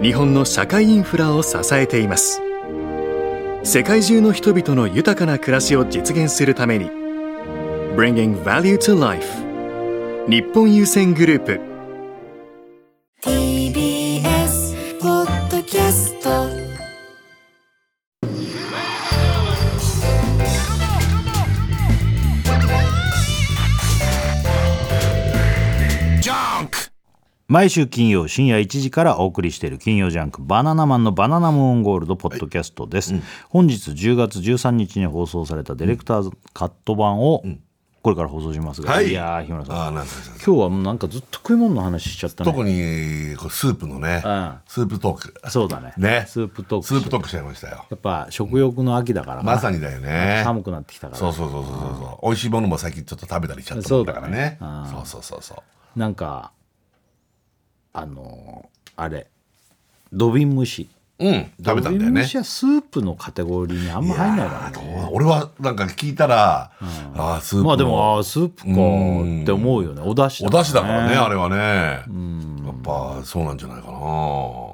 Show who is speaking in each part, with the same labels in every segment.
Speaker 1: 日本の社会インフラを支えています世界中の人々の豊かな暮らしを実現するために Bringing Value to Life 日本郵船グループ
Speaker 2: TBS ポッドキャスト
Speaker 3: 毎週金曜深夜1時からお送りしている金曜ジャンク「バナナマンのバナナムーンゴールド」ポッドキャストです、本日10月13日に放送されたディレクターズカット版をこれから放送しますが、
Speaker 4: はい
Speaker 3: やー日村さん
Speaker 4: ああ、なんかですね
Speaker 3: 今日はもうなんかずっと食い物の話しちゃったね
Speaker 4: 特にこうスープのね、
Speaker 3: うん
Speaker 4: スープトーク。
Speaker 3: そうだね
Speaker 4: ね
Speaker 3: スープトーク
Speaker 4: スープトークしちゃいましたよ。
Speaker 3: やっぱ食欲の秋だからな、
Speaker 4: まさにだよね。
Speaker 3: 寒くなってきたから
Speaker 4: そうそうそうそうそう。美味しいものも最近ちょっと食べたりしちゃったもんだからね。
Speaker 3: そうだねうん
Speaker 4: そうそうそうそう。
Speaker 3: なんかあのーあれ土瓶蒸し
Speaker 4: うん、食べたんだ
Speaker 3: 土
Speaker 4: よ
Speaker 3: 瓶蒸
Speaker 4: ね
Speaker 3: し。はスープのカテゴリーにあんま入んないからね
Speaker 4: どう俺はなんか聞いたら、ああ、スープの。
Speaker 3: まあでもあースープかーって思うよねおだし
Speaker 4: お出汁だ
Speaker 3: ね
Speaker 4: からね、あれはね。やっぱそうなんじゃないかな。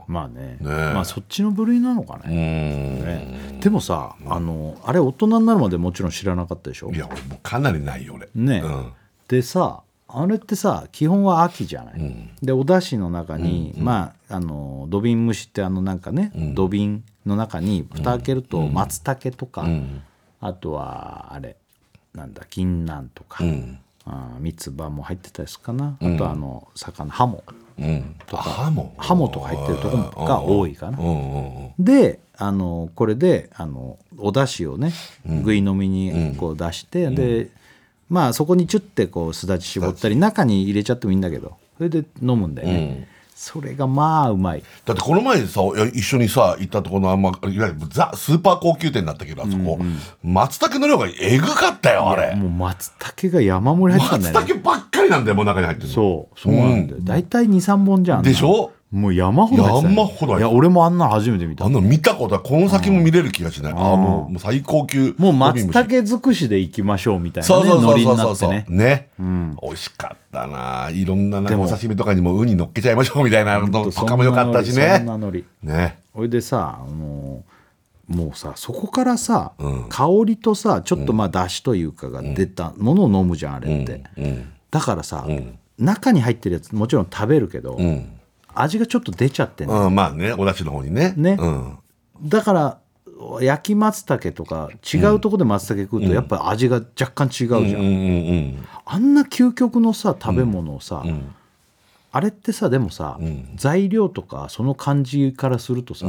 Speaker 3: まあね
Speaker 4: え
Speaker 3: まあそっちの部類なのか
Speaker 4: う
Speaker 3: ね、
Speaker 4: ん。
Speaker 3: でもさあのあれ大人になるまでもちろん知らなかったでしょ
Speaker 4: いや、俺もうかなりないよ、俺。
Speaker 3: ね、
Speaker 4: うん。
Speaker 3: でさあれってさ基本は秋じゃない、でお出汁の中に、まああの土瓶蒸しってあのなんかね、土瓶の中に蓋開けると松茸とか、あとはあれなんだ銀杏とか、
Speaker 4: うん。
Speaker 3: あー三つ葉も入ってたりするかな、あとあの魚ハモ
Speaker 4: うん。ハモ
Speaker 3: ハモとか入ってるところが多いかな
Speaker 4: う。んうんうん。
Speaker 3: であのこれであのお出汁をねぐい飲みにこう出して、でまあそこにチュッてこうすだち絞ったり中に入れちゃってもいいんだけどそれで飲むんだよね、それがまあうまい
Speaker 4: だってこの前さいや一緒にさ行ったところのあんまいわゆるザスーパー高級店だったけどあそこ、松茸の量がえぐかったよあれ
Speaker 3: もう松茸が山盛り入ってたんだ
Speaker 4: 松
Speaker 3: よね
Speaker 4: 茸ばっかりなんだよもう中に入ってるの
Speaker 3: そうそうなんだよ、大体23本じゃん
Speaker 4: でしょ
Speaker 3: もう山ほど入ってたよ
Speaker 4: 山ほど入ってた
Speaker 3: いや俺もあんなの初めて見た
Speaker 4: あんなの見たことはこの先も見れる気がしない、あのもう最高級
Speaker 3: もう
Speaker 4: 帯
Speaker 3: 松
Speaker 4: 虫
Speaker 3: 茸尽くしでいきましょうみたいな
Speaker 4: そう
Speaker 3: ね
Speaker 4: そう
Speaker 3: ノ
Speaker 4: そう
Speaker 3: リ
Speaker 4: そ
Speaker 3: に
Speaker 4: う
Speaker 3: な
Speaker 4: そ
Speaker 3: っ
Speaker 4: う
Speaker 3: て
Speaker 4: そう
Speaker 3: ね
Speaker 4: ね、美味しかったないろんななんかお刺身とかにもウニ乗っけちゃいましょうみたいなのとかもよかったし
Speaker 3: そん
Speaker 4: ね
Speaker 3: なノリ
Speaker 4: ね
Speaker 3: それでさ、あのもうさそこからさ、
Speaker 4: ん
Speaker 3: 香りとさちょっとまあ出汁というかが出たものを飲むじゃんあれって、
Speaker 4: うん
Speaker 3: だからさ、
Speaker 4: ん
Speaker 3: 中に入ってるやつもちろん食べるけど、
Speaker 4: うん、
Speaker 3: 味がちょっと出ちゃってんの
Speaker 4: うん、まあねお出汁の方にね
Speaker 3: ね
Speaker 4: うん、
Speaker 3: だから焼き松茸とか違うとこで松茸食うとやっぱ味が若干違うじゃん、
Speaker 4: うんうんうん
Speaker 3: あんな究極のさ食べ物をさ、あれってさでもさ、材料とかその感じからするとさ、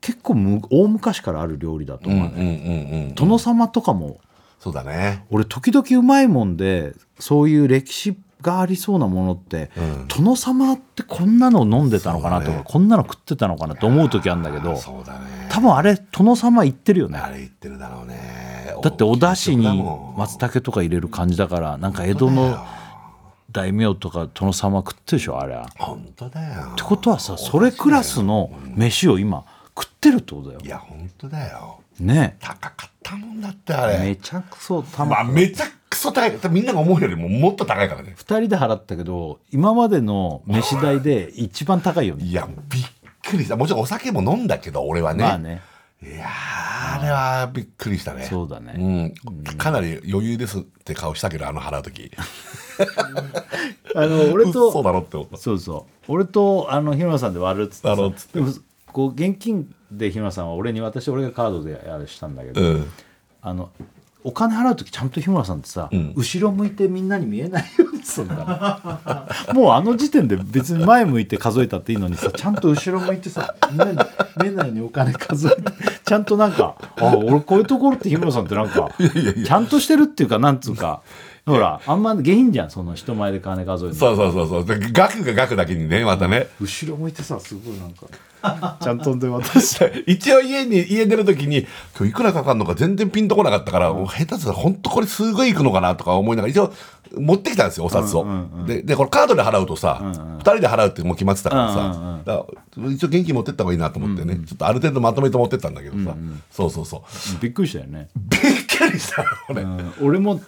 Speaker 3: 結構む大昔からある料理だと思うね、
Speaker 4: うんうんうん
Speaker 3: 殿様とかも
Speaker 4: そうだね
Speaker 3: 俺時々うまいもんでそういう歴史がありそうなものって、殿様ってこんなの飲んでたのかなとか、
Speaker 4: そうだね
Speaker 3: こんなの食ってたのかなと思う時あるんだけど
Speaker 4: そうだね
Speaker 3: 多分あれ殿様言ってるよね
Speaker 4: あれ言ってるだろうね
Speaker 3: だってお出汁
Speaker 4: 大きい
Speaker 3: に
Speaker 4: 曲だもん
Speaker 3: 松茸とか入れる感じだからなんか江戸の大名とか殿様食ってるでしょあれは。っ
Speaker 4: 本当だよ
Speaker 3: てことはさそれクラスの飯を今食ってるってことだよ
Speaker 4: い。や本当だよ
Speaker 3: ね
Speaker 4: 高かったもんだってあ
Speaker 3: え
Speaker 4: れ
Speaker 3: めちゃくそた
Speaker 4: まあ
Speaker 3: ま
Speaker 4: めちゃくそ高いみんなが思うよりももっと高いからね
Speaker 3: 2人で払ったけど今までの飯代で一番高いよね。
Speaker 4: いやびっくりしたもちろんお酒も飲んだけど俺はね,、
Speaker 3: まあね
Speaker 4: いやーあれはびっくりしたね
Speaker 3: そうだね。
Speaker 4: うん、かなり余裕ですって顔したけどあの払う時
Speaker 3: あの 俺と
Speaker 4: そうだろって思った
Speaker 3: そうそう俺とあの日村さんで割るっつってさ
Speaker 4: 割るっつって
Speaker 3: でもこう現金で日村さんは俺に私俺がカードであれしたんだけど、
Speaker 4: うん
Speaker 3: あのお金払う時ちゃんと日村さんってさ、
Speaker 4: ん
Speaker 3: 後ろ向いてみんなに見えないようにするからもうあの時点で別に前向いて数えたっていいのにさちゃんと後ろ向いてさみんなに見えないようにお金数えてちゃんとなんかあ俺こういうところって日村さんってなんかちゃんとしてるっていうかなんつうかほらあんま下品じゃんその人前で金数えるの
Speaker 4: そうそうそうそうで額が額だけにねまたね
Speaker 3: 後ろ向いてさすごいなんかちゃんとで渡して
Speaker 4: 一応家に家出る時に今日いくらかかるのか全然ピンとこなかったから、もう下手すら本当これすごいいくのかなとか思いながら一応持ってきたんですよお札を、ででこれカードで払うとさ、二人で払うってもう決まってたからさ、
Speaker 3: うんうんうん
Speaker 4: だから一応現金持ってった方がいいなと思ってね、ちょっとある程度まとめて持ってったんだけどさ、そうそうそう
Speaker 3: びっくりしたよね、
Speaker 4: びっくりしたこれ、
Speaker 3: うん俺も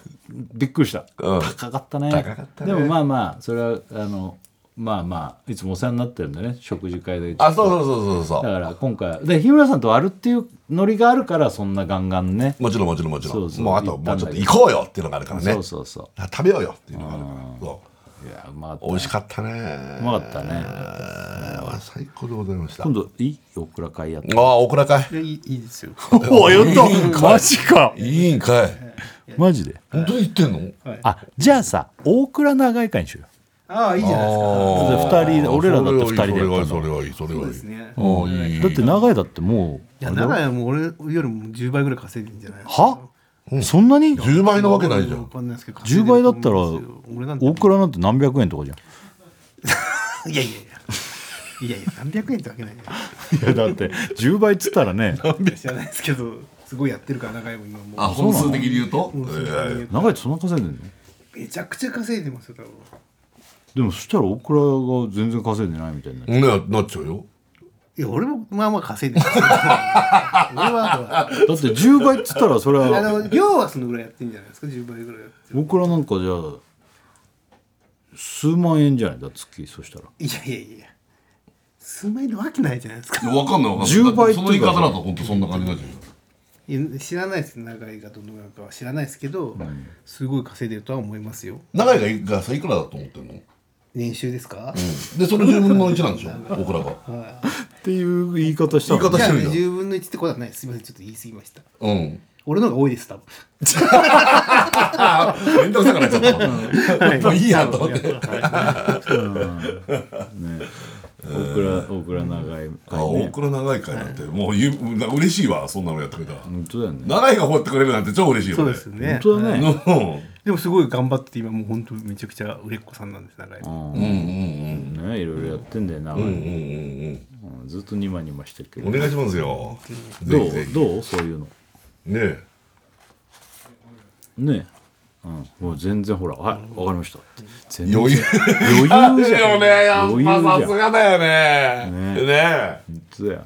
Speaker 3: びっくりした、
Speaker 4: うん
Speaker 3: 高かったね
Speaker 4: 高かったね
Speaker 3: でもまあまあそれはあのまあまあいつもお世話になってるんでね食事会で
Speaker 4: あそうそうそうそう
Speaker 3: だ
Speaker 4: そう
Speaker 3: から今回で日村さんと割るっていうノリがあるからそんなガンガンね
Speaker 4: もちろんもちろんもちろん
Speaker 3: そうそう
Speaker 4: もうあと
Speaker 3: 行った
Speaker 4: もうんち
Speaker 3: だ
Speaker 4: ょっ
Speaker 3: け
Speaker 4: と
Speaker 3: ど
Speaker 4: 行こうよっていうのがあるからね
Speaker 3: そうそうそ
Speaker 4: あ食べようよっていうのがあるからそう
Speaker 3: ういやうまか
Speaker 4: 美
Speaker 3: っ
Speaker 4: 味しかったね
Speaker 3: たうまかったね
Speaker 4: あ最高でございました
Speaker 3: 今度いいオクラ会やって
Speaker 4: ああ、大倉かい。
Speaker 5: いいいいですよ。
Speaker 1: おやったマジか
Speaker 4: いいんかい。
Speaker 3: マジで
Speaker 4: 本当に言ってんの
Speaker 3: あじゃあさ大倉長い会にしようよ
Speaker 5: ああ、いいじゃないですか。
Speaker 4: あ
Speaker 3: 二人で俺らだって二人でやった
Speaker 4: それ
Speaker 3: の
Speaker 4: はいい、それはいい、それはいい。
Speaker 5: ですね。
Speaker 4: おーいい
Speaker 3: だって長いだってもう
Speaker 5: いや、
Speaker 3: あれだろ
Speaker 5: 長屋も俺よりも10倍ぐらい稼いでんじゃない
Speaker 3: は、そんなに
Speaker 4: 10倍なわけないじゃ
Speaker 5: わ
Speaker 4: ん。
Speaker 5: かんないですけど稼い
Speaker 3: 10
Speaker 5: でる
Speaker 3: 倍
Speaker 5: と
Speaker 3: だ
Speaker 5: 思う
Speaker 3: っ
Speaker 5: ん
Speaker 3: たら
Speaker 5: ですよ俺なんて
Speaker 3: 大倉なんて何百円とかじゃん
Speaker 5: いやいやいや。いやいや、何百円ってわけないよ。
Speaker 3: いやだって10倍っつったらね
Speaker 5: 知らないですけど、すごいやってるから、長屋も今もう。
Speaker 4: あ、本数的に言うと
Speaker 5: 本数的に
Speaker 4: ええ
Speaker 3: 長いってそんな稼いでんの
Speaker 5: めちゃくちゃ稼いでますよ、多分。
Speaker 3: でもそしたら大倉が全然稼いでないみたいになる
Speaker 4: ねなっちゃうよ。
Speaker 5: いや、俺もまあまあ稼いでますよ。俺は、
Speaker 3: だって10倍っつったらそれ
Speaker 5: あ
Speaker 3: は
Speaker 5: の、量はそのぐらいやってんじゃないですか、10倍ぐらいやってる。
Speaker 3: 大倉なんかじゃあ数万円じゃないだ月そしたら
Speaker 5: いやいやいや。数万円なわけないじゃないですか。
Speaker 4: わかんないわかんない。
Speaker 3: 10倍って
Speaker 4: そ
Speaker 3: いう
Speaker 4: の
Speaker 3: か
Speaker 4: 言い方だと本当そんな感じになっちゃうよ。
Speaker 5: いや知らないです長井がどのぐらいかは知らないですけど、すごい稼いでるとは思いますよ
Speaker 4: 長井がさいくらだと思ってんの
Speaker 5: 年収ですか、
Speaker 4: で、それ10分の1なんでしょ 大倉が。
Speaker 3: っていう言い方した
Speaker 4: 言い方し
Speaker 5: じゃあ
Speaker 4: て
Speaker 5: ね
Speaker 4: るじ
Speaker 5: 10分の1ってことはないですすみませんちょっと言い過ぎました
Speaker 4: ゃん。うん。
Speaker 5: 俺の方が多いです多分
Speaker 4: ああ、めんどくさくなっちゃった。もういいやと思って。
Speaker 3: 大倉大倉長い
Speaker 4: あ、
Speaker 3: 会
Speaker 4: 大
Speaker 3: ね
Speaker 4: 倉長い会なんて、もうゆなんか嬉しいわ、そんなのやってくれたら。
Speaker 3: 本当だよね
Speaker 4: 長井が放ってくれるなんて超嬉しいよね。
Speaker 5: そうですよ
Speaker 3: 本
Speaker 5: ね
Speaker 3: 当だね
Speaker 4: うん。
Speaker 5: でもすごい頑張って今もう本当めちゃくちゃ売れっ子さんなんです長井
Speaker 3: うん
Speaker 4: うんうん
Speaker 3: ねいろいろやってんだよ長い
Speaker 4: うんうんうんうん
Speaker 3: うんずっとニマニマしてるけ
Speaker 4: うんお
Speaker 3: ど
Speaker 4: 願いしますよ。ぜ
Speaker 3: ど
Speaker 4: ひぜ
Speaker 3: う
Speaker 4: ひ
Speaker 3: どうそういうの
Speaker 4: ねえ
Speaker 3: ねうん、もう全然ほら「はいわかりました」って全然
Speaker 4: 余裕。
Speaker 3: 余裕じゃん
Speaker 4: よね。やっ
Speaker 3: 余裕じゃん
Speaker 4: ぱさすがだよね。
Speaker 3: ね
Speaker 4: ねえ。
Speaker 3: そうや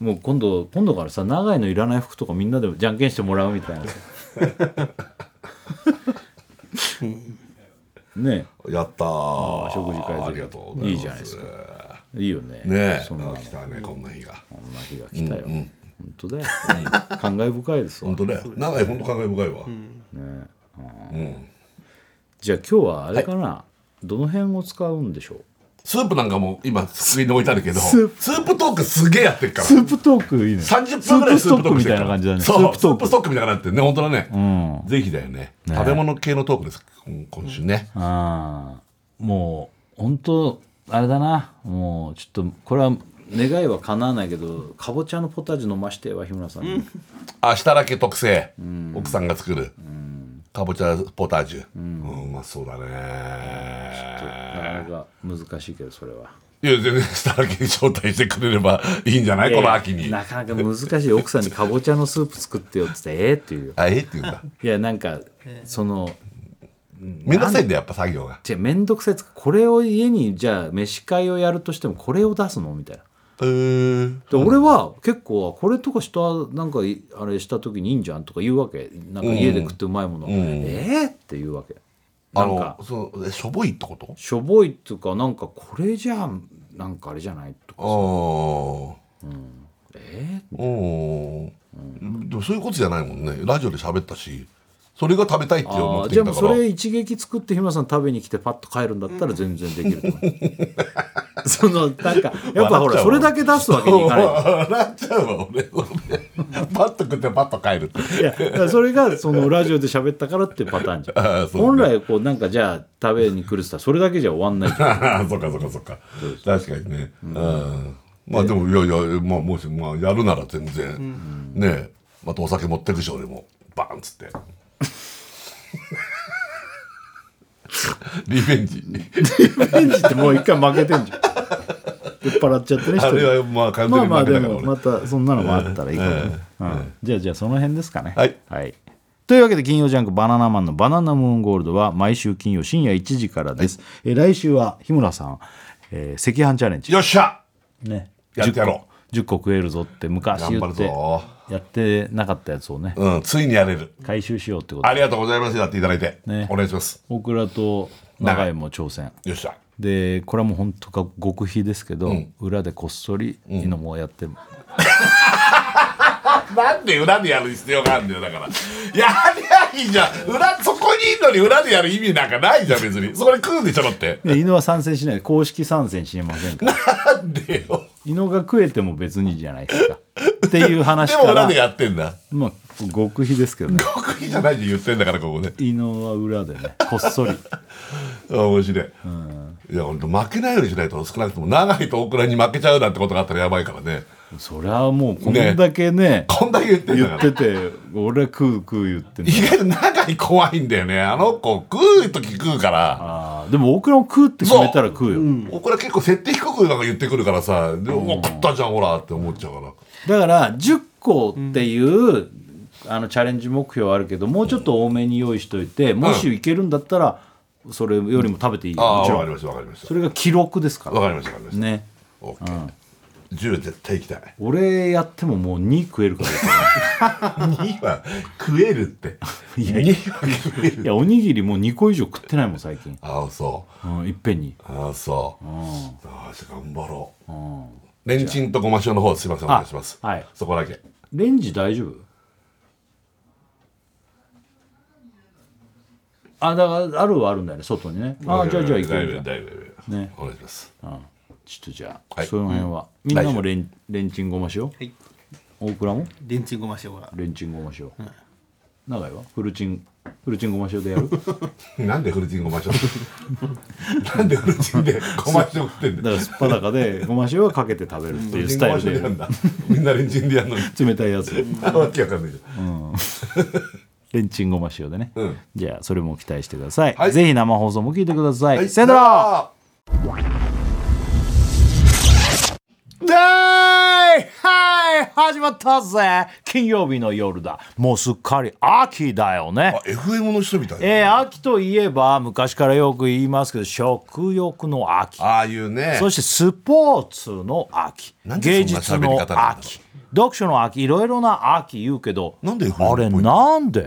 Speaker 3: もう今度今度からさ長いのいらない服とかみんなでじゃんけんしてもらうみたいなね
Speaker 4: やったー。
Speaker 3: 食事会
Speaker 4: ありがとうございます。
Speaker 3: いいじゃないですかえいいよね
Speaker 4: ねえ。
Speaker 3: そんな
Speaker 4: 来たね、こんな日が。
Speaker 3: こんな日が来たよ、
Speaker 4: うんうん
Speaker 3: 本当だよ感慨深い ですわ
Speaker 4: 本当だよ。長井本当感慨深いわ。
Speaker 3: ね
Speaker 4: うん。
Speaker 3: じゃあ今日はあれかな、どの辺を使うんでしょう
Speaker 4: スープなんかも今机に置いてあるけど、ス
Speaker 3: スー
Speaker 4: ープトークすげえやってるから。
Speaker 3: スープトークいいね
Speaker 4: 30分ぐらいス
Speaker 3: スー
Speaker 4: ー
Speaker 3: プトー
Speaker 4: プトー
Speaker 3: ク
Speaker 4: ク
Speaker 3: み
Speaker 4: して
Speaker 3: たいな
Speaker 4: るから
Speaker 3: 感じだね
Speaker 4: そう、ス
Speaker 3: スー
Speaker 4: ー
Speaker 3: プトーク
Speaker 4: プストックみたいになってるね、本当だね。
Speaker 3: うん
Speaker 4: ぜひだよね。食べ物系のトークです。今今週ね。
Speaker 3: あーもう本当あれだなもうちょっとこれは願いは叶わないけどかぼちゃのポタージュ飲ましては日村さんに
Speaker 4: あ、設楽家特製。奥さんが作る。かぼちゃポタージュ。うんうまそうだね。
Speaker 3: なかなか難しいけどそれはい
Speaker 4: や、全然設楽家に招待してくれればいいんじゃないこの秋に。
Speaker 3: なかなか難しい奥さんにかぼちゃのスープ作ってよって言ってええっていうよ
Speaker 4: あ、ええって言うんだ。
Speaker 3: いやなんかその
Speaker 4: めんどくさいんだよ、やっぱ作業が。
Speaker 3: じゃ面倒くさいやつこれを家にじゃあ飯会をやるとしてもこれを出すのみたいな
Speaker 4: えー。
Speaker 3: で俺は結構これとかしたなんかいあれした時にいいんじゃんとか言うわけなんか家で食ってうまいもの、えー、って言うわけ
Speaker 4: あ
Speaker 3: なんか
Speaker 4: の、その、えしょぼいってこと
Speaker 3: しょぼいっていうかなんかこれじゃなんかあれじゃないとか
Speaker 4: ああ。
Speaker 3: えー、
Speaker 4: うん、でもそういうことじゃないもんねラジオで喋ったしそれが食べたいっていう
Speaker 3: あ
Speaker 4: 目
Speaker 3: ーじゃあも
Speaker 4: 的だ
Speaker 3: う
Speaker 4: か
Speaker 3: そ
Speaker 4: ら
Speaker 3: れ一撃作って日村さん食べに来てパッと帰るんだったら全然できると思う そのなんかやっぱほらそれだけ出すわけにい かない
Speaker 4: 笑っちゃうわ俺 パッと食ってパッと帰るって
Speaker 3: いやだからそれがそのラジオで喋ったからって いうパターンじゃん、
Speaker 4: あーそうね
Speaker 3: 本来こうなんかじゃあ食べに来るって言ったらそれだけじゃ終わんないじゃん
Speaker 4: あ あそっかそっかそっか確かにねうん、まあでもいやいや、まあ、もし、まあ、やるなら全然、ねえまたお酒持ってくし俺もバーンっつってリベンジ。
Speaker 3: ベンジってもう一回負けてんじゃん酔っ払っちゃってね一
Speaker 4: あ
Speaker 3: 人
Speaker 4: れはまあ完全
Speaker 3: まあ
Speaker 4: に
Speaker 3: まあ
Speaker 4: 負け
Speaker 3: で
Speaker 4: たから
Speaker 3: も
Speaker 4: 俺。
Speaker 3: またそんなのもあったらいいかもね、
Speaker 4: ええ
Speaker 3: うんじゃあじゃあその辺ですかね
Speaker 4: はい
Speaker 3: というわけで金曜ジャンク「バナナマンのバナナムーンゴールド」は毎週金曜深夜1時からです、えー来週は日村さん、えー赤飯チャレンジ
Speaker 4: よっしゃ
Speaker 3: ね
Speaker 4: やってやろ
Speaker 3: 10個食えるぞって昔言って
Speaker 4: 頑張
Speaker 3: やってなかったやつをね
Speaker 4: う。うん、ついにやれる。
Speaker 3: 回収しようってこと
Speaker 4: ありがとうございます。やっていただいて。
Speaker 3: ね
Speaker 4: お願いします。
Speaker 3: 大倉と永井も挑戦
Speaker 4: よっしゃ。
Speaker 3: でこれはもう本当か極秘ですけど、裏でこっそりいいのもやって、
Speaker 4: なんで裏でやる必要があるんだよ、だから。やりゃいいじゃん。裏、そこにいるのに裏でやる意味なんかないじゃん、別に。そこで食うんでしょ、だって。
Speaker 3: で犬は参戦しない公式参戦しませんから
Speaker 4: なんでよ。
Speaker 3: 犬が食えても別にじゃないですかっていう話
Speaker 4: で
Speaker 3: か
Speaker 4: も裏
Speaker 3: ら
Speaker 4: でやってんだ。
Speaker 3: まあ極秘ですけどね
Speaker 4: 得意じゃないって言ってんだから、ここで。
Speaker 3: 犬は裏でねこっそり
Speaker 4: あ面白い。いや、本当負けないようにしないと、少なくとも、長いと大倉に負けちゃうなんてことがあったらやばいからね。
Speaker 3: そりゃもうこんだけね
Speaker 4: こんだけ言ってん
Speaker 3: 言
Speaker 4: だか
Speaker 3: って
Speaker 4: ら。
Speaker 3: て俺は食う食う言ってんだ
Speaker 4: 意外と長い怖いんだよね。あの子、食うとき食うから。
Speaker 3: あーでも大倉も食うって決めたら食うよ、
Speaker 4: 大倉結構設定低くなんか言ってくるからさ、でも、うわ食ったじゃん、ほらって思っちゃうから。
Speaker 3: だから10個っていう、あのチャレンジ目標はあるけどもうちょっと多めに用意しといて、もしいけるんだったらそれよりも食べていいよ、
Speaker 4: あ
Speaker 3: も
Speaker 4: あ、
Speaker 3: ち
Speaker 4: わ
Speaker 3: ろ
Speaker 4: かりま
Speaker 3: ん
Speaker 4: した、わかりまし
Speaker 3: それが記録ですか
Speaker 4: た。わ
Speaker 3: ら
Speaker 4: かりました、わかりました。
Speaker 3: ね
Speaker 4: オッケー。10絶対行きたい。
Speaker 3: 俺やってももう2食え るから
Speaker 4: 2は食えるって。
Speaker 3: いやいや
Speaker 4: 2は食える。
Speaker 3: いやおにぎりもう2個以上食ってないもん最近、
Speaker 4: ああ、そう。
Speaker 3: うん、いっぺんに、
Speaker 4: ああ、そう。
Speaker 3: うん
Speaker 4: ああ、じゃあ頑張ろう。
Speaker 3: うん、
Speaker 4: レンチンとごま塩の方、すみません、お願いします。
Speaker 3: あはい
Speaker 4: そこだけ。
Speaker 3: レンジ大丈夫あだからあるはあるんだよね外にねああじゃあじゃあいけるじゃん
Speaker 4: だいぶ、だいぶ、だいぶ
Speaker 3: ね
Speaker 4: お願いします。
Speaker 3: ちょっとじゃあ、
Speaker 4: はい
Speaker 3: その辺は、みんなもレンレンチンごま塩、
Speaker 5: い
Speaker 3: 大倉も
Speaker 5: レンチンごま塩が
Speaker 3: レンチンごま塩、長井はフルチンフルチンごま塩でやる だか
Speaker 4: なんでフルチンごま塩なんでフルチンでごま塩食ってんだよ
Speaker 3: らすっぱだかで ごま塩はかけて食べるっていうスタイル
Speaker 4: フルチン
Speaker 3: で
Speaker 4: ごま塩でやんだみんなレンチンでやるのに。
Speaker 3: 冷たいやつを
Speaker 4: わけわかんないじゃん。
Speaker 3: レンチンごま塩でね、
Speaker 4: うん
Speaker 3: じゃあそれも期待してください、
Speaker 4: はい
Speaker 3: ぜひ生放送も聞いてください、
Speaker 4: はい
Speaker 3: さよならはいはい始まったぜ金曜日の夜だもうすっかり秋だよね
Speaker 4: あ、FM の人みたいな。
Speaker 3: えー秋といえば昔からよく言いますけど食欲の秋
Speaker 4: ああいうね。
Speaker 3: そしてスポーツの秋
Speaker 4: なんで
Speaker 3: 芸
Speaker 4: そんな
Speaker 3: 術
Speaker 4: 喋
Speaker 3: の
Speaker 4: り方なんだろう
Speaker 3: 秋読書の秋いろいろな秋言うけど
Speaker 4: なんで
Speaker 3: あれなんで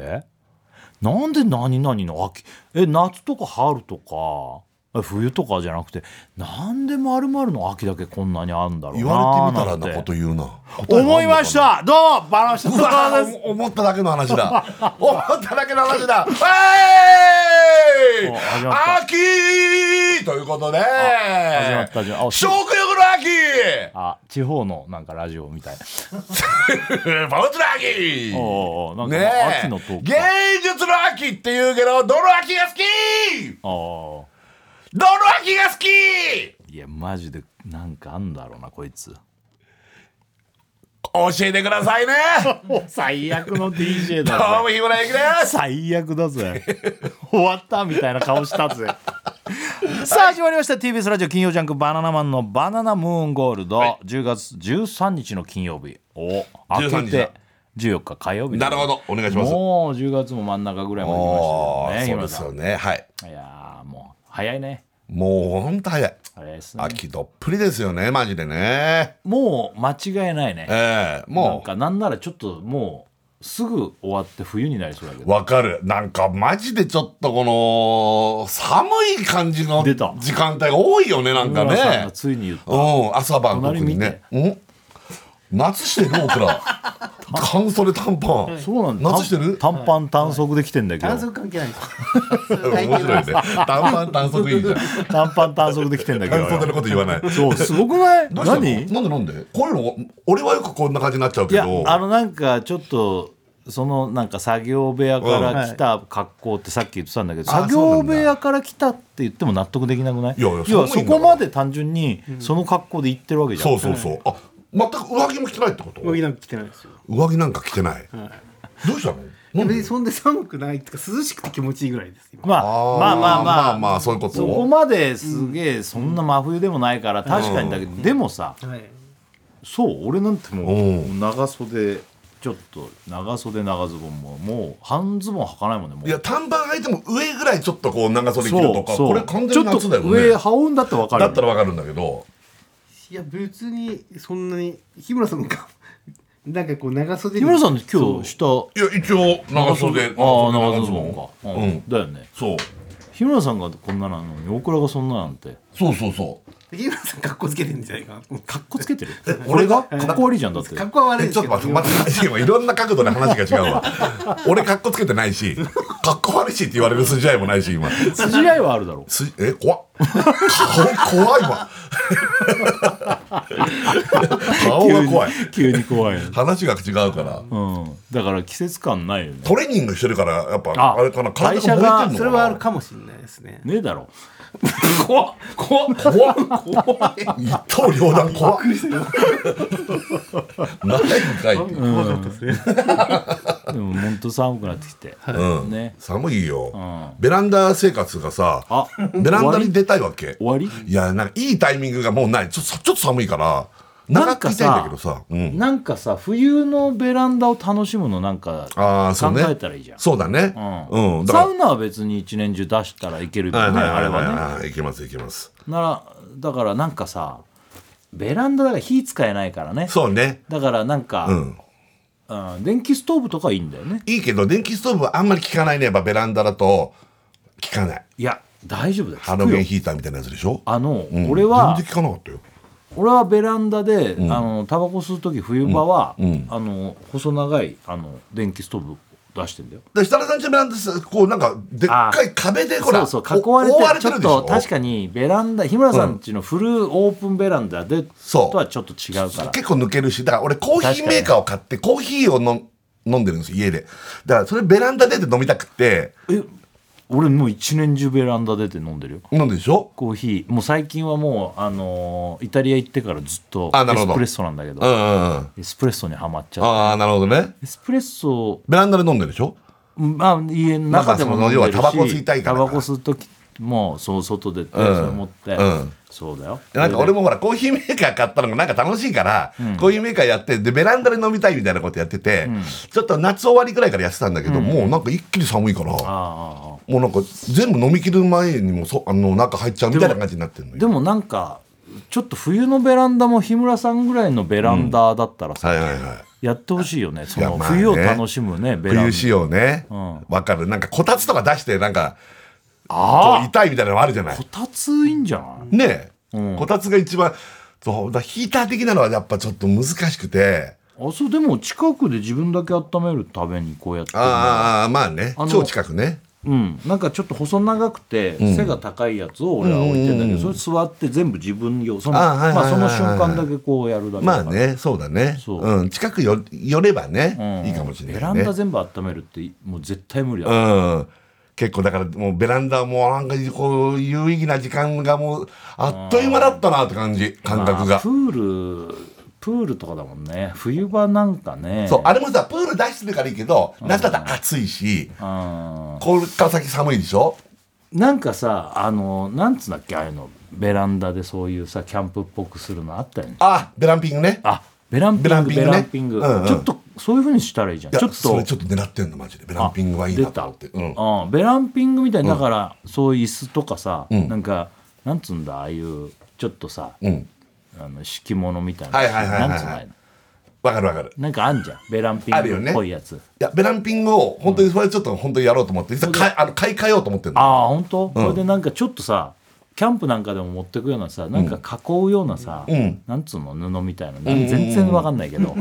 Speaker 3: なんで何々の秋え夏とか春とかえ冬とかじゃなくてなんでまるの秋だけこんなにあるんだろうな
Speaker 4: 言われてみたら
Speaker 3: んて
Speaker 4: なこと言うな。
Speaker 3: 思いましたどうもバランス
Speaker 4: うわ
Speaker 3: で
Speaker 4: ー
Speaker 3: す
Speaker 4: お思っただけの 話だ思っただけの話だわーい
Speaker 3: お始まった
Speaker 4: 秋ということで
Speaker 3: 始まった始まったあ
Speaker 4: 食欲の
Speaker 3: あ地方のなんかラジオみたいな
Speaker 4: 秋パウツの秋
Speaker 3: おうおうなんか
Speaker 4: ね
Speaker 3: 秋
Speaker 4: え
Speaker 3: のトーク
Speaker 4: 芸術の秋って言うけどどの秋が好き
Speaker 3: ああ
Speaker 4: どの秋が好き
Speaker 3: いやマジでなんかあんだろうなこいつ
Speaker 4: 教えてくださ いね
Speaker 3: 最悪の DJ
Speaker 4: どうも日村ゆきです
Speaker 3: 最悪だ ぜ終わったみたいな顔したぜさあ始まりました TBS ラジオ金曜ジャンク「バナナマンのバナナムーンゴールド」10月13日の金曜日お明け
Speaker 4: 13日だ
Speaker 3: て14日火曜日
Speaker 4: なるほどお願いします
Speaker 3: もう10月も真ん中ぐらいまで来
Speaker 4: お
Speaker 3: ま
Speaker 4: ー
Speaker 3: したね
Speaker 4: そう
Speaker 3: 今
Speaker 4: です
Speaker 3: さ
Speaker 4: よねはい
Speaker 3: んいやーもう早いね
Speaker 4: もうほんと早い
Speaker 3: 早いですね
Speaker 4: 秋どっぷりですよねマジでね
Speaker 3: もう間違いないね
Speaker 4: ええ
Speaker 3: なん
Speaker 4: も
Speaker 3: かなんならちょっともうすぐ終わって冬になりそうだけ
Speaker 4: う
Speaker 3: ど
Speaker 4: わかるなんかマジでちょっとこの寒い感じの
Speaker 3: 出た
Speaker 4: 時間帯が多いよねなんか
Speaker 3: 村さんが
Speaker 4: ね
Speaker 3: ついに言った
Speaker 4: うん朝晩特
Speaker 3: 隣見
Speaker 4: に
Speaker 3: て
Speaker 4: ねうん夏してる 僕ら半袖短パン
Speaker 3: そうなんだ
Speaker 4: 夏してる
Speaker 3: 短パン短足できてんだけど
Speaker 5: 短足関係ないんですよ
Speaker 4: 面白いね短パン短足いいじゃん
Speaker 3: 短パン短足できてんだけど
Speaker 4: 半袖のこと言わない
Speaker 3: そうすごくない
Speaker 4: どうしたのなん
Speaker 3: 何
Speaker 4: でなんでこういうの俺はよくこんな感じになっちゃう
Speaker 3: い
Speaker 4: け
Speaker 3: や
Speaker 4: ど
Speaker 3: あのなんかちょっとそのなんか作業部屋か
Speaker 4: うん
Speaker 3: ら来た格好ってさっき言ってたんだけど、
Speaker 4: あ
Speaker 3: 作業部屋から来たって言っても納得できなくない
Speaker 4: いやいや
Speaker 3: 要は
Speaker 4: そ
Speaker 3: そう
Speaker 4: 思
Speaker 3: こ
Speaker 4: うんだ
Speaker 3: まで単純にその格好で行ってるわけじゃん、
Speaker 4: そうそうそうあ全く上着も着てないってこと
Speaker 5: 上着なんか着てないんですよ
Speaker 4: 上着なんか着てない、どうしたの
Speaker 5: いや別にそんで寒くないとか涼しくて気持ちいいぐらいです今
Speaker 3: まあ、まあまあまあ
Speaker 4: まあまあそういうこと
Speaker 3: そこまですげえそんな真冬でもないから確かにだけど、でもさ
Speaker 5: はい、
Speaker 3: そう俺なんても
Speaker 4: う
Speaker 3: う長袖ちょっと長袖長ズボンももう半ズボン履かないもんねもう
Speaker 4: いや短パン履いても上ぐらいちょっとこう長袖着るとか
Speaker 3: そう
Speaker 4: これ完全に夏だよ
Speaker 3: ちょっと上
Speaker 4: ね
Speaker 3: 羽織るんだってわかる
Speaker 4: だったらわかるんだけど
Speaker 5: いや別にそんなに日村さんがなんかこう長袖
Speaker 3: 日
Speaker 5: に
Speaker 3: 村さん
Speaker 5: そ
Speaker 3: 今
Speaker 5: う
Speaker 3: 日下
Speaker 4: いや一応長袖
Speaker 3: ああ
Speaker 4: 長
Speaker 3: 長
Speaker 4: 袖
Speaker 3: ズボンか、
Speaker 4: う
Speaker 3: うんん、だよね
Speaker 4: そう
Speaker 3: 日村さんがこんななのに大倉がそんななんて
Speaker 4: そうそうそう
Speaker 5: 日村さん格好つけてんじゃないかなと思って
Speaker 3: かっこつけてる
Speaker 4: 俺が
Speaker 3: かっこ悪いじゃんだって
Speaker 5: 格好は悪い
Speaker 4: え
Speaker 5: で
Speaker 4: ちょ
Speaker 5: す
Speaker 4: っ
Speaker 5: け
Speaker 4: と
Speaker 5: ど
Speaker 4: 待って待って今いろんな角度で話が違うわ俺かっこつけてないしかっこ悪いしって言われる筋合いもないし今
Speaker 3: 筋合いはあるだろう
Speaker 4: すえ怖っ顔怖いわ顔が怖い
Speaker 3: 急に怖い、
Speaker 4: 話が違うから
Speaker 3: うん、だから季節感ないよね
Speaker 4: トレーニングしてるからやっぱ
Speaker 3: あ
Speaker 4: あれかな体
Speaker 3: 代謝
Speaker 4: が
Speaker 3: が
Speaker 4: 燃えてんのかな
Speaker 5: それはあるかもしれないですね
Speaker 3: ねえだろ
Speaker 5: 怖っ怖っ
Speaker 4: 怖っ一刀両断怖っないんかいっていう
Speaker 5: 怖かったですね
Speaker 3: でもほんと寒くなってきて、
Speaker 4: うん
Speaker 3: ね
Speaker 4: 寒いよ、
Speaker 3: ん
Speaker 4: ベランダ生活がさ
Speaker 3: あ
Speaker 4: ベランダに出たいわけ
Speaker 3: 終わり
Speaker 4: いやなんかいいタイミングがもうないちょちょっと寒いから長くいたいんだけどさうん、
Speaker 3: なんかさ冬のベランダを楽しむのなんか
Speaker 4: ああそう
Speaker 3: 考
Speaker 4: ね
Speaker 3: えたらいいじゃん
Speaker 4: そうだね
Speaker 3: うん
Speaker 4: うん、だ
Speaker 3: サ
Speaker 4: か
Speaker 3: ウナは別に一年中出したらいけるよ
Speaker 4: ら
Speaker 3: ね、
Speaker 4: はいはい
Speaker 3: あ
Speaker 4: はい
Speaker 3: れ
Speaker 4: はい
Speaker 3: はね
Speaker 4: はいいけますいけます
Speaker 3: ならだからなんかさベランダだから火使えないからね
Speaker 4: そうね
Speaker 3: だからなんか、
Speaker 4: うん
Speaker 3: うん電気ストーブとかいいんだよね
Speaker 4: いいけど電気ストーブはあんまり効かないねやっぱベランダだと効かない
Speaker 3: いや大丈夫だよ
Speaker 4: ハ
Speaker 3: 聞
Speaker 4: ロ
Speaker 3: く
Speaker 4: ゲン
Speaker 3: よ
Speaker 4: ヒーターみたいなやつでしょ
Speaker 3: あの、
Speaker 4: うん
Speaker 3: 俺は
Speaker 4: 全然効かなかったよ
Speaker 3: 俺はベランダで、あのタバコ吸う時冬場は、
Speaker 4: うんうん
Speaker 3: あの細長いあの電気ストーブ出してんだよ
Speaker 4: で設楽さんちのベランダですこうなんかでっかい壁でほら
Speaker 3: そうそう囲われて
Speaker 4: お覆われ
Speaker 3: ち
Speaker 4: て
Speaker 3: ょ
Speaker 4: る
Speaker 3: っ
Speaker 4: でしょ
Speaker 3: と確かにベランダ日村さんちのフルオープンベランダで、
Speaker 4: そう
Speaker 3: とはちょっと違うから
Speaker 4: 結構抜けるしだから俺コーヒーメーカーを買ってコーヒーをの飲んでるんですよ家でだからそれベランダ出て飲みたくて
Speaker 3: え俺もう一年中ベランダ出て飲んでるよ
Speaker 4: 飲んでるでしょ
Speaker 3: コーヒーもう最近はもう、あのーイタリア行ってからずっと
Speaker 4: あな
Speaker 3: エ
Speaker 4: るほ
Speaker 3: ス
Speaker 4: ど
Speaker 3: プレッソなんだけど
Speaker 4: うんうんうん
Speaker 3: エスプレッソにはまっちゃう
Speaker 4: ああなるほどね
Speaker 3: エスプレッソ
Speaker 4: ベランダで飲んでるでしょ
Speaker 3: まあ家の中でも飲んでるし、
Speaker 4: まあまあその要はタバコ吸いたいから
Speaker 3: タバコ吸う時もそう外でそれ持って、
Speaker 4: うん
Speaker 3: そうだよ
Speaker 4: でなんか俺もほらコーヒーメーカー買ったのがなんか楽しいから、コーヒーメーカーやってでベランダで飲みたいみたいなことやってて、ちょっと夏終わりぐらいからやってたんだけど、もうなんか一気に寒いから
Speaker 3: あ
Speaker 4: も
Speaker 3: あああ
Speaker 4: うなんか全部飲み切る前にもそあの中入っちゃうみたいな感じになってるのよ
Speaker 3: でもなんかちょっと冬のベランダも日村さんぐらいのベランダだったらさ、
Speaker 4: はいはいはい
Speaker 3: やってほしいよねそ
Speaker 4: いや
Speaker 3: の
Speaker 4: まあね
Speaker 3: 冬を楽しむねベランダ
Speaker 4: 冬仕様ね
Speaker 3: ん
Speaker 4: わ、かるなんかこたつとか出してなんかこ
Speaker 3: あ
Speaker 4: う
Speaker 3: あ
Speaker 4: 痛いみたいなのあるじゃない
Speaker 3: こたついいんじゃない
Speaker 4: ねえ、
Speaker 3: うん
Speaker 4: こたつが一番そうだヒーター的なのはやっぱちょっと難しくて
Speaker 3: あそうでも近くで自分だけ温めるためにこうやってるの
Speaker 4: ああまあね
Speaker 3: あの
Speaker 4: 超近くね
Speaker 3: うん、なんかちょっと細長くて背が高いやつを俺は置いてんだけど、それ座って全部自分用その
Speaker 4: あはいはい
Speaker 3: まあ
Speaker 4: はい
Speaker 3: そ
Speaker 4: はい
Speaker 3: の瞬間だけこうやるだけだ
Speaker 4: ま
Speaker 3: か
Speaker 4: あ
Speaker 3: ら
Speaker 4: ねそうだね
Speaker 3: そう
Speaker 4: うん、近くよ寄ればね、
Speaker 3: うん
Speaker 4: いいかもしれ
Speaker 3: ベ
Speaker 4: な
Speaker 3: ラ
Speaker 4: い
Speaker 3: ン
Speaker 4: ね
Speaker 3: ダ全部温めるってもう絶対無理だ、
Speaker 4: うん結構だからもうベランダもなんかこう有意義な時間がもうあっという間だったなって感じ感覚
Speaker 3: まあ
Speaker 4: が
Speaker 3: プールプールとかだもんね冬場なんかね
Speaker 4: そうあれもさプール出してるからいいけど夏だったら暑いし
Speaker 3: うん
Speaker 4: これから先寒いでしょ
Speaker 3: なんかさあのなんつうんだっけああいうのベランダでそういうさキャンプっぽくするのあったよね
Speaker 4: あベランピングね
Speaker 3: あベランピング
Speaker 4: ベ
Speaker 3: ベ
Speaker 4: ラ
Speaker 3: ラ
Speaker 4: ン
Speaker 3: ン
Speaker 4: ピ
Speaker 3: ピ
Speaker 4: ン
Speaker 3: ン
Speaker 4: グ
Speaker 3: グ,、
Speaker 4: ねうんうん
Speaker 3: ちょっとそういうふうにしたらいいじゃん
Speaker 4: いや
Speaker 3: ちょっ
Speaker 4: そ
Speaker 3: と
Speaker 4: れちょっと狙ってんのマジでベランピングはいいなと思ってうん
Speaker 3: うん、ベランピングみたいにだから、そういう椅子とかさ、
Speaker 4: ん
Speaker 3: なんかなんつうんだああいうちょっとさ、
Speaker 4: うん
Speaker 3: あの敷物みたいな、
Speaker 4: はいはいはいはいはい
Speaker 3: なんつうんだああいうの
Speaker 4: わかるわかる
Speaker 3: なんかあんじゃんベランピ
Speaker 4: あるよ
Speaker 3: ング
Speaker 4: ね
Speaker 3: っぽいやつ、
Speaker 4: いやベランピングを本当にそれちょっと本当にやろうと思って実はかいあの買い替えようと思ってるの
Speaker 3: ああ本当、これでなんかちょっとさキャンプなんかでも持ってくようなさなんか囲うようなさ、
Speaker 4: ん
Speaker 3: なんつうの布みたいななんか全然わかんないけど、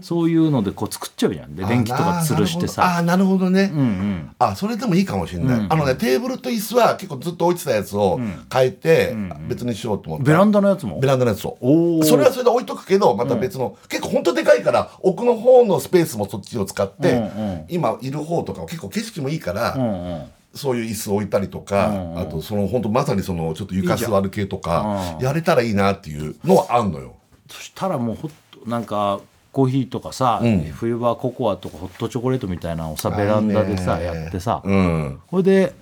Speaker 3: そういうのでこう作っちゃうじゃんで電気とか吊るしてさ
Speaker 4: あーなるほどあーなるほどね、
Speaker 3: うんうん
Speaker 4: あそれでもいいかもしれない、
Speaker 3: うん
Speaker 4: あのねテーブルと椅子は結構ずっと置いてたやつを変えて、別にしようと思って
Speaker 3: ベランダのやつも
Speaker 4: ベランダのやつを
Speaker 3: おー
Speaker 4: それはそれで置いとくけどまた別の、結構ほんとでかいから奥の方のスペースもそっちを使って、
Speaker 3: うんうん
Speaker 4: 今いる方とかは結構景色もいいから、
Speaker 3: うんうん
Speaker 4: そういう椅子置いたりとか、
Speaker 3: うんうん
Speaker 4: あとその本当まさにそのちょっと床座る系と
Speaker 3: い
Speaker 4: か
Speaker 3: いじゃんうん
Speaker 4: やれたらいいなっていうのはあんのよ。
Speaker 3: そしたらもうほっとなんかコーヒーとかさ、
Speaker 4: うん
Speaker 3: 冬場はココアとかホットチョコレートみたいなのをさベランダでさ
Speaker 4: ね
Speaker 3: やってさ、
Speaker 4: うん
Speaker 3: これで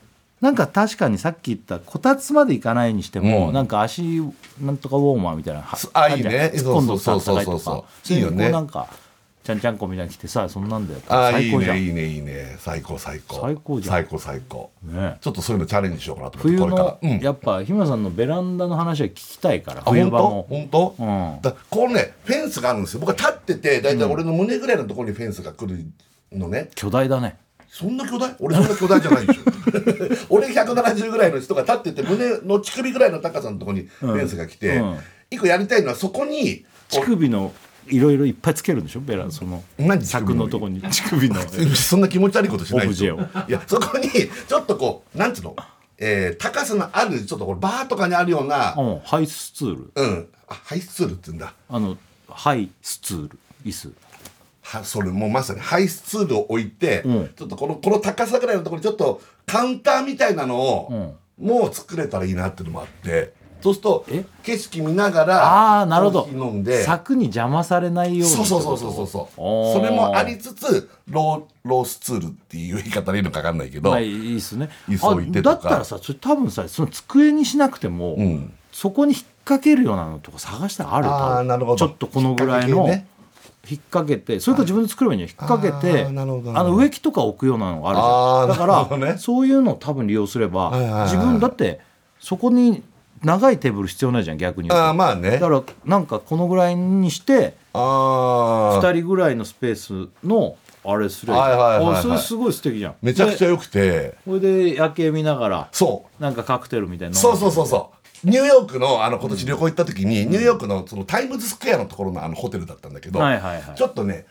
Speaker 3: なんか確かにさっき言ったこたつまで行かないにしても、
Speaker 4: うん
Speaker 3: なんか足なんとかウォーマーみたいなのは
Speaker 4: すあいいね
Speaker 3: るじゃん突っ込んどく
Speaker 4: そ
Speaker 3: と
Speaker 4: う
Speaker 3: あっ
Speaker 4: そうそう
Speaker 3: たかいと
Speaker 4: そう
Speaker 3: か
Speaker 4: そういいよね
Speaker 3: それにこうなんかちゃんちゃんこみたいに着てさそんなんだよ
Speaker 4: あー
Speaker 3: 最
Speaker 4: いい
Speaker 3: 高じゃん
Speaker 4: ねいいねいいね最高最高
Speaker 3: 最高じゃん
Speaker 4: 最高最高
Speaker 3: ね
Speaker 4: ちょっとそういうのチャレンジしようかなと思って
Speaker 3: 冬
Speaker 4: これから
Speaker 3: の、
Speaker 4: うん
Speaker 3: やっぱ日村さんのベランダの話は聞きたいから
Speaker 4: あ
Speaker 3: 冬場も
Speaker 4: 本当
Speaker 3: う
Speaker 4: 本
Speaker 3: ん
Speaker 4: 当、だこうねフェンスがあるんですよ僕は立ってて大体俺の胸ぐらいのところにフェンスが来るのね、
Speaker 3: 巨大だね
Speaker 4: そんな巨大俺そんな巨大じゃな いでしょ俺170ぐらいの人が立ってて胸の乳首ぐらいの高さのところにフェンスが来て、
Speaker 3: うん
Speaker 4: 一個やりたいのはそこに
Speaker 3: 乳首のいろいろいっぱいつけるんでしょベラその
Speaker 4: 何
Speaker 3: 柵のとこ に乳首の
Speaker 4: そんな気持ち悪いことしな
Speaker 3: オ
Speaker 4: いで
Speaker 3: ブ
Speaker 4: し
Speaker 3: ジェ
Speaker 4: ょ
Speaker 3: を
Speaker 4: いやそこにちょっとこうなんつうの、えー高さのあるちょっとこれバーとかにあるような
Speaker 3: うんハイスツール
Speaker 4: うんあハイスツールって言うんだ
Speaker 3: あのハイスツール椅子
Speaker 4: はそれもうまさにハイスツールを置いて、
Speaker 3: うん
Speaker 4: ちょっとこのこの高さぐらいのところにちょっとカウンターみたいなのを、もう作れたらいいなっていうのもあってそうすると
Speaker 3: え
Speaker 4: 景色見ながら
Speaker 3: ああーなるほど
Speaker 4: コーヒー飲んで
Speaker 3: 柵に邪魔されないように
Speaker 4: そうそうそうそうそうそう
Speaker 3: おー
Speaker 4: それもありつつローロースツールっていう言い方でいいのか分かんないけど、
Speaker 3: はいいいっすね
Speaker 4: 椅子置いて
Speaker 3: あだ
Speaker 4: とか
Speaker 3: ったらさそれ多分さその机にしなくても、
Speaker 4: うん
Speaker 3: そこに引っ掛けるようなのとか探したらある多分
Speaker 4: あーなるほど
Speaker 3: ちょっとこのぐらいの
Speaker 4: 引っ掛け系
Speaker 3: 引っ掛け
Speaker 4: ね
Speaker 3: てそれと自分で作ればいいのよ引っ掛けて
Speaker 4: あーなるほど
Speaker 3: あの植木とか置くようなのがあるじゃん
Speaker 4: あーな
Speaker 3: だ
Speaker 4: る
Speaker 3: か
Speaker 4: ほ
Speaker 3: ら、
Speaker 4: どね
Speaker 3: そういうのを多分利用すれば、
Speaker 4: はいはいはい
Speaker 3: 自分だってそこに長いテーブル必要ないじゃん逆に言うと
Speaker 4: ああまあね
Speaker 3: だからなんかこのぐらいにして
Speaker 4: ああ
Speaker 3: 2人ぐらいのスペースのあれすれば、
Speaker 4: はいはいはいはい
Speaker 3: あそれすごい素敵じゃん
Speaker 4: めちゃくち
Speaker 3: で
Speaker 4: ゃ良くて
Speaker 3: これで夜景見ながら
Speaker 4: そう
Speaker 3: なんかカクテルみたいな
Speaker 4: そうそうそううそうニューヨークのあの今年旅行行った時に、ニューヨークのそのタイムズスクエアのところのあのホテルだったんだけど、
Speaker 3: はいはいはい
Speaker 4: ちょっとね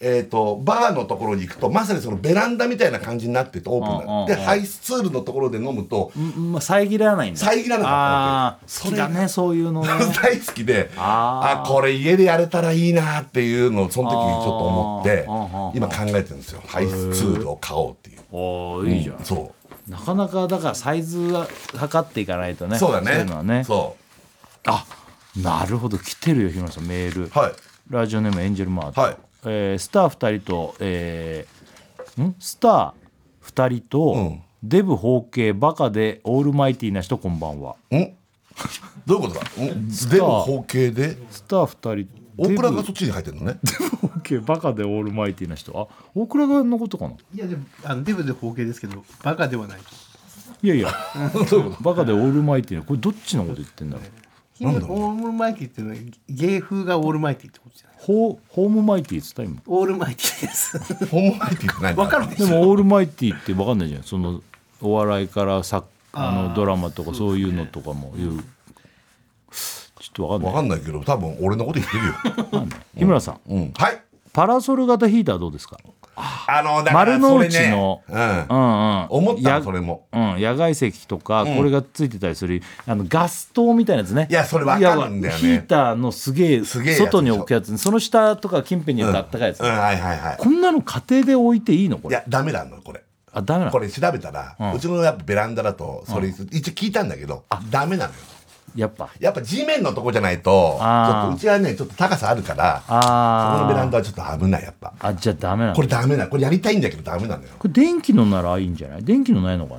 Speaker 4: えー、とバーのところに行くとまさにそのベランダみたいな感じになっててオープンになって、
Speaker 3: うんうんうん
Speaker 4: ハイスツールのところで飲むと
Speaker 3: んまあ、遮らないんだ
Speaker 4: 遮らなか
Speaker 3: あ
Speaker 4: ったわけ
Speaker 3: あー好きだねそういうの ね
Speaker 4: 大好きであ
Speaker 3: あー
Speaker 4: これ家でやれたらいいなっていうのをその時にちょっと思って
Speaker 3: あーうんうんうん
Speaker 4: 今考えてるんですよハイスツールを買おうっていう、
Speaker 3: おーいいじゃん、
Speaker 4: そ
Speaker 3: なかなかだからサイズは測っていかないと
Speaker 4: う
Speaker 3: ね
Speaker 4: そうだ
Speaker 3: い
Speaker 4: ね
Speaker 3: うのはね
Speaker 4: そ
Speaker 3: あなるほど来てるよ日村さんメール、
Speaker 4: うはい
Speaker 3: ラジオネームエンジェルマート、
Speaker 4: はい
Speaker 3: えースター2人と、えーんスター2人と、
Speaker 4: うん
Speaker 3: デブ包茎バカでオールマイティーな人こんばんは
Speaker 4: んどういうことだんでも包茎で
Speaker 3: スター2人
Speaker 4: 大
Speaker 3: デ
Speaker 4: 倉が
Speaker 3: ブ
Speaker 4: そっちに入ってるのね
Speaker 3: 包茎バカでオールマイティーな人あ大倉がのことかない
Speaker 5: やでもあのデブで包茎ですけどバカではない
Speaker 3: いやい やバカでオールマイティーなこれどっちのこと言ってんだろう
Speaker 5: オールマイティっていうのは芸風がオールマイティってことじゃない
Speaker 3: ホーホームマイティーっつった今
Speaker 5: オールマイティで す
Speaker 4: ホモマイティって何
Speaker 5: わかるでし
Speaker 3: で
Speaker 5: ょ
Speaker 3: もオールマイティーって分かんないじゃんそのお笑いからさあのドラマとかそういうのとかもいうちょっと分かん
Speaker 4: わ
Speaker 3: ない
Speaker 4: かんないけど多分俺のこと言ってるよ、
Speaker 3: 日村さん
Speaker 4: うん、はい
Speaker 3: パラソル型ヒーターどうですか
Speaker 4: あのだか
Speaker 3: 丸
Speaker 4: ら
Speaker 3: の
Speaker 4: それ
Speaker 3: 内
Speaker 4: ね
Speaker 3: の
Speaker 4: うん
Speaker 3: うんうん
Speaker 4: 思った
Speaker 3: や
Speaker 4: のそれも
Speaker 3: うん野外席とかこれがついてたりするあのガス灯みたいなやつね
Speaker 4: いやそれわかるんだよね
Speaker 3: いやヒーターのすげえ
Speaker 4: すげえやつ
Speaker 3: 外に置くやつその下とか近辺にあったあったかいやつ
Speaker 4: うんはいはいはい
Speaker 3: こんなの家庭で置いていいのこ
Speaker 4: い
Speaker 3: れ
Speaker 4: やダメなのこれ
Speaker 3: あダメな
Speaker 4: こ
Speaker 3: の
Speaker 4: れ調べたら、うちのやっぱベランダだとそれ、一応聞いたんだけどダメなのよ
Speaker 3: やっぱ
Speaker 4: やっぱ地面のとこじゃないとちょ
Speaker 3: あー
Speaker 4: っとうちはねちょっと高さあるからそ
Speaker 3: あー
Speaker 4: このベランダはちょっと危ないやっぱ
Speaker 3: あじゃあダメなの
Speaker 4: これダメなこれやりたいんだけどダメなのよ
Speaker 3: これ電気のならいいんじゃない電気のないのか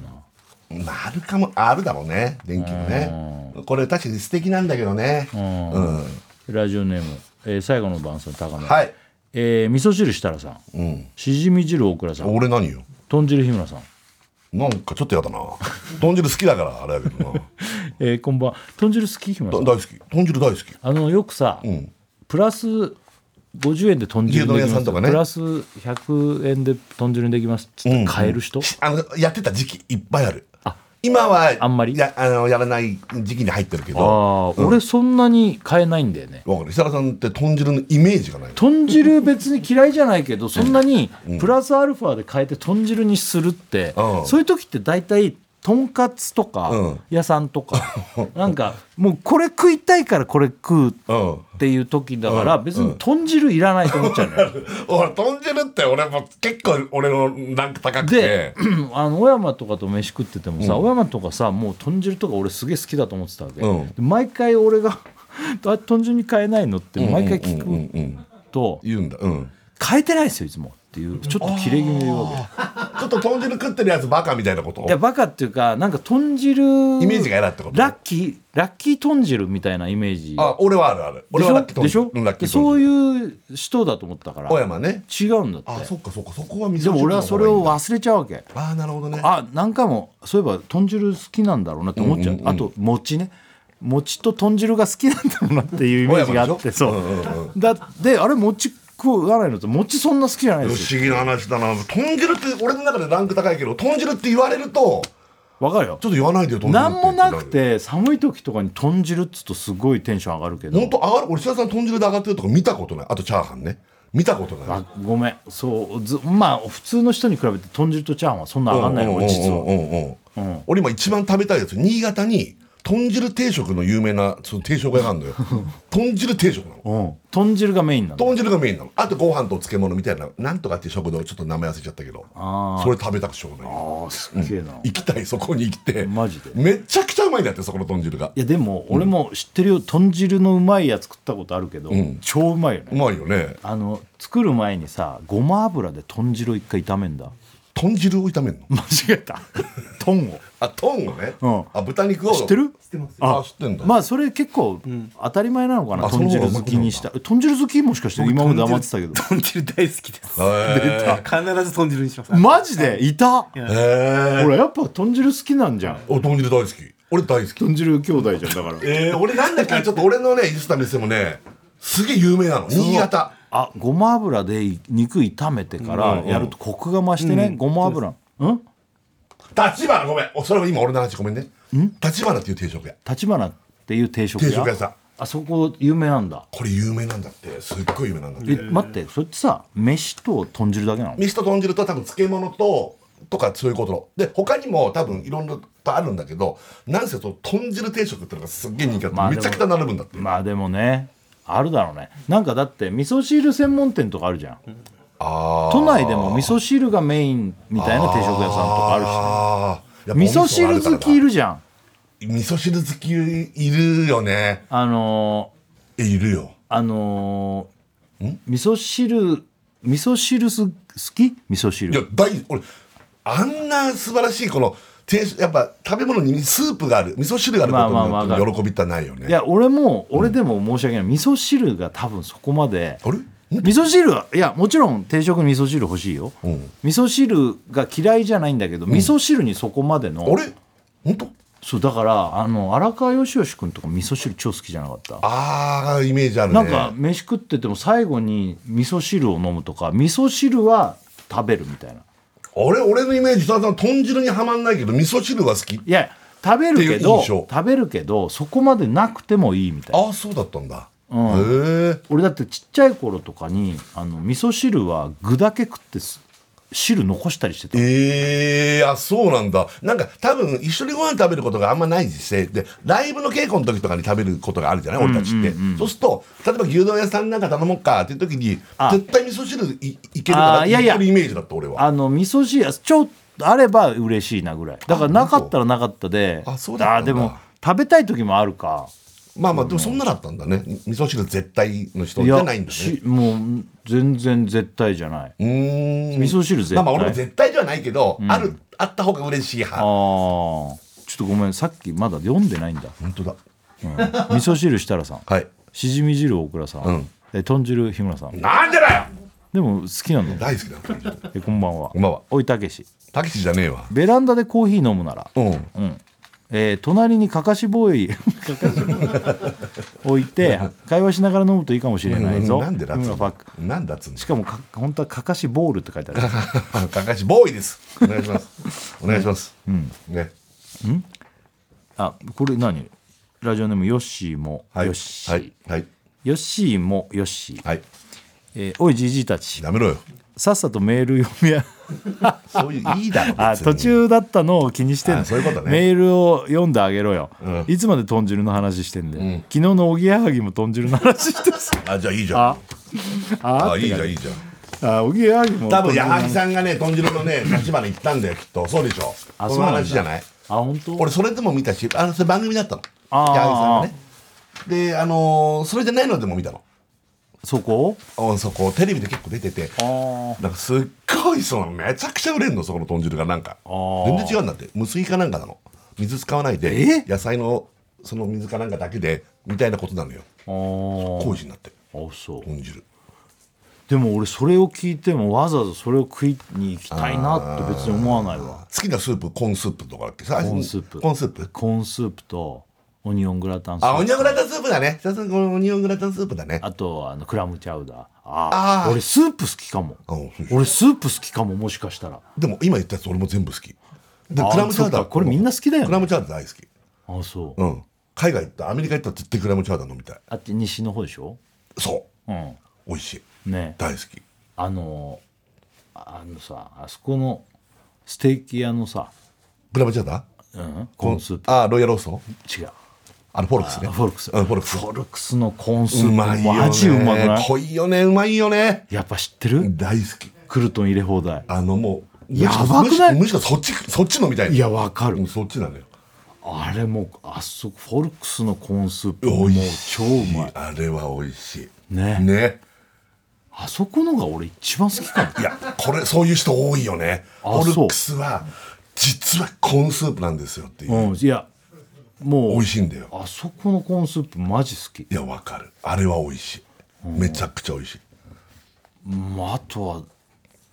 Speaker 3: な
Speaker 4: まあ、あるかもあるだろうね電気もねこれ確かに素敵なんだけどねうん、
Speaker 3: ラジオネーム、えー最後の晩餐高野、
Speaker 4: はい、
Speaker 3: えー味噌汁設楽さん
Speaker 4: うん、
Speaker 3: しじみ汁大倉さん
Speaker 4: 俺何よ
Speaker 3: 豚汁日村さん、
Speaker 4: なんかちょっとやだな 豚汁好きだからあれやけどな
Speaker 3: えーこんばんは豚汁好き日村さ
Speaker 4: だ大
Speaker 3: ん
Speaker 4: 好き豚汁大好き
Speaker 3: あのよくさ、
Speaker 4: ん
Speaker 3: プラス50円で豚汁
Speaker 4: 牛丼
Speaker 3: で
Speaker 4: 屋
Speaker 3: き
Speaker 4: さ
Speaker 3: ま
Speaker 4: ん
Speaker 3: す
Speaker 4: とかね
Speaker 3: プラス100円で豚汁できますっつって買える人、
Speaker 4: あのやってた時期いっぱいある
Speaker 3: あ
Speaker 4: 今は
Speaker 3: あんまり
Speaker 4: やあのやらない時期に入ってるけど
Speaker 3: ああ、俺そんなに買えないんだよね
Speaker 4: わかる設楽さんって豚汁のイメージがない
Speaker 3: 豚汁別に嫌いじゃないけどそんなにプラスアルファで変えて豚汁にするって、
Speaker 4: うん
Speaker 3: そういう時って大体とんかつと
Speaker 4: う
Speaker 3: か
Speaker 4: ん
Speaker 3: 屋さんと か、なんかもうこれ食いたいからこれ食うっ
Speaker 4: うん
Speaker 3: ていう時だから
Speaker 4: うん
Speaker 3: 別に豚汁いらないと思っちゃうのよ。
Speaker 4: 俺豚汁って俺も結構俺のランク高く
Speaker 3: で
Speaker 4: て
Speaker 3: あの小山とかと飯食っててもさ、小山とかさもう豚汁とか俺すげえ好きだと思ってたわけ、
Speaker 4: うん
Speaker 3: で毎回俺があ「豚汁に変えないの?」って毎回聞く
Speaker 4: うんうんうんうん
Speaker 3: と
Speaker 4: 言うんだうん
Speaker 3: 「変えてないですよいつも」っていうちょっと切れ気味で言うわけ
Speaker 4: ちょっと豚汁食ってるやつバカみたいなこと
Speaker 3: いやバカっていうかなんか豚汁イ
Speaker 4: イメージが嫌だってこと
Speaker 3: ラッキーラッキー豚汁みたいなイメージ
Speaker 4: あ俺はあるある俺はラッキートン
Speaker 3: でしょ
Speaker 4: うん
Speaker 3: で
Speaker 4: ラ
Speaker 3: し
Speaker 4: ッ
Speaker 3: ょ
Speaker 4: キ
Speaker 3: で
Speaker 4: ートン
Speaker 3: そういう人だと思ったから
Speaker 4: 小山ね
Speaker 3: 違うんだって
Speaker 4: あそっかそっかそこは水
Speaker 3: でも俺はそれを忘れちゃうわけ
Speaker 4: ああなるほどね
Speaker 3: あ何回もそういえば豚汁好きなんだろうなって思っちゃう,、あと餅ね餅と豚汁が好きなんだろうなって いうイメージがあってそう、だってあれ餅食わないのと餅そんな好きじゃない
Speaker 4: 不
Speaker 3: ですよ
Speaker 4: 思議な話だな豚汁って俺の中でランク高いけど豚汁って言われると
Speaker 3: わかるよ
Speaker 4: ちょっと言わないでよ豚汁って
Speaker 3: 何もなくて寒い時とかに豚汁っつうとすごいテンション上がるけど
Speaker 4: 本当上がる俺白井さん豚汁で上がってるとこ見たことないあとチャーハンね見たことない
Speaker 3: あごめんそうずまあ普通の人に比べて豚汁とチャーハンはそんな上がんないの俺実は
Speaker 4: うんうんうん俺今一番食べたいやつ新潟に豚汁定食の有名なその定食屋が あるのよ豚汁定食なの
Speaker 3: うん豚汁がメインなの
Speaker 4: 豚汁がメインなのあとご飯とお漬物みたいななんとかっていう食堂ちょっと名前忘れちゃったけどそれ食べたくしょうがない
Speaker 3: ああすっげえな、い
Speaker 4: 行きたいそこに行って
Speaker 3: マジで
Speaker 4: めちゃくちゃうまいんだってそこの豚汁が
Speaker 3: やでも俺も知ってるよ豚汁のうまいやつ食ったことあるけど、
Speaker 4: ん
Speaker 3: 超うまいよね
Speaker 4: うまいよね
Speaker 3: あの作る前にさごま油で豚汁を一回炒めんだ
Speaker 4: 豚汁を炒めるの
Speaker 3: 間違えた豚を
Speaker 4: あ豚をね、
Speaker 3: うん
Speaker 4: あ豚肉を
Speaker 3: 知ってる
Speaker 5: 知ってますよ
Speaker 4: あ知ってんだ、
Speaker 3: まあそれ結構当たり前なのかな、
Speaker 4: あ
Speaker 3: 豚汁好きにした豚汁好きもしかして今まで黙ってたけど
Speaker 5: 豚汁大好きです
Speaker 4: へー
Speaker 5: 必ず豚汁にします
Speaker 3: マジでいた
Speaker 4: へえ
Speaker 3: 俺やっぱ豚汁好きなんじゃん
Speaker 4: 俺豚汁大好き俺大好き
Speaker 3: 豚汁兄弟じゃんだから
Speaker 4: えー、俺なんだっけなちょっと俺のねインスタ見せてもねすげえ有名なの新潟
Speaker 3: あごま油で肉炒めてからやるとコクが増してね、ごま油うん
Speaker 4: 立花ごめんおそれは今俺の話ごめんね立花っていう定食屋
Speaker 3: 立花っていう定食屋
Speaker 4: 定食屋さん
Speaker 3: あそこ有名なんだ
Speaker 4: これ有名なんだってすっごい有名なんだっ
Speaker 3: え
Speaker 4: て
Speaker 3: 待ってそれってさ飯と豚汁だけなの
Speaker 4: ミスト豚汁と多分漬物ととかそういうことで他にも多分いろんなとあるんだけどなんせその豚汁定食ってのがすっげえ人気あって、
Speaker 3: まあで
Speaker 4: め
Speaker 3: も
Speaker 4: ちゃくちゃ並ぶんだって、
Speaker 3: まあでもねあるだろうねなんかだって味噌汁専門店とかあるじゃん
Speaker 4: あー
Speaker 3: 都内でも味噌汁がメインみたいな定食屋さんとかあるしね
Speaker 4: あーやっぱお
Speaker 3: 味
Speaker 4: が
Speaker 3: 噌汁好きいるじゃん
Speaker 4: 味噌汁好きいるよね
Speaker 3: あのー
Speaker 4: えいるよ
Speaker 3: あのー味噌汁味噌汁す好き味噌
Speaker 4: いや
Speaker 3: 汁
Speaker 4: 大俺あんな素晴らしいこの定食やっぱ食べ物にスープがある味噌汁があることに
Speaker 3: まあまあまあ
Speaker 4: よって喜びってないよね
Speaker 3: いや俺も俺でも申し訳ない、味噌汁が多分そこまで
Speaker 4: あれん
Speaker 3: 味噌汁はいやもちろん定食に味噌汁欲しいよ、
Speaker 4: うん
Speaker 3: 味噌汁が嫌いじゃないんだけど、味噌汁にそこまでの
Speaker 4: あれ本当
Speaker 3: そうだからあの荒川よしよし君とか味噌汁超好きじゃなかった
Speaker 4: ああイメージある
Speaker 3: な
Speaker 4: ね
Speaker 3: んか飯食ってても最後に味噌汁を飲むとか味噌汁は食べるみたいな
Speaker 4: 俺俺のイメージただ豚汁にはまんないけど味噌汁は好き
Speaker 3: いや食べるけ
Speaker 4: っていう
Speaker 3: ど
Speaker 4: 印象
Speaker 3: 食べるけどそこまでなくてもいいみたいな
Speaker 4: ああそうだったんだ、へえ
Speaker 3: 俺だってちっちゃい頃とかにあの味噌汁は具だけ食ってす汁残したりしてた
Speaker 4: えー、あそうなんだなんか多分一緒にご飯食べることがあんまないしでライブの稽古の時とかに食べることがあるじゃない俺たちって、そうすると例えば牛丼屋さんなんか頼もうかっていう時に
Speaker 3: あ
Speaker 4: 絶対味噌汁いいけるかな
Speaker 3: あ
Speaker 4: っ
Speaker 3: ー
Speaker 4: て
Speaker 3: いやいや
Speaker 4: 言ってるイメージだった俺は
Speaker 3: あの味噌汁はちょっとあれば嬉しいなぐらいだからなかったらなかったで
Speaker 4: あそうだったんだ
Speaker 3: ーでも食べたい時もあるか
Speaker 4: まあまあでもそんなだったんだね味噌汁絶対の人
Speaker 3: い
Speaker 4: じ
Speaker 3: や
Speaker 4: ゃないんだね
Speaker 3: しもう全然絶対じゃないう
Speaker 4: ーん
Speaker 3: 味噌汁絶対
Speaker 4: まあまあ俺も絶対ではないけど、あるあった方が嬉しい
Speaker 3: ああち
Speaker 4: 派
Speaker 3: ょっとごめんさっきまだ読んでないんだ、
Speaker 4: 本当だ
Speaker 3: うん味噌汁設楽さん
Speaker 4: はい
Speaker 3: しじみ汁大倉さん、
Speaker 4: うん
Speaker 3: え豚汁日村さん
Speaker 4: なんでだよ
Speaker 3: でも好きなんだよ
Speaker 4: 大好きだよ豚汁
Speaker 3: えこんばんは
Speaker 4: こんばんは
Speaker 3: おいたけした
Speaker 4: けしじゃねえわ
Speaker 3: ベランダでコーヒー飲むなら
Speaker 4: うん
Speaker 3: うんえー隣にかかしボーイ置いて会話しながら飲むといいかもしれないぞ
Speaker 4: なんでだっ
Speaker 3: 日
Speaker 4: つう
Speaker 3: 村パッ
Speaker 4: の
Speaker 3: ク
Speaker 4: なんだっつうの
Speaker 3: しかもか本当はかかしボールって書いてある
Speaker 4: かかしボーイです。お願いします。お願いします。ね。
Speaker 3: あこれ何ラジオネームヨッシーも
Speaker 4: はい。
Speaker 3: よし、
Speaker 4: はい。はい。
Speaker 3: ヨッシーもよし、
Speaker 4: はい。
Speaker 3: えーおいじじいたち
Speaker 4: やめろよ。
Speaker 3: さっさとメール読みや
Speaker 4: そういう、いいだろ。
Speaker 3: あ
Speaker 4: 別に
Speaker 3: 途。中だったのを気にしてんの
Speaker 4: あそういうことね
Speaker 3: メールを読んであげろよ、
Speaker 4: ん
Speaker 3: いつまで豚汁の話してんで、昨日のおぎやはぎも豚汁の話してさ
Speaker 4: あ、じゃあいいじゃ
Speaker 3: あ
Speaker 4: ん。
Speaker 3: あ
Speaker 4: あ、いいじゃん、いいじゃん。
Speaker 3: あおぎやはぎも
Speaker 4: 多分、矢作さんがね、豚汁のね、立場に行ったんだよ、きっと。そうでしょ。
Speaker 3: あ
Speaker 4: そ
Speaker 3: そう
Speaker 4: の
Speaker 3: なんだ
Speaker 4: 話じゃない
Speaker 3: あ本当
Speaker 4: 俺、それでも見たし、あの、それ番組だったの。
Speaker 3: あー
Speaker 4: 矢作さんがね。で、あのー、それじゃないのでも見たの。
Speaker 3: そこ
Speaker 4: うんそこテレビで結構出てて
Speaker 3: あ
Speaker 4: なんかすっごいそのめちゃくちゃ売れんのそこの豚汁がなんか
Speaker 3: ー
Speaker 4: 全然違うんだって無水かなんかなの水使わないで
Speaker 3: え
Speaker 4: 野菜のその水かなんかだけでみたいなことなのよ
Speaker 3: あー
Speaker 4: 工事になって
Speaker 3: あそう
Speaker 4: 豚汁
Speaker 3: でも俺それを聞いてもわざわざそれを食いに行きたいなって別に思わないわ
Speaker 4: 好きなスープコーンスープとかだっけコ
Speaker 3: コーンスープ
Speaker 4: コーンスープ
Speaker 3: コーンスープとオニオングラタンスープ
Speaker 4: あオニオングラタンスープだね久々にこのオニオングラタンスープだね
Speaker 3: あとあのクラムチャウダーあ
Speaker 4: あ
Speaker 3: あ
Speaker 4: ー
Speaker 3: 俺スープ好きかも
Speaker 4: あそう
Speaker 3: 俺スープ好きかももしかしたら
Speaker 4: でも今言ったやつ俺も全部好きで
Speaker 3: あー
Speaker 4: クラムチャウダ
Speaker 3: そ
Speaker 4: ー
Speaker 3: っかこれみんな好きだよね
Speaker 4: クラムチャウダー大好き
Speaker 3: あそう
Speaker 4: うん海外行ったアメリカ行ったら絶対クラムチャウダー飲みたい
Speaker 3: あっち西の方でしょ
Speaker 4: そ
Speaker 3: うん
Speaker 4: う美味しい
Speaker 3: ね
Speaker 4: 大好き
Speaker 3: あのあのさあそこのステーキ屋のさ、
Speaker 4: クラムチャウダー
Speaker 3: うん、コーンスープ
Speaker 4: あロイヤルローソン
Speaker 3: 違う
Speaker 4: あのフォルクスね
Speaker 3: あフォルクス
Speaker 4: うんフォルクス
Speaker 3: フォルクスのコーンスー
Speaker 4: う
Speaker 3: プ
Speaker 4: まいよね
Speaker 3: マジうまくない
Speaker 4: 濃いよねうまいよね
Speaker 3: やっぱ知ってる
Speaker 4: 大好き
Speaker 3: クルトン入れ放題
Speaker 4: あのもう
Speaker 3: やばくない
Speaker 4: むしろむしろそっちそっちのみたいない
Speaker 3: やわかる
Speaker 4: うんそっちなのよ
Speaker 3: あれもうあそこフォルクスのコーンスープも
Speaker 4: お
Speaker 3: う
Speaker 4: いし
Speaker 3: 超
Speaker 4: いう
Speaker 3: まい
Speaker 4: あれは美味しい
Speaker 3: ね
Speaker 4: ね
Speaker 3: あそこのが俺一番好きかも
Speaker 4: いやこれそういう人多いよねフ
Speaker 3: あそう
Speaker 4: ォルクスは実はコーンスープなんですよっていう、
Speaker 3: うん、いやもう
Speaker 4: 美味しいんだよ
Speaker 3: あそこのコーンスープマジ好き、
Speaker 4: いやわかるあれは美味しいめちゃくちゃ美味しい
Speaker 3: まあ、あとは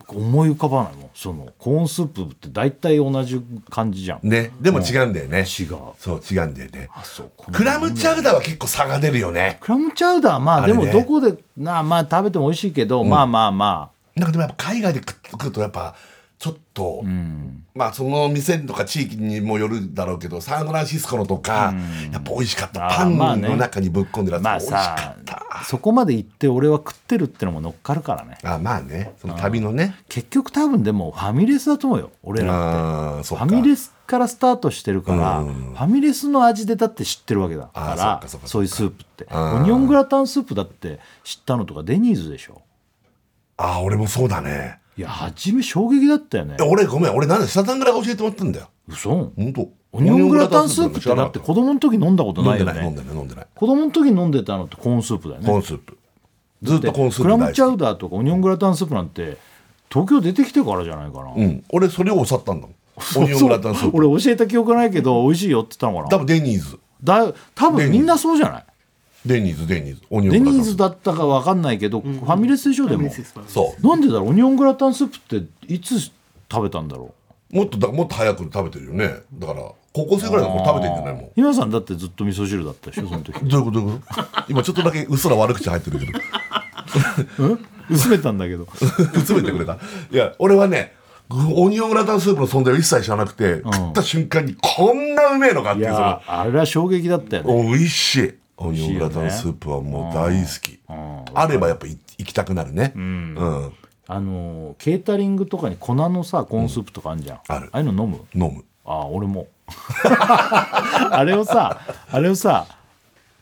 Speaker 3: 思い浮かばないもんそのコーンスープって大体同じ感じじゃん、
Speaker 4: ねでも違うんだよね、
Speaker 3: 違う
Speaker 4: そう違うんだよね
Speaker 3: あそこの
Speaker 4: クラムチャウダーは結構差が出るよね
Speaker 3: クラムチャウダーまあ
Speaker 4: あれ
Speaker 3: で
Speaker 4: ね
Speaker 3: もどこでなあまあ食べても美味しいけど、まあまあま
Speaker 4: なんかでもやっぱ海外で食ってくるとやっぱちょっと、まあその店とか地域にもよるだろうけどサンフランシスコのとか、やっぱ美味しかった
Speaker 3: あー
Speaker 4: パン
Speaker 3: まあね
Speaker 4: の中にぶっ込んでる
Speaker 3: あ
Speaker 4: やつ、
Speaker 3: まあ
Speaker 4: 美味しか
Speaker 3: さ
Speaker 4: った
Speaker 3: そこまで行って俺は食ってるってのも乗っかるからね
Speaker 4: あまあねその旅のね
Speaker 3: 結局多分でもファミレスだと思うよ俺らって
Speaker 4: あーそ
Speaker 3: フ
Speaker 4: っか
Speaker 3: ァミレスからスタートしてるから、
Speaker 4: うん
Speaker 3: ファミレスの味でだって知ってるわけだ
Speaker 4: あ
Speaker 3: から
Speaker 4: ーそっかそっかそっか
Speaker 3: そういうスープって
Speaker 4: ん
Speaker 3: オニオングラタンスープだって知ったのとかデニーズでしょ
Speaker 4: ああ俺もそうだね
Speaker 3: いや初め衝撃だったよね
Speaker 4: いや俺ごめん俺なんで下さんから教えてもらったんだよ
Speaker 3: 嘘
Speaker 4: 本当
Speaker 3: オニオングラタンスープってだって子供の時飲んだこと
Speaker 4: 飲
Speaker 3: なんい
Speaker 4: で
Speaker 3: よ
Speaker 4: ない飲ん
Speaker 3: ね
Speaker 4: でない飲んでない
Speaker 3: 子供の時飲んでたのってコーンスープだよ
Speaker 4: コー
Speaker 3: ね
Speaker 4: ンスープずっとコーンスー
Speaker 3: ク
Speaker 4: プ
Speaker 3: ラ
Speaker 4: 大好き
Speaker 3: ムチャウダーとかオニオングラタンスープなんて東京出てきてからじゃないかな、
Speaker 4: うん俺それを教わったんだも んオニオングラタンスープ
Speaker 3: 俺教えた記憶ないけど美味しいよって言ったのか
Speaker 4: 多
Speaker 3: な
Speaker 4: 分デニーズ
Speaker 3: だ多分みんなそうじゃない
Speaker 4: デニーズデニーズオニオ
Speaker 3: デ
Speaker 4: ング
Speaker 3: ニー
Speaker 4: ラタンスー
Speaker 3: ズ
Speaker 4: プ
Speaker 3: だったか分かんないけど、ファミレスでしょでも、
Speaker 4: そ
Speaker 3: なんでだろうオニオングラタンスープっていつ食べたんだろう
Speaker 4: うもっとだもっと早く食べてるよねだから高校生ぐらいの頃食べてんじゃないもん
Speaker 3: 今さんだってずっと味噌汁だったでしょその 時
Speaker 4: どういうことどういうこと今ちょっとだけうっすら悪口入ってるけど
Speaker 3: 薄めたんだけど
Speaker 4: 詰めてくれたいや俺はねオニオングラタンスープの存在を一切知らなくて、食った瞬間にこんなうめえのかって
Speaker 3: い
Speaker 4: いうその
Speaker 3: やあれは衝撃だったよね
Speaker 4: 美味しいオニ
Speaker 3: し
Speaker 4: オ
Speaker 3: い
Speaker 4: ング
Speaker 3: よね
Speaker 4: ラタンスープはもう大好きあればやっぱい行きたくなるねうん、
Speaker 3: あのーケータリングとかに粉のさコーンスープとかあるじゃん、
Speaker 4: ある
Speaker 3: あいうの飲む
Speaker 4: 飲む
Speaker 3: ああ俺も あれをさあれをさ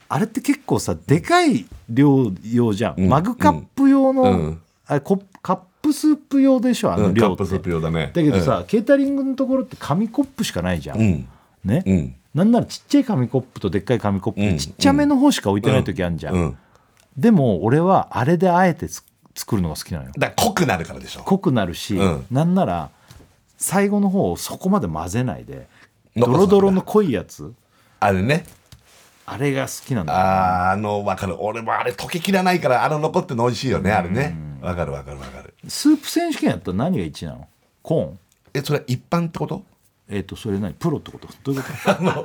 Speaker 3: あれって結構さでかい量用じゃん、マグカップ用の、
Speaker 4: うん
Speaker 3: あれコップカップスープ用でしょあ
Speaker 4: う
Speaker 3: の
Speaker 4: んカ
Speaker 3: 量
Speaker 4: ッ
Speaker 3: って、
Speaker 4: プスープ用だね
Speaker 3: だけどさ、ケータリングのところって紙コップしかないじゃん、
Speaker 4: うん
Speaker 3: ね、
Speaker 4: うん
Speaker 3: なんならちっちゃい紙コップとでっかい紙コップでちっちゃめの方しか置いてない時あるじゃん、
Speaker 4: うん
Speaker 3: でも俺はあれであえてつ作るのが好きなのよ
Speaker 4: だから濃くなるからでしょ
Speaker 3: 濃くなるし、
Speaker 4: うん
Speaker 3: なんなら最後の方をそこまで混ぜないでド
Speaker 4: 残すんだ
Speaker 3: ロドロの濃いやつ
Speaker 4: あれね
Speaker 3: あれが好きなんだよ
Speaker 4: あーあの分かる俺もあれ溶けきらないからあの残ってんの美味しいよねあれね分かる分かる分かる
Speaker 3: スープ選手権やったら何が1位なのコーン
Speaker 4: えそれ一般ってこと
Speaker 3: えっ、とそれ何プロってことどういうこと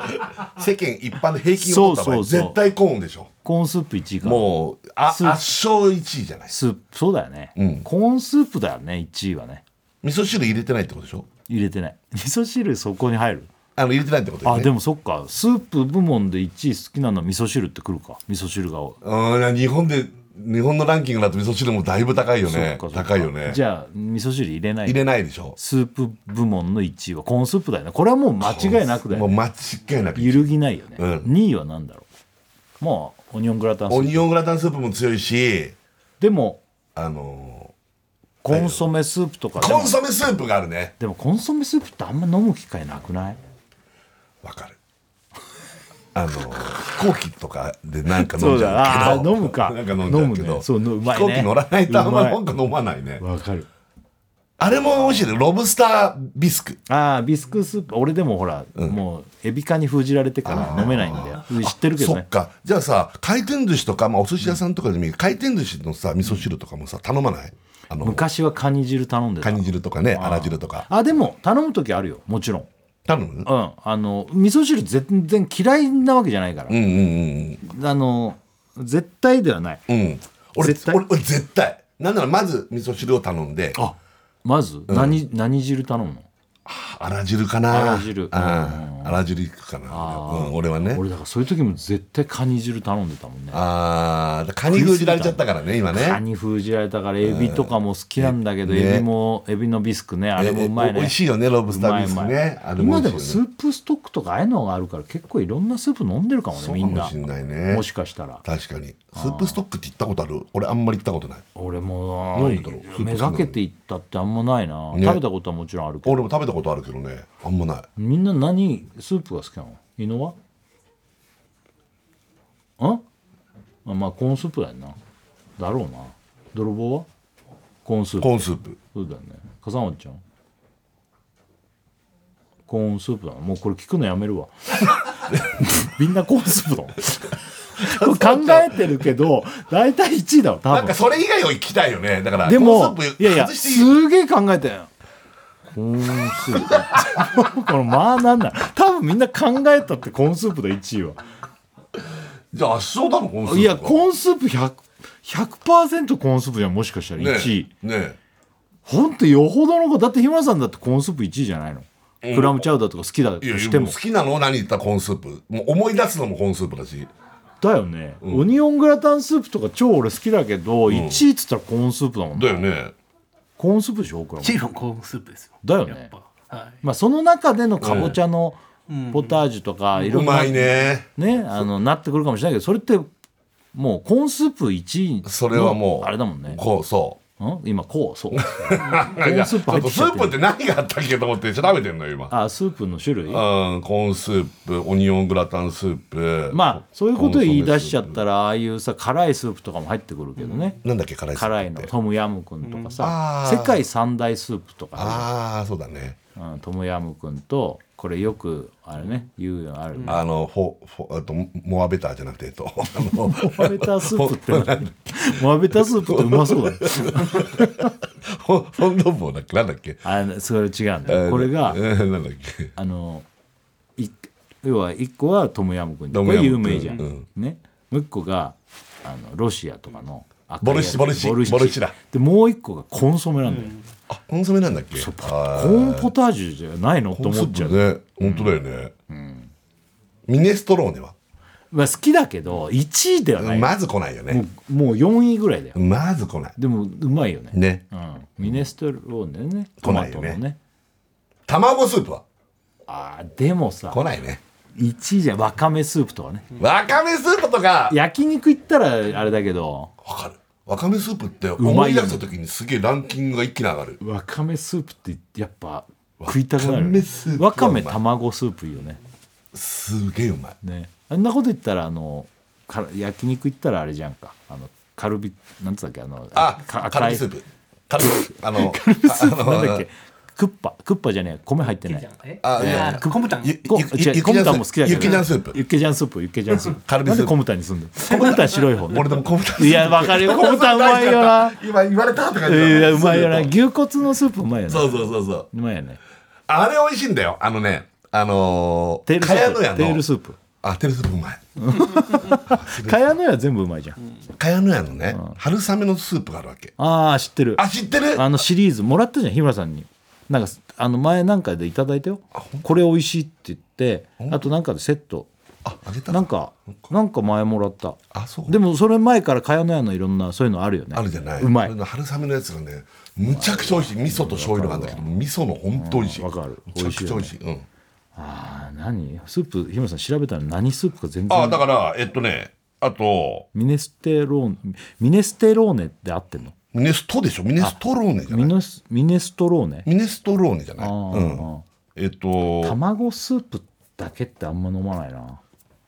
Speaker 4: 世間一般の平均を取
Speaker 3: そう
Speaker 4: った場合
Speaker 3: そうそう
Speaker 4: 絶対コーンでしょ
Speaker 3: コーンスープ1位か
Speaker 4: もうあ圧
Speaker 3: スープ
Speaker 4: 勝1位じゃない
Speaker 3: スープそうだよね、
Speaker 4: うん
Speaker 3: コーンスープだよね1位はね
Speaker 4: 味噌汁入れてないってことでしょ
Speaker 3: 入れてない味噌汁そこに入る
Speaker 4: あの入れてないってことよ
Speaker 3: あ
Speaker 4: ね
Speaker 3: でもそっかスープ部門で1位好きなのは味噌汁ってくるか味噌汁が多い、
Speaker 4: うん日本で日本のランキングだと味噌汁もだいぶ高いよね
Speaker 3: そっかそっか
Speaker 4: 高いよね
Speaker 3: じゃあ味噌汁入れない
Speaker 4: 入れないでしょ
Speaker 3: スープ部門の1位はコーンスープだよねこれはもう間違いなくだ
Speaker 4: も
Speaker 3: よ、
Speaker 4: う
Speaker 3: ね、
Speaker 4: 間違いなく
Speaker 3: 揺るぎないよね、
Speaker 4: うん
Speaker 3: 2位は何だろうもうオニオングラタンス
Speaker 4: オ
Speaker 3: ープ
Speaker 4: ニオングラタンスープも強いし
Speaker 3: でも
Speaker 4: あの
Speaker 3: コンソメスープとか
Speaker 4: ー
Speaker 3: で
Speaker 4: コ
Speaker 3: も
Speaker 4: ンソメスープがあるね
Speaker 3: でもコンソメスープってあんま飲む機会なくない
Speaker 4: わかる。ああの飛行機とかでなんか飲
Speaker 3: そ
Speaker 4: ん
Speaker 3: う
Speaker 4: じ
Speaker 3: だ
Speaker 4: ゃ
Speaker 3: あ
Speaker 4: うけ
Speaker 3: ー
Speaker 4: ど
Speaker 3: 飲むか
Speaker 4: なんか飲んじゃうけ
Speaker 3: 飲む
Speaker 4: ど
Speaker 3: ねそううま
Speaker 4: 飛
Speaker 3: いね
Speaker 4: 行機乗らないとあんま
Speaker 3: うまい
Speaker 4: なんか飲まないね
Speaker 3: わかる
Speaker 4: あれも美味しいねロブスタービスク
Speaker 3: ああビスクスープ俺でもほら、もうエビ科に封じられてから飲めないんだよ知ってるけど
Speaker 4: そ
Speaker 3: ね
Speaker 4: っかじゃあさ回転寿司とか、まあ、お寿司屋さんとかでもいい回転寿司のさ味噌汁とかもさ頼まないあの
Speaker 3: 昔はカニ汁頼んで
Speaker 4: カ
Speaker 3: た
Speaker 4: ニ汁とかねあら汁とか
Speaker 3: あでも頼む時あるよもちろん
Speaker 4: 頼む
Speaker 3: うんあの味噌汁全然嫌いなわけじゃないから
Speaker 4: うん、うんうん
Speaker 3: あの絶対ではない
Speaker 4: うんうん俺
Speaker 3: 絶対
Speaker 4: 俺俺絶対なんならまず味噌汁を頼んで
Speaker 3: あまず何,、何汁頼むの
Speaker 4: あら汁かな
Speaker 3: あら汁
Speaker 4: うんあら汁いくかな、うん、俺はね
Speaker 3: 俺だからそういう時も絶対カニ汁頼んでたもんね
Speaker 4: ああカニ封じられちゃったからね今ね
Speaker 3: カニ封じられたからエビとかも好きなんだけど、
Speaker 4: ね
Speaker 3: エビもエビのビスクねあれもうまい
Speaker 4: ええお
Speaker 3: ね
Speaker 4: 美味しいよねロブスタービスク
Speaker 3: うまいう
Speaker 4: ね
Speaker 3: まい
Speaker 4: あれ
Speaker 3: 今
Speaker 4: 美
Speaker 3: で
Speaker 4: 味
Speaker 3: も
Speaker 4: しい
Speaker 3: ス
Speaker 4: よね
Speaker 3: ープストックとかああいうのがあるから結構いろんなスープ飲んでるかもねみんな
Speaker 4: そうかもしんないね
Speaker 3: もしかしたら
Speaker 4: 確かにスープストックって行ったことある俺あんまり行ったことない
Speaker 3: 俺も
Speaker 4: なんでだろうスープストック
Speaker 3: めがけていったってあんまないな、
Speaker 4: ね
Speaker 3: 食べたことはもちろんあるけど
Speaker 4: 俺も食べたことあるけどねあんまない
Speaker 3: みんな何スープが好きなのイノはああまあコーンスープだよなだろうな泥棒はコーンスープ
Speaker 4: コーンスープ
Speaker 3: そうだよね笠松ちゃんコーンスープだなもうこれ聞くのやめる わみんなコーンスープだ もんこれ考えてるけど大体1位だわ
Speaker 4: な
Speaker 3: 多
Speaker 4: んか
Speaker 3: 分
Speaker 4: それ以外を行きたいよねだから
Speaker 3: でも
Speaker 4: コーンスープ
Speaker 3: いやいや
Speaker 4: 外していい
Speaker 3: すげえ考えてんコーンスープ このまあなんなん多分みんな考えたってコーンスープだ1位は
Speaker 4: じゃあ圧勝だろコーンスープ
Speaker 3: いや
Speaker 4: ーン
Speaker 3: コーンスープ 100%, 100%コーンスープじゃんもしかしたら1位、
Speaker 4: ねえね
Speaker 3: ほんとよほどのことだって日村さんだってコーンスープ1位じゃないの、クラムチャウダーとか好きだと
Speaker 4: えいや
Speaker 3: しても
Speaker 4: 好きなの何言ったらコーンスープもう思い出すのもコーンスープだし
Speaker 3: だよね、オニオングラタンスープとか超俺好きだけど、1位っつったらコーンスープだもんね
Speaker 4: だよね
Speaker 3: コーンスープでしょクラム
Speaker 5: チーフのコーンスープですよ
Speaker 3: だよ
Speaker 5: やっ
Speaker 3: ね
Speaker 5: ぱはい
Speaker 3: まあその中でのかぼちゃのポタージュとかいろ
Speaker 4: うん
Speaker 3: な
Speaker 4: まいね
Speaker 3: ねあのなってくるかもしれないけどそれってもうコーンスープ1位
Speaker 4: それはもう
Speaker 3: のあれだもんね
Speaker 4: こうそうん
Speaker 3: 今こう そうコ
Speaker 4: いやい
Speaker 3: ー
Speaker 4: や
Speaker 3: ンス
Speaker 4: ちょ
Speaker 3: ープ入
Speaker 4: っ
Speaker 3: っ
Speaker 4: と
Speaker 3: てき
Speaker 4: ス
Speaker 3: ちゃっ
Speaker 4: ー
Speaker 3: て
Speaker 4: プっ
Speaker 3: る
Speaker 4: て何があったっけと思って調べてんのよ今
Speaker 3: あスープの種類
Speaker 4: うんコーンスープオニオングラタンスープ
Speaker 3: まあそういうことを言い出しちゃっ
Speaker 4: コンソメス
Speaker 3: た
Speaker 4: ー
Speaker 3: らああいうさ辛いスープとかも入ってくるけどね
Speaker 4: プなんだっけ辛いスープ
Speaker 3: 辛いの
Speaker 4: って
Speaker 3: トムヤムクンとかさ
Speaker 4: うんあー
Speaker 3: 世界三大スープとか
Speaker 4: ああそうだね
Speaker 3: あるうんトムヤムクンとこれよくあれね言うのあるね
Speaker 4: あのフォフォあとモアベターじゃなくて えっとあの
Speaker 3: モアベタースープって何モアベタースープってうまそうだね
Speaker 4: フォフォンドボーだっけなんだっけ
Speaker 3: あのそれ違うんだよこれが
Speaker 4: うんなんだっけ
Speaker 3: あのい要は1個はトムヤムクン
Speaker 4: ト
Speaker 3: こ
Speaker 4: ムヤ
Speaker 3: れ
Speaker 4: ムク
Speaker 3: 有
Speaker 4: ン
Speaker 3: 名じゃん、
Speaker 4: うん
Speaker 3: ね、もう1個があのロシアとかの赤い
Speaker 4: ボルシ
Speaker 3: やつ
Speaker 4: ボルシボルシだ
Speaker 3: でもう1個がコンソメなんだよ、
Speaker 4: あコンソメなんだっけコ
Speaker 3: コーンポタージュじゃないのと
Speaker 4: ンス
Speaker 3: 思っちゃ
Speaker 4: ー
Speaker 3: う、
Speaker 4: プね本当だよねミネストローネは
Speaker 3: まあ、好きだけど1位ではない、
Speaker 4: まず来ないよ
Speaker 3: も
Speaker 4: ね
Speaker 3: うもう4位ぐらいだよ、
Speaker 4: まず来ない
Speaker 3: でもうまいよね
Speaker 4: ね
Speaker 3: うん、ミネストローネね
Speaker 4: 来
Speaker 3: ト
Speaker 4: な
Speaker 3: マ
Speaker 4: い
Speaker 3: ト
Speaker 4: よ
Speaker 3: の
Speaker 4: ね
Speaker 3: ね
Speaker 4: 卵スープは
Speaker 3: あーでもさ
Speaker 4: 来ないね
Speaker 3: 1位じゃわかめスープとかね
Speaker 4: わかめスープとか
Speaker 3: 焼肉行ったらあれだけど
Speaker 4: わかるわかめスープって
Speaker 3: まいよね
Speaker 4: 思い出した時にすげえランキングが一気に上がる
Speaker 3: わかめスープってやっぱ食いたくな
Speaker 4: わか
Speaker 3: る
Speaker 4: めスープは
Speaker 3: わ
Speaker 4: うまい
Speaker 3: かめ卵スープいいよね
Speaker 4: すげえうまい
Speaker 3: ねあんなこと言ったらあのから焼肉行ったらあれじゃんかあのカルビなんつうんだっけあの
Speaker 4: あ
Speaker 3: か赤
Speaker 4: カルビ
Speaker 3: い
Speaker 4: スープ カルビあの
Speaker 3: カルビスープ
Speaker 4: ああの
Speaker 3: なんだっけクッパクッパじゃねえ米入ってない
Speaker 5: え
Speaker 4: あいやいや
Speaker 5: あコムタン
Speaker 4: ゆ
Speaker 3: こ
Speaker 4: ゆ
Speaker 3: 違う
Speaker 4: ゆ
Speaker 3: コムタンも好きだけど
Speaker 4: ゆきちゃんスープ
Speaker 3: ユッケジャンスープユッケジャンスープ
Speaker 4: カルビスープ
Speaker 3: なんでコムタンにすんのコムタン白い方ね
Speaker 4: 俺でもコムタンスープ
Speaker 3: いやわかるよコムタンうまいよな
Speaker 4: 今言われたって感
Speaker 3: い
Speaker 4: じだ
Speaker 3: やうまいよな
Speaker 4: そう
Speaker 3: 牛骨のスープうまいよね
Speaker 4: そうそうそう
Speaker 3: うまいよね
Speaker 4: あれ美味しいんだよあのねあの
Speaker 3: テールス
Speaker 4: かや
Speaker 3: ー
Speaker 4: のや
Speaker 3: プテー
Speaker 4: の
Speaker 3: ルスープ
Speaker 4: あテールスープうまい
Speaker 3: かやのや全部うまいじゃん
Speaker 4: かやのやのね春雨のスープがあるわけ
Speaker 3: ああ知ってる
Speaker 4: あ知ってる
Speaker 3: あのシリーズもらったじゃん日村さんになんかあの前なんかでいただいたよこれ美味しいって言ってあとなんかでセット
Speaker 4: ああげた
Speaker 3: なんかなんか前もらった
Speaker 4: あそう
Speaker 3: でもそれ前から茅野屋のいろんなそういうのあるよね
Speaker 4: あるじゃないう
Speaker 3: まい
Speaker 4: これの春雨のやつがねむちゃくちゃ美味しい味噌と醤油のがあるんだけど味噌の本当美味しい
Speaker 3: うんわかる
Speaker 4: むちゃくちゃ美味しいうん
Speaker 3: あー何スープ日村さん調べたら何スープか全
Speaker 4: あ
Speaker 3: 然
Speaker 4: だからえっとねあと
Speaker 3: ミネステローネミネステローネって合ってんの
Speaker 4: ミネストでしょミネストローネじゃな
Speaker 3: ミ
Speaker 4: い
Speaker 3: ネスミネストローネ
Speaker 4: ミネストローネじゃない
Speaker 3: あ
Speaker 4: う
Speaker 3: ー
Speaker 4: んえっと
Speaker 3: 卵スープだけってあんま飲まないな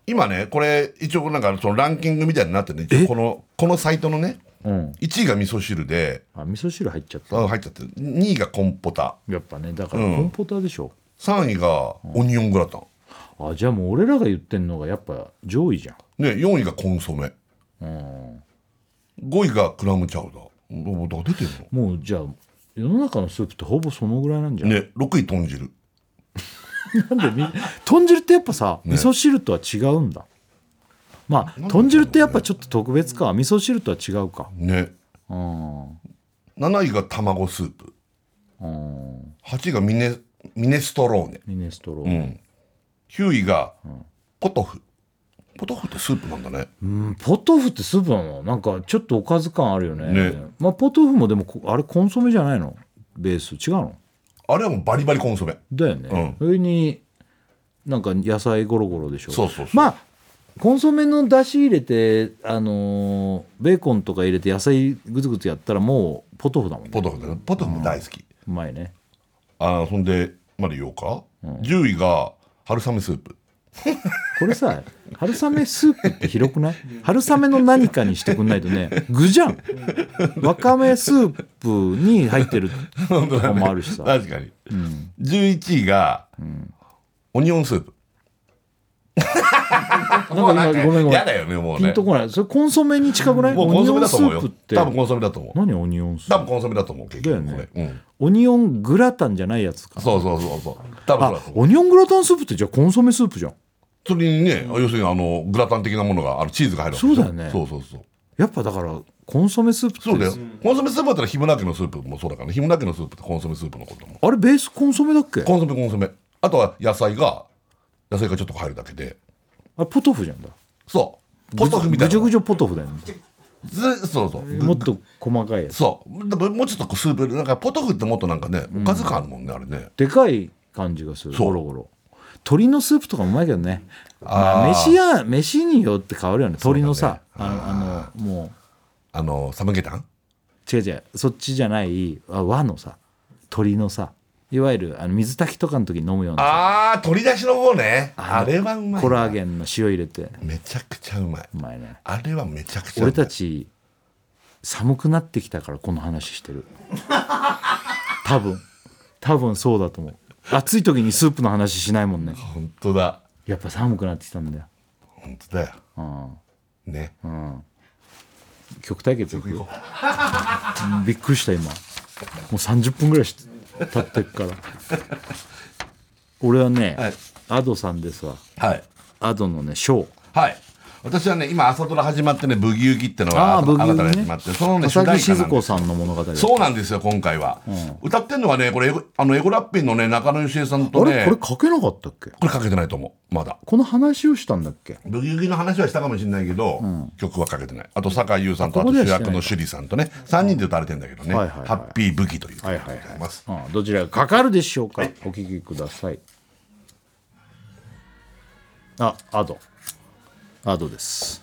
Speaker 4: 今ねこれ一応なんかそのランキングみたいになってねこのこのサイトのね
Speaker 3: うん
Speaker 4: 1位が味噌汁で
Speaker 3: あ味噌汁入っちゃった
Speaker 4: あ入っちゃってる2位がコンポタ
Speaker 3: やっぱねだから
Speaker 4: うん
Speaker 3: コンポターでしょ、
Speaker 4: 3位がオニオングラタン、
Speaker 3: あじゃあもう俺らが言ってんのがやっぱ上位じゃん
Speaker 4: ね、4位がコンソメ
Speaker 3: うん
Speaker 4: 5位がクラムチャウダーおだから出てる
Speaker 3: もうじゃあ世の中のスープってほぼそのぐらいなんじゃ
Speaker 4: の、
Speaker 3: ない、
Speaker 4: ね、6位豚汁
Speaker 3: なんでみ豚汁ってやっぱさ、味噌汁とは違うんだまあ豚汁ってやっぱちょっと特別か味噌汁とは違うか
Speaker 4: ね
Speaker 3: うん
Speaker 4: 7位が卵スープ
Speaker 3: うん
Speaker 4: 8位がミネミネストローネ、
Speaker 3: ミネストロー
Speaker 4: う
Speaker 3: ネ
Speaker 4: ん、9位がポトフポトフってスープなんだね
Speaker 3: うん、ポトフってスープなのなんかちょっとおかず感あるよね
Speaker 4: ね
Speaker 3: まあポトフもでもこあれコンソメじゃないのベース違うの
Speaker 4: あれはもうバリバリコンソメ
Speaker 3: だよね、
Speaker 4: う
Speaker 3: それになんか野菜ゴロゴロでしょ
Speaker 4: そうそうそう
Speaker 3: まあコンソメの出汁入れて、あのーベーコンとか入れて野菜グツグツやったらもうポトフだもんね
Speaker 4: ポトフだねポトフも大好き、
Speaker 3: うまいね
Speaker 4: あーそんでまだ言おうか、10位が春雨スープ
Speaker 3: これ さ春雨スープって広くない春雨の何かにしてくんないとね具じゃんわかめスープに入ってるとかもあるしさ、
Speaker 4: 確かに、11位が、オニオンスープ
Speaker 3: なんか今ごめんごめ
Speaker 4: や
Speaker 3: ん
Speaker 4: だよねもう
Speaker 3: ピ
Speaker 4: ね
Speaker 3: ンとこないそれコンソメに近くない
Speaker 4: もうコンソメだと思う
Speaker 3: オニオンスープ
Speaker 4: よ
Speaker 3: って
Speaker 4: 多分コンソメだと思う
Speaker 3: 何オニオンスー
Speaker 4: 多
Speaker 3: プ
Speaker 4: 分コンソメだと思う結局
Speaker 3: だよね
Speaker 4: これうん
Speaker 3: オニオングラタンじゃないやつか
Speaker 4: そうそうそうそう多分そうだ
Speaker 3: あ
Speaker 4: と思う
Speaker 3: オニオングラタンスープってじゃあコンソメスープじゃん
Speaker 4: それにね要するにあのグラタン的なものがあのチーズが入るわけ
Speaker 3: そうだよね
Speaker 4: そうそうそう
Speaker 3: やっぱだからコンソメスープって
Speaker 4: そうだよコンソメスープだったらヒムナキのスープもそうだからねヒムナキのスープってコンソメスープのことも
Speaker 3: あれベースコンソメだっけ
Speaker 4: コンソメコンソメあとは野菜が野菜がちょっと入るだけで
Speaker 3: あれポトフじゃんだ
Speaker 4: そうポトフみたい
Speaker 3: ぐじ
Speaker 4: な
Speaker 3: ょぐじょポトフだよね
Speaker 4: ずそうそう
Speaker 3: もっと細かいやつ
Speaker 4: そうでももうちょっとこうスープなんかポトフってもっとなんかねおかず感あるもんねあれね
Speaker 3: でかい感じがする
Speaker 4: そう
Speaker 3: ゴロゴロ鶏のスープとかもうまいけどねまあ
Speaker 4: あー
Speaker 3: 飯や飯によって変わるよね鶏のさ、あのあのも
Speaker 4: あのサムゲタン
Speaker 3: う違う違うそっちじゃないあ和のさ鶏のさいわゆるあの水炊きとかの時に飲むようなさ
Speaker 4: ああ取り出しの方ねあれはうまいな
Speaker 3: コラーゲンの塩入れて
Speaker 4: めちゃくちゃうまいう
Speaker 3: まいね
Speaker 4: あれはめちゃくちゃう
Speaker 3: 俺
Speaker 4: まい
Speaker 3: たち寒くなってきたからこの話してる多分多分そうだと思う暑い時にスープの話しないもんね
Speaker 4: 本当だ
Speaker 3: やっぱ寒くなってきたんだよ
Speaker 4: 本当だよ
Speaker 3: うん
Speaker 4: ね
Speaker 3: 曲対決行くよびっくりした今もう30分ぐらいし経ってっから俺はね、
Speaker 4: はい
Speaker 3: アドさんですわ
Speaker 4: はい
Speaker 3: アドのねショー
Speaker 4: はい私はね今朝ドラ始まってねブギウギってのが
Speaker 3: ああ
Speaker 4: あ
Speaker 3: ーブギ
Speaker 4: 新た
Speaker 3: ウ
Speaker 4: に
Speaker 3: ギ
Speaker 4: 始ま
Speaker 3: ね
Speaker 4: ってそのね主
Speaker 3: 笠
Speaker 4: 題
Speaker 3: 木
Speaker 4: 歌
Speaker 3: 静
Speaker 4: なんで
Speaker 3: 子
Speaker 4: す
Speaker 3: さんの物語だ
Speaker 4: そうなんですよ今回は、歌ってんのはねこれエゴあのエゴラッピンのね中野芳恵さんと
Speaker 3: あ
Speaker 4: ね
Speaker 3: れこれ書けなかったっけ
Speaker 4: これかけてないと思うまだ
Speaker 3: この話をしたんだっけ
Speaker 4: ブギウギの話はしたかもしれないけど、曲はかけてないあと酒井優さんとあ
Speaker 3: こことではしてな
Speaker 4: 主
Speaker 3: い
Speaker 4: 役の趣里さんとね3人で歌われてんだけどね「
Speaker 3: はいはいはい
Speaker 4: ハッピーブギ」という歌でございます、
Speaker 3: ああどちらがかかるでしょうか、お聞きくださいあアドアドです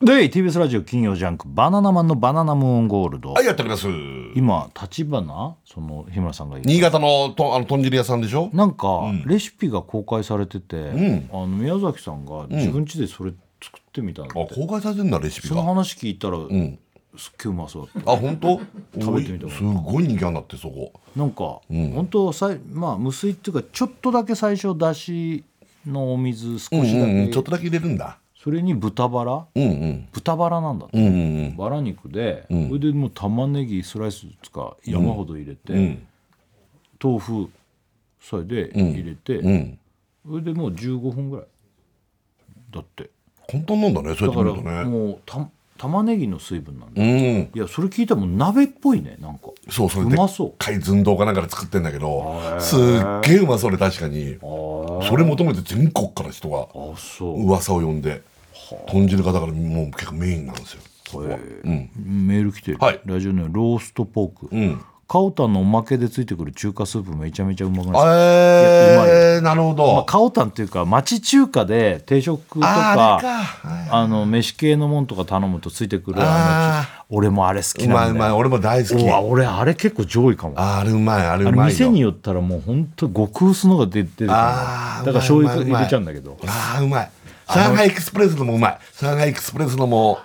Speaker 3: で TBS ラジオ金曜ジャンク「バナナマンのバナナムーンゴールド」
Speaker 4: はいやっております
Speaker 3: 今立花その日村さんが言う
Speaker 4: 新潟のとあの豚汁屋さんでしょ
Speaker 3: なんかレシピが公開されてて、あの宮崎さんが自分家でそれ作ってみたの、
Speaker 4: あ公開されてんだレシピ
Speaker 3: その
Speaker 4: が
Speaker 3: 話聞いたら、すっげえうまそうだった
Speaker 4: あ本当
Speaker 3: 食べてみた
Speaker 4: おいすごい人気あんだってそこ
Speaker 3: なんか、本当さいまあ無水っていうかちょっとだけ最初だしのお水
Speaker 4: う
Speaker 3: 少
Speaker 4: ん
Speaker 3: しだけ、
Speaker 4: うんうんちょっとだけ入れるんだ
Speaker 3: それに豚バラ
Speaker 4: うんうん
Speaker 3: 豚バラなんだって、
Speaker 4: うんうん
Speaker 3: バラ肉で、それでもう玉ねぎスライスとか山ほど入れて、
Speaker 4: ん
Speaker 3: 豆腐それで入れて、
Speaker 4: うんうん
Speaker 3: それでもう15分ぐらいだって
Speaker 4: 簡単なんだねそう
Speaker 3: だ
Speaker 4: や
Speaker 3: か
Speaker 4: って
Speaker 3: ら
Speaker 4: 見るとね
Speaker 3: もうた玉ねぎの水分なんだ、
Speaker 4: うん
Speaker 3: いやそれ聞いたらもう鍋っぽいねなんか
Speaker 4: そうそれ
Speaker 3: う
Speaker 4: で
Speaker 3: まそう
Speaker 4: 海寸胴かなんかで作ってんだけどすっげえうまそうで確かにそれ求めて全国から人が
Speaker 3: あそう、
Speaker 4: 噂を呼んで豚汁がだからもう結構メインなんですよそこはうん
Speaker 3: メール来てる、
Speaker 4: はい
Speaker 3: ラジオネームローストポーク、
Speaker 4: ん
Speaker 3: カオタンのおまけでついてくる中華スープめちゃめちゃうまくないですかいやうま
Speaker 4: えーなるほ
Speaker 3: まあ、
Speaker 4: ど
Speaker 3: カオタンっていうか町中華で定食とか
Speaker 4: あーあれか
Speaker 3: あの飯系のもんとか頼むとついてくるあの
Speaker 4: あ
Speaker 3: 俺もあれ好き
Speaker 4: うま
Speaker 3: ない
Speaker 4: うんま
Speaker 3: だ
Speaker 4: い
Speaker 3: よ
Speaker 4: 俺も大好き
Speaker 3: うわ俺あれ結構上位かも
Speaker 4: あれうまいあれ
Speaker 3: あれ
Speaker 4: うまいよ
Speaker 3: 店によったらもう本当極薄のが出てるから
Speaker 4: あー
Speaker 3: だから
Speaker 4: う
Speaker 3: 醤
Speaker 4: まいう
Speaker 3: 油
Speaker 4: まい
Speaker 3: 入れちゃうんだけど
Speaker 4: ああうまい上海エクスプレスのもうまい上海エクスプレスのも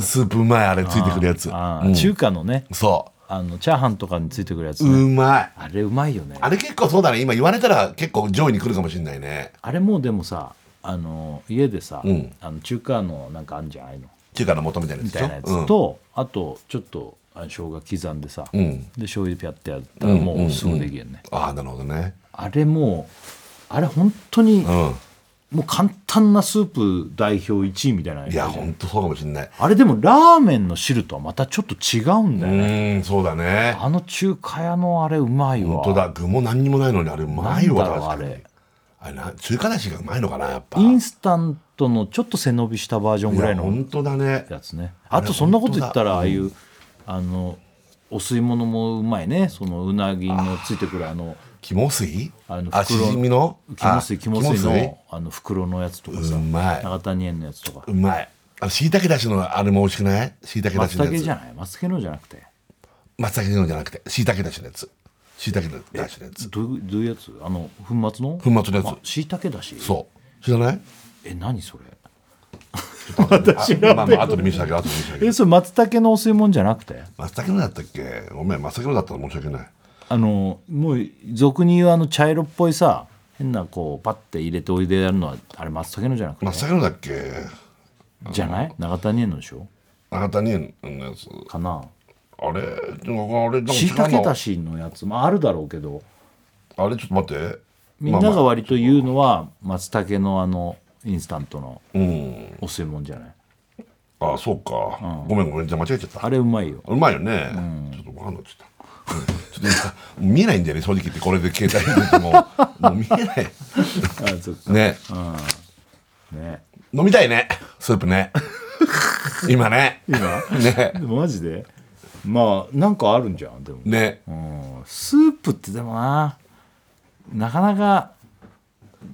Speaker 4: スープうまいあれついてくるやつ
Speaker 3: あー
Speaker 4: うん
Speaker 3: 中華のね
Speaker 4: そ
Speaker 3: あのチャーハンとかについてくるやつ
Speaker 4: う
Speaker 3: ね
Speaker 4: うまい
Speaker 3: あれうまいよね
Speaker 4: あれ結構そうだね今言われたら結構上位に来るかもしれないね
Speaker 3: あれもうでもさあの家でさ、
Speaker 4: うん
Speaker 3: あの中華のなんかあんじゃないの
Speaker 4: 中華の元みたいなや
Speaker 3: み
Speaker 4: つで
Speaker 3: た
Speaker 4: しょ
Speaker 3: いなやつと、あとちょっとあ生姜刻んでさ、
Speaker 4: うん、う
Speaker 3: で
Speaker 4: ん
Speaker 3: 醤油ピャってやったらもうすぐできるよね、
Speaker 4: ああなるほどね
Speaker 3: あれもうあれ本当に、
Speaker 4: う
Speaker 3: もう簡単なスープ代表1位みたいなん
Speaker 4: いやほんとそうかもしれない
Speaker 3: あれでもラーメンの汁とはまたちょっと違うん
Speaker 4: う
Speaker 3: だよね、
Speaker 4: ーんそうだね
Speaker 3: あの中華屋のあれうまいわ
Speaker 4: 本当だ具も何にもないのにあれうまいわ
Speaker 3: なんだろう
Speaker 4: 確かに
Speaker 3: あれ
Speaker 4: あれな中華だしがうまいのかなやっぱ
Speaker 3: インスタントのちょっと背伸びしたバージョンぐらい
Speaker 4: や
Speaker 3: の
Speaker 4: 本当だね
Speaker 3: やつね
Speaker 4: あ
Speaker 3: あ
Speaker 4: れ
Speaker 3: とそんなこと言ったらあ
Speaker 4: 本当だ
Speaker 3: あいう、あのお吸い物もうまいねそのうなぎのついてくるあの
Speaker 4: 肝水
Speaker 3: あの
Speaker 4: あしじみの
Speaker 3: 肝水
Speaker 4: あ
Speaker 3: 肝水のあの袋のやつとかさ
Speaker 4: うまい
Speaker 3: 永谷園のやつとか
Speaker 4: うまいあしいたけだしのあれも美味しくないしいたけだし
Speaker 3: 松
Speaker 4: のやつ
Speaker 3: 茸じゃない松茸のじゃなくて
Speaker 4: 松茸のじゃなくてしいたけだしのやつしいたけだしのやつ
Speaker 3: どういうどういうやつあの粉末の
Speaker 4: 粉末のやつ
Speaker 3: しいたけだし
Speaker 4: そう知らない
Speaker 3: え何それ
Speaker 4: 私はまあまあ後で見せてあげる後で見せてあげ
Speaker 3: え
Speaker 4: る
Speaker 3: それ松茸のお吸い物じゃなくて
Speaker 4: 松茸のだったっけごめん松茸のだったら申し訳ない
Speaker 3: あのもう俗に言うあの茶色っぽいさ変なこうパッて入れておいでやるのはあれ松茸のじゃなくて
Speaker 4: 松茸のだっけ
Speaker 3: じゃない永谷園のでしょ
Speaker 4: 永谷園のやつ
Speaker 3: かな
Speaker 4: あれなんかあれなんか違
Speaker 3: しいうたけ
Speaker 4: の
Speaker 3: だしのやつもあるだろうけど
Speaker 4: あれちょっと待って
Speaker 3: みんな
Speaker 4: まあ
Speaker 3: が
Speaker 4: まあ
Speaker 3: 割と言うのは松茸のあのインスタントの
Speaker 4: うん
Speaker 3: お吸い物じゃない
Speaker 4: ああそうか、ごめんごめんじゃあ間違えちゃった
Speaker 3: あれうまいよ
Speaker 4: うまいよね、ちょっと分かんなくなっちゃったちょっと今見えないんだよね正直言ってこれで携帯でてももう見えない
Speaker 3: あそっか
Speaker 4: ね
Speaker 3: ね
Speaker 4: 飲みたいねスー プね今ね今ね
Speaker 3: マジでまあなんかあるんじゃんでも
Speaker 4: ね
Speaker 3: うんスープってでもななかなか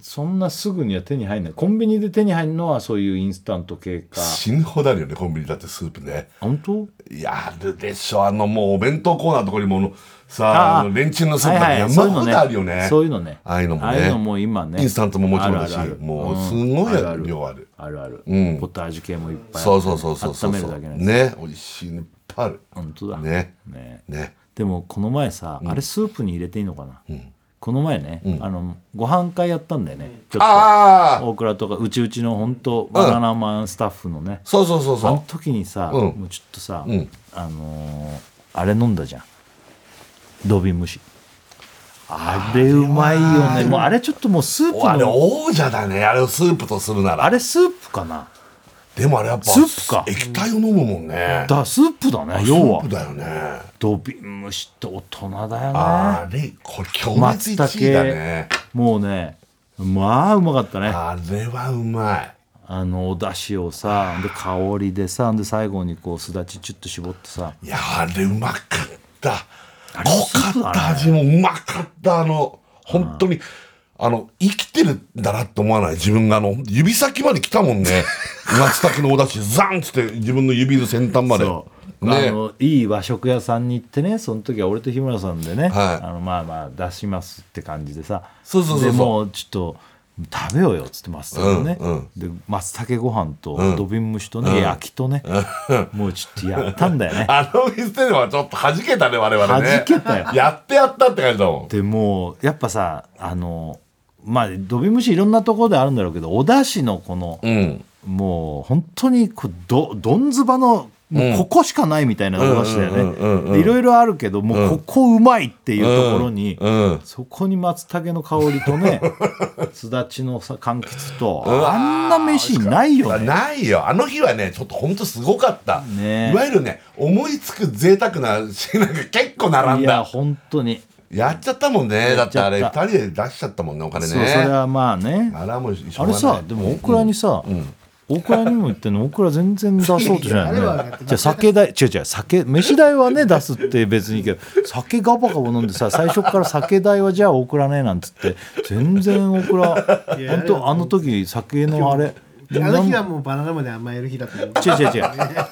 Speaker 3: そんなすぐには手に入んないコンビニで手に入るのはそういうインスタント系か
Speaker 4: 死ぬほどあるよねコンビニだってスープね
Speaker 3: 本当
Speaker 4: いやあるでしょあのもうお弁当コーナーのところにもあのさああのレンチンのスープ
Speaker 3: はい
Speaker 4: な
Speaker 3: はい
Speaker 4: んて
Speaker 3: そういう
Speaker 4: 山
Speaker 3: の
Speaker 4: ほどあるよね,、
Speaker 3: そういうのね
Speaker 4: ああいうのもね
Speaker 3: ああいうのも今ね
Speaker 4: インスタントももちろんだし
Speaker 3: あるあるある
Speaker 4: もううんすごい
Speaker 3: あるある
Speaker 4: 量ある
Speaker 3: あるある、
Speaker 4: うん
Speaker 3: ポタージュ系もいっぱいある
Speaker 4: そうそうそうそうそう
Speaker 3: 温めるだけなんです
Speaker 4: ね美味しいのいっぱいある
Speaker 3: 本当だ
Speaker 4: ね
Speaker 3: ね
Speaker 4: ね
Speaker 3: でもこの前さ、あれスープに入れていいのかな、この前ね、あのご飯会やったんだよねちょっと
Speaker 4: ああ
Speaker 3: 大倉とかうちうちの本当バナナマンスタッフのね、
Speaker 4: そうそうそう
Speaker 3: あ
Speaker 4: そ
Speaker 3: の時にさ、
Speaker 4: うん
Speaker 3: もうちょっとさ、
Speaker 4: うん
Speaker 3: あのーあれ飲んだじゃんドビン蒸しあれうまいよねもうあれちょっともうスープ
Speaker 4: うあれ
Speaker 3: の
Speaker 4: 王者だねあれをスープとするなら
Speaker 3: あれスープかな
Speaker 4: でもあれやっぱ
Speaker 3: スープか
Speaker 4: 液体を飲むもんね
Speaker 3: だスープだね要
Speaker 4: スー
Speaker 3: は
Speaker 4: プだよね
Speaker 3: ドビン蒸しって大人だよ
Speaker 4: あ
Speaker 3: ね
Speaker 4: れこれ強烈1位だね
Speaker 3: もうねまあうまかったね
Speaker 4: あれはうまい
Speaker 3: あのお出汁をさで香りでさで最後にこうすだちチュッと絞ってさ
Speaker 4: いやあれうまかった
Speaker 3: あれ
Speaker 4: 濃か
Speaker 3: スープだ
Speaker 4: っ
Speaker 3: ね
Speaker 4: た味もうまかったあの本当にあの生きてるんだなって思わない自分があの指先まで来たも んね松茸のお出汁ザンっつって自分の指の先端まで
Speaker 3: そう、
Speaker 4: ね
Speaker 3: あのいい和食屋さんに行ってねその時は俺と日村さんでね、
Speaker 4: はい
Speaker 3: あのまあまあ出しますって感じでさ
Speaker 4: そうそうそうそう
Speaker 3: でもうちょっと食べようよっつって松茸ね、
Speaker 4: うん
Speaker 3: で松茸ご飯
Speaker 4: うん
Speaker 3: と土瓶蒸しとね、焼きとね、もうちょっとやったんだ よね
Speaker 4: あの店ではちょっと弾けたね我々ね
Speaker 3: 弾けたよ
Speaker 4: やってやったって感じだもん
Speaker 3: でもうやっぱさあのまあ土瓶蒸しいろんなところであるんだろうけどお出汁のこの、
Speaker 4: うん
Speaker 3: もう本当にこうどどんずばのもうここしかないみたいなお菓子だよ
Speaker 4: うんうんうんう
Speaker 3: ね
Speaker 4: ん
Speaker 3: でいろいろあるけどもうここうまいっていうところに、
Speaker 4: うんうん
Speaker 3: そこに松茸の香りと ねすだちのさ柑橘とあんな飯ないよね
Speaker 4: ないよあの日はねちょっと本当すごかった、
Speaker 3: ね
Speaker 4: いわゆるね思いつく贅沢なシーンなんか結構並
Speaker 3: い
Speaker 4: ん
Speaker 3: や
Speaker 4: だ
Speaker 3: 本当に、
Speaker 4: やっちゃったもんねだ
Speaker 3: や
Speaker 4: っ
Speaker 3: ってちゃ
Speaker 4: あ
Speaker 3: った
Speaker 4: れ2人で出しちゃったもんねお金ね
Speaker 3: そうそれはまあね
Speaker 4: あれはもうしょ
Speaker 3: あ
Speaker 4: うが
Speaker 3: れ
Speaker 4: ない
Speaker 3: さでも大倉にさ、大倉にも言ってんの大倉全然出そうとしない
Speaker 5: いやあ
Speaker 3: よ
Speaker 5: れは
Speaker 3: ねじゃあ酒代違う違う酒飯代はね出すって別にいいけど 酒ガバガバ飲んでさ最初から酒代はじゃあ大倉ねなんつって全然大倉
Speaker 5: いや
Speaker 3: 本当あの時酒のあれ
Speaker 5: あの日はもうバナナまで甘える日だと思う。
Speaker 3: 違う違う違う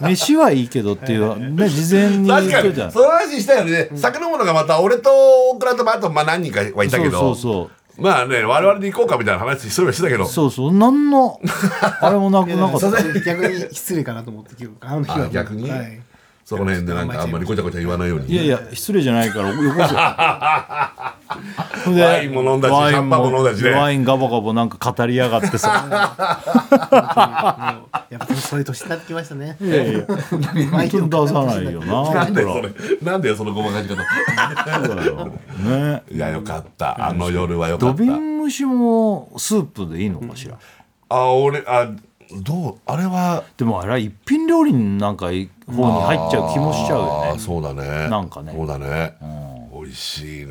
Speaker 3: 飯はいいけどっていう ね事前に言
Speaker 4: 確
Speaker 3: っ
Speaker 4: か
Speaker 3: と
Speaker 4: に
Speaker 3: いた
Speaker 4: その話したよね、酒飲むのがまた俺と大倉とまああとまあ何人かはいたけど
Speaker 3: そうそう
Speaker 4: まあね我々で行こうかみたいな話そういえばしてたけど
Speaker 3: そうそう何のあれもなく
Speaker 5: いや
Speaker 3: なかった
Speaker 5: 逆に失礼かなと思って今日あの日はもう
Speaker 4: あ逆に
Speaker 5: はい
Speaker 4: そこの辺でなんかあんまりごちゃごちゃ言わないように
Speaker 3: いやいや失礼じゃないからよ こせほんで
Speaker 4: ワインも飲んだし
Speaker 3: ワイン
Speaker 4: シャンパンも飲んだしね
Speaker 3: ワインガバガバなんか語りやがってさ
Speaker 5: もうやっぱそういう年になってきましたね。
Speaker 3: いやいや本当に出さないよな
Speaker 4: なんで
Speaker 3: ほ
Speaker 4: それなんでよそのごまかし方
Speaker 3: らそうだよね
Speaker 4: いやよかったあの夜はよか
Speaker 3: 土
Speaker 4: った
Speaker 3: 瓶蒸しもスープでいいのかしら、
Speaker 4: あ俺あどうあれは
Speaker 3: でもあれは一品料理になんかい方に入っちゃう気もしちゃう
Speaker 4: あ
Speaker 3: よ
Speaker 4: ー
Speaker 3: ね
Speaker 4: そうだね
Speaker 3: なんかね
Speaker 4: そうだね美味しい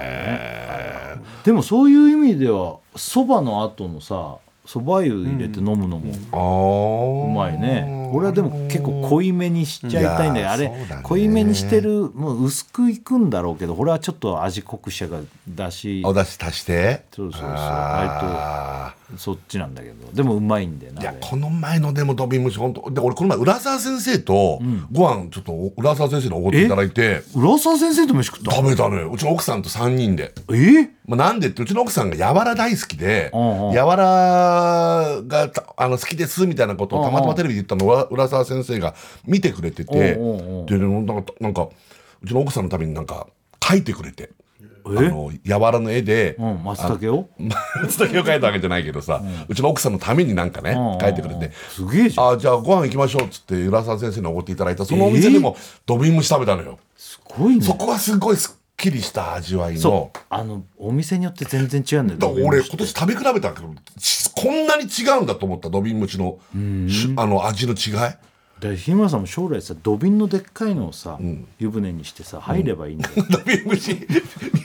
Speaker 4: ね
Speaker 3: でもそういう意味ではそばの後のさそば湯入れて飲むのも
Speaker 4: あ
Speaker 3: う
Speaker 4: う
Speaker 3: まいね、俺はでも結構濃いめにしちゃいたいんだ
Speaker 4: い
Speaker 3: よ
Speaker 4: やー
Speaker 3: あれ、
Speaker 4: そうだね
Speaker 3: 濃いめにしてるもう薄くいくんだろうけど俺はちょっと味濃くしちゃうからだし
Speaker 4: お出汁足して
Speaker 3: そうそうそう
Speaker 4: あー
Speaker 3: そっちなんだけどでもうまいんだよないあれ
Speaker 4: やこの前のでもドビムシ本当で俺この前浦沢先生とご飯ちょっと浦沢先生におごっていただいて
Speaker 3: 浦沢先生と飯食った
Speaker 4: 食べたのようちの奥さんと3人で、
Speaker 3: え
Speaker 4: まあ、なんでってうちの奥さんが柔ら大好きで
Speaker 3: うんうん
Speaker 4: 柔らがたあの好きですみたいなことをたまたまテレビで言ったのを浦沢先生が見てくれてて
Speaker 3: うんうんうん
Speaker 4: でなんかなんかうちの奥さんのためになんか書いてくれてあの柔らの絵で、
Speaker 3: うん松茸を
Speaker 4: 松茸を描いたわけじゃないけどさ、うちの奥さんのためになんかね、
Speaker 3: うん
Speaker 4: 描いてくれて。
Speaker 3: すげえじゃん
Speaker 4: あじゃあご飯行きましょうっつって浦沢先生におごっていただいたそのお店でもドビン蒸し食べたのよ、
Speaker 3: すごいね
Speaker 4: そこはすごいすっきりした味わいの
Speaker 3: そうあのお店によって全然違うんだよ
Speaker 4: だから
Speaker 3: ドビン
Speaker 4: 俺
Speaker 3: 蒸し
Speaker 4: 今年食べ比べたけどちこんなに違うんだと思ったドビン蒸しのしあの味の違い
Speaker 3: で日村さんも将来さ土瓶のでっかいのをさ、湯船にしてさ入ればいいんだよ、
Speaker 4: ドビン蒸し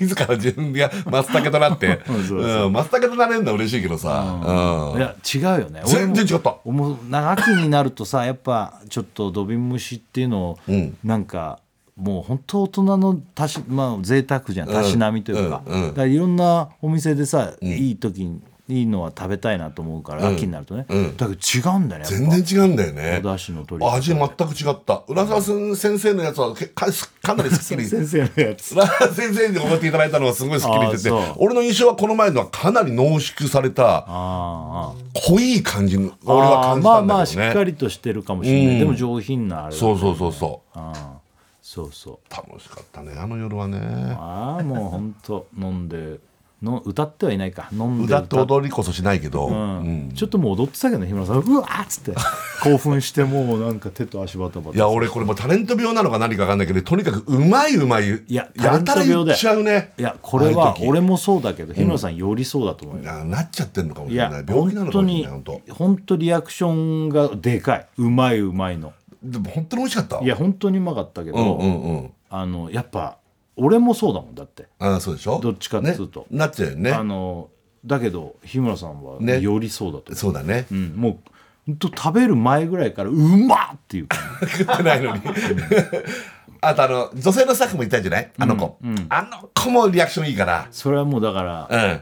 Speaker 4: 自ら自分が松茸となって
Speaker 3: うん そうそう
Speaker 4: うん松茸となれるのは嬉しいけどさ、うん
Speaker 3: いや違うよね
Speaker 4: 全然違った
Speaker 3: 俺ももう長きになるとさやっぱちょっと土瓶蒸しっていうのを、
Speaker 4: ん
Speaker 3: なんかもう本当大人のたしまあ贅沢じゃんたしなみというか,、
Speaker 4: うんうん
Speaker 3: だからいろんなお店でさ、いい時にいいのは食べたいなと思うから、秋になるとね、
Speaker 4: うん
Speaker 3: だけど違うんだよねやっぱ
Speaker 4: 全然違うんだよね
Speaker 3: お出汁の取り方
Speaker 4: 味全く違った浦沢先生のやつはけ かすかなりすっき り
Speaker 3: 先生のやつ
Speaker 4: 浦沢先生におごっていただいたのがすごいすっきりしてて
Speaker 3: あーそう
Speaker 4: 俺の印象はこの前のはかなり濃縮された
Speaker 3: あーあー
Speaker 4: 濃い感じの俺は感
Speaker 3: あ
Speaker 4: じた
Speaker 3: ー
Speaker 4: ん
Speaker 3: まあま
Speaker 4: だ
Speaker 3: あ
Speaker 4: け
Speaker 3: し
Speaker 4: どね、
Speaker 3: っかりとしてるかもしれない、
Speaker 4: うん
Speaker 3: でも上品なあれだ
Speaker 4: そうそうそうそう
Speaker 3: あーそうそう
Speaker 4: 楽しかったねあの夜はね
Speaker 3: ああもうほんと飲んでの歌ってはいないか飲んで
Speaker 4: 歌って
Speaker 3: っ
Speaker 4: 踊りこそしないけど、
Speaker 3: うん
Speaker 4: うん
Speaker 3: ちょっともう踊ってたけどね日村さんうわーっつって興奮してもうなんか手と足バタバタ
Speaker 4: いや俺これもうタレント病なのか何か分かんないけどとにかくうまいうまい
Speaker 3: いや
Speaker 4: やた
Speaker 3: タ
Speaker 4: ら
Speaker 3: レント
Speaker 4: 言
Speaker 3: 病だよ
Speaker 4: っちゃうね
Speaker 3: いやこれは
Speaker 4: あの時
Speaker 3: 俺もそうだけど日村さんよりそうだと思う
Speaker 4: い
Speaker 3: よ、
Speaker 4: やなっちゃってんのかもし
Speaker 3: い
Speaker 4: れ
Speaker 3: や
Speaker 4: ない病気
Speaker 3: 本
Speaker 4: なのか
Speaker 3: 当
Speaker 4: もしれ
Speaker 3: に
Speaker 4: ない本当
Speaker 3: 本当リアクションがでかいうまいうまいの
Speaker 4: でも本当に美味しかった
Speaker 3: いや本当にうまかったけど、
Speaker 4: うんうんうん
Speaker 3: あのやっぱ俺もそうだもんだって
Speaker 4: ああそうでしょ
Speaker 3: どっちかっつうと
Speaker 4: ね、なっちゃうよ
Speaker 3: あ
Speaker 4: ね
Speaker 3: のだけど日村さんは
Speaker 4: ね
Speaker 3: よりそうだと思う、
Speaker 4: そうだね
Speaker 3: うん、もうほんと食べる前ぐらいから「うまっ!」っていう感じ
Speaker 4: 食ってないのにあとあの女性のスタッフもいたじゃないあの子、あの子もリアクションいいから
Speaker 3: それはもうだから、
Speaker 4: うん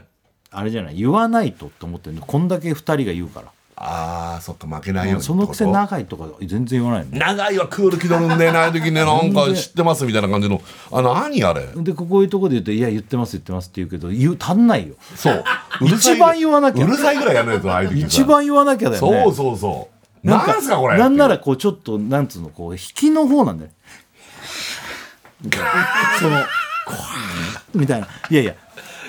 Speaker 3: あれじゃない言わないとって思ってるのこんだけ2人が言うから、
Speaker 4: あーそっか負けないように
Speaker 3: そのくせ
Speaker 4: ってこと
Speaker 3: 長いとか全然言わないの
Speaker 4: 長いはクール気取るんでない時ねなんか知ってますみたいな感じのあの何あれ
Speaker 3: でここういうとこで言うと「いや言ってます言ってます」って言うけど言う足んないよ
Speaker 4: そう
Speaker 3: 一番言わなきゃ
Speaker 4: うるさいぐらいやんないとああいう時さ
Speaker 3: 一番言わなきゃだよね
Speaker 4: そうそうそう
Speaker 3: なん
Speaker 4: なんすかこれ
Speaker 3: なんならこうちょっとなんつうのこう引きの方なんだよねそのこうみたいないやいや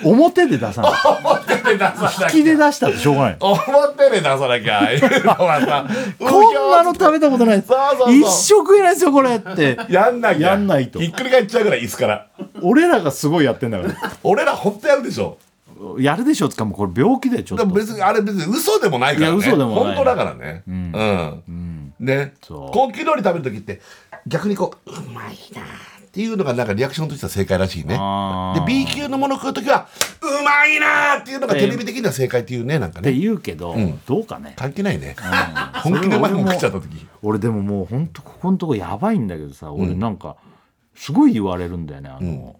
Speaker 3: 表で出さない
Speaker 4: 表で出さ
Speaker 3: 引
Speaker 4: な
Speaker 3: き
Speaker 4: きゃ
Speaker 3: で出したってしょうがないの
Speaker 4: 表で出さなきゃああいうのはさ
Speaker 3: こんなの食べたことないです
Speaker 4: そうそうそう
Speaker 3: 一生食えないですよこれって
Speaker 4: やんなきゃ
Speaker 3: やんないと
Speaker 4: ひっくり返っちゃうぐらい椅子から
Speaker 3: 俺らがすごいやってんだから
Speaker 4: 俺らほんとやるでしょ
Speaker 3: やるでしょつかもうこれ病気だよちょっ
Speaker 4: でも
Speaker 3: と
Speaker 4: 別にあれ別に嘘でもないからね
Speaker 3: いや嘘でもない
Speaker 4: 本当だからねうん、ね
Speaker 3: そう
Speaker 4: 高級料理食べる時って逆にこううまいなっていうのがなんかリアクションとしては正解らしいね
Speaker 3: あ
Speaker 4: で B 級のもの食う時はうまいなっていうのがテレビ的には正解っていうねなんか
Speaker 3: って
Speaker 4: ね
Speaker 3: 言うけど、どうかね
Speaker 4: 関係ないね、本気でうまいもん食っちゃった時
Speaker 3: 俺でももうほんとここのとこやばいんだけどさ俺なんかすごい言われるんだよねあの、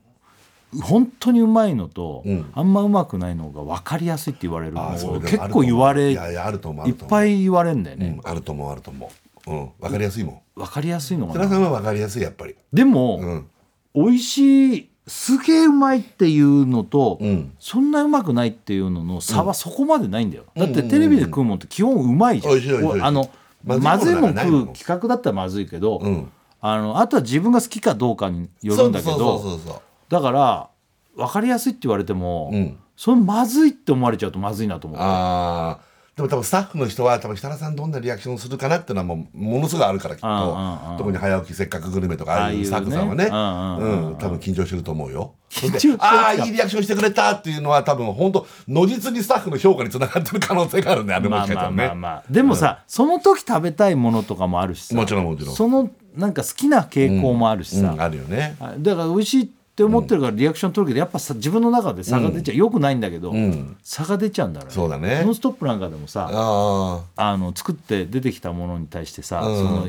Speaker 3: う本当にうまいのと、
Speaker 4: うん
Speaker 3: あんまうまくないのが分かりやすいって言われるの
Speaker 4: あーそ
Speaker 3: を
Speaker 4: う
Speaker 3: 結構言われ
Speaker 4: い
Speaker 3: い
Speaker 4: やいやあると思う
Speaker 3: っ
Speaker 4: あると思う
Speaker 3: ぱい言われんだよ
Speaker 4: う
Speaker 3: ね
Speaker 4: ん、あると思うあると思ううんわかりやすいもん
Speaker 3: 分かりやすいの
Speaker 4: 世
Speaker 3: か
Speaker 4: 良さ
Speaker 3: なん
Speaker 4: はわかりやすいやっぱり
Speaker 3: でも、
Speaker 4: うん
Speaker 3: 美味しいすげえうまいっていうのと、
Speaker 4: うん
Speaker 3: そんなうまくないっていうのの差はそこまでないんだよ、
Speaker 4: うん
Speaker 3: だってテレビで食うもんって基本うまいじゃん、
Speaker 4: 美味しい美味しい
Speaker 3: おあのま
Speaker 4: ま
Speaker 3: ず
Speaker 4: ず
Speaker 3: い
Speaker 4: い
Speaker 3: も
Speaker 4: も
Speaker 3: ん
Speaker 4: ん
Speaker 3: 食う企画だったらまずいけど、
Speaker 4: うん
Speaker 3: あのあとは自分が好きかどうかによるんだけど
Speaker 4: そうそうそうそう
Speaker 3: だから分かりやすいって言われても、
Speaker 4: うん
Speaker 3: それまずいって思われちゃうとまずいなと思う
Speaker 4: あーでも多分スタッフの人は多分設楽さんどんなリアクションするかなっていうのはもうものすごいあるからきっ
Speaker 3: うんうんうん
Speaker 4: と特に早起きせっかくグルメとかああいうスタッフさんはね
Speaker 3: ああいうねうんうんうん
Speaker 4: うん多分緊張してると思うよ
Speaker 3: 緊張してる
Speaker 4: ああいいリアクションしてくれたっていうのは多分本当如実にスタッフの評価につながってる可能性があるねあれも
Speaker 3: ま
Speaker 4: し
Speaker 3: あ
Speaker 4: かした
Speaker 3: まあ
Speaker 4: ら
Speaker 3: まあ
Speaker 4: ね
Speaker 3: まあでもさ、その時食べたいものとかもあるしさ
Speaker 4: もちろんもちろん
Speaker 3: そのなんか好きな傾向もあるしさ、
Speaker 4: うんあるよね
Speaker 3: あだから美味しいって思ってるからリアクション取るけどやっぱさ自分の中で差が出ちゃう、よくないんだけど、
Speaker 4: うん
Speaker 3: 差が出ちゃうんだろうね
Speaker 4: そうだね
Speaker 3: ノンストップ」なんかでもさ
Speaker 4: あ
Speaker 3: あの作って出てきたものに対してさ、
Speaker 4: うん
Speaker 3: その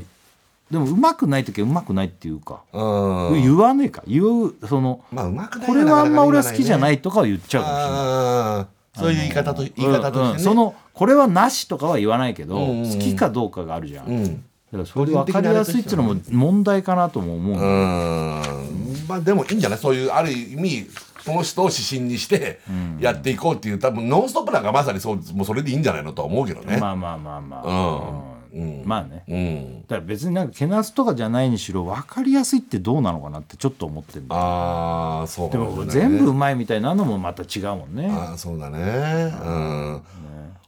Speaker 3: でもうまくない時はうまくないっていうか、
Speaker 4: あうん
Speaker 3: 言わねえか言うその、
Speaker 4: まあうまくない
Speaker 3: これはあんま俺は好きじゃないとかは言っちゃうかもしれない。
Speaker 4: あーそういう言い方と言い方と
Speaker 3: うんう
Speaker 4: して
Speaker 3: ん
Speaker 4: ね
Speaker 3: そのこれはなしとかは言わないけど、
Speaker 4: うんうんうん
Speaker 3: 好きかどうかがあるじゃん、
Speaker 4: う
Speaker 3: だ
Speaker 4: ん
Speaker 3: からそれ分かりやすいっていうのも問題かなとも思う、
Speaker 4: うーんまあでもいいんじゃないそういうある意味その人を指針にしてやっていこうっていう多分「ノンストップ!」なんかまさにそうもうそれでいいんじゃないのとは思うけどね。
Speaker 3: まあまあまあまあ、
Speaker 4: うんうん
Speaker 3: まあね
Speaker 4: うん、
Speaker 3: だから別になんかけなすとかじゃないにしろ分かりやすいってどうなのかなってちょっと思ってんだよ
Speaker 4: ああそう
Speaker 3: で
Speaker 4: か
Speaker 3: も
Speaker 4: もしれないね
Speaker 3: 全部うまいみたいなのもまた違うもんね
Speaker 4: ああそうだねうん。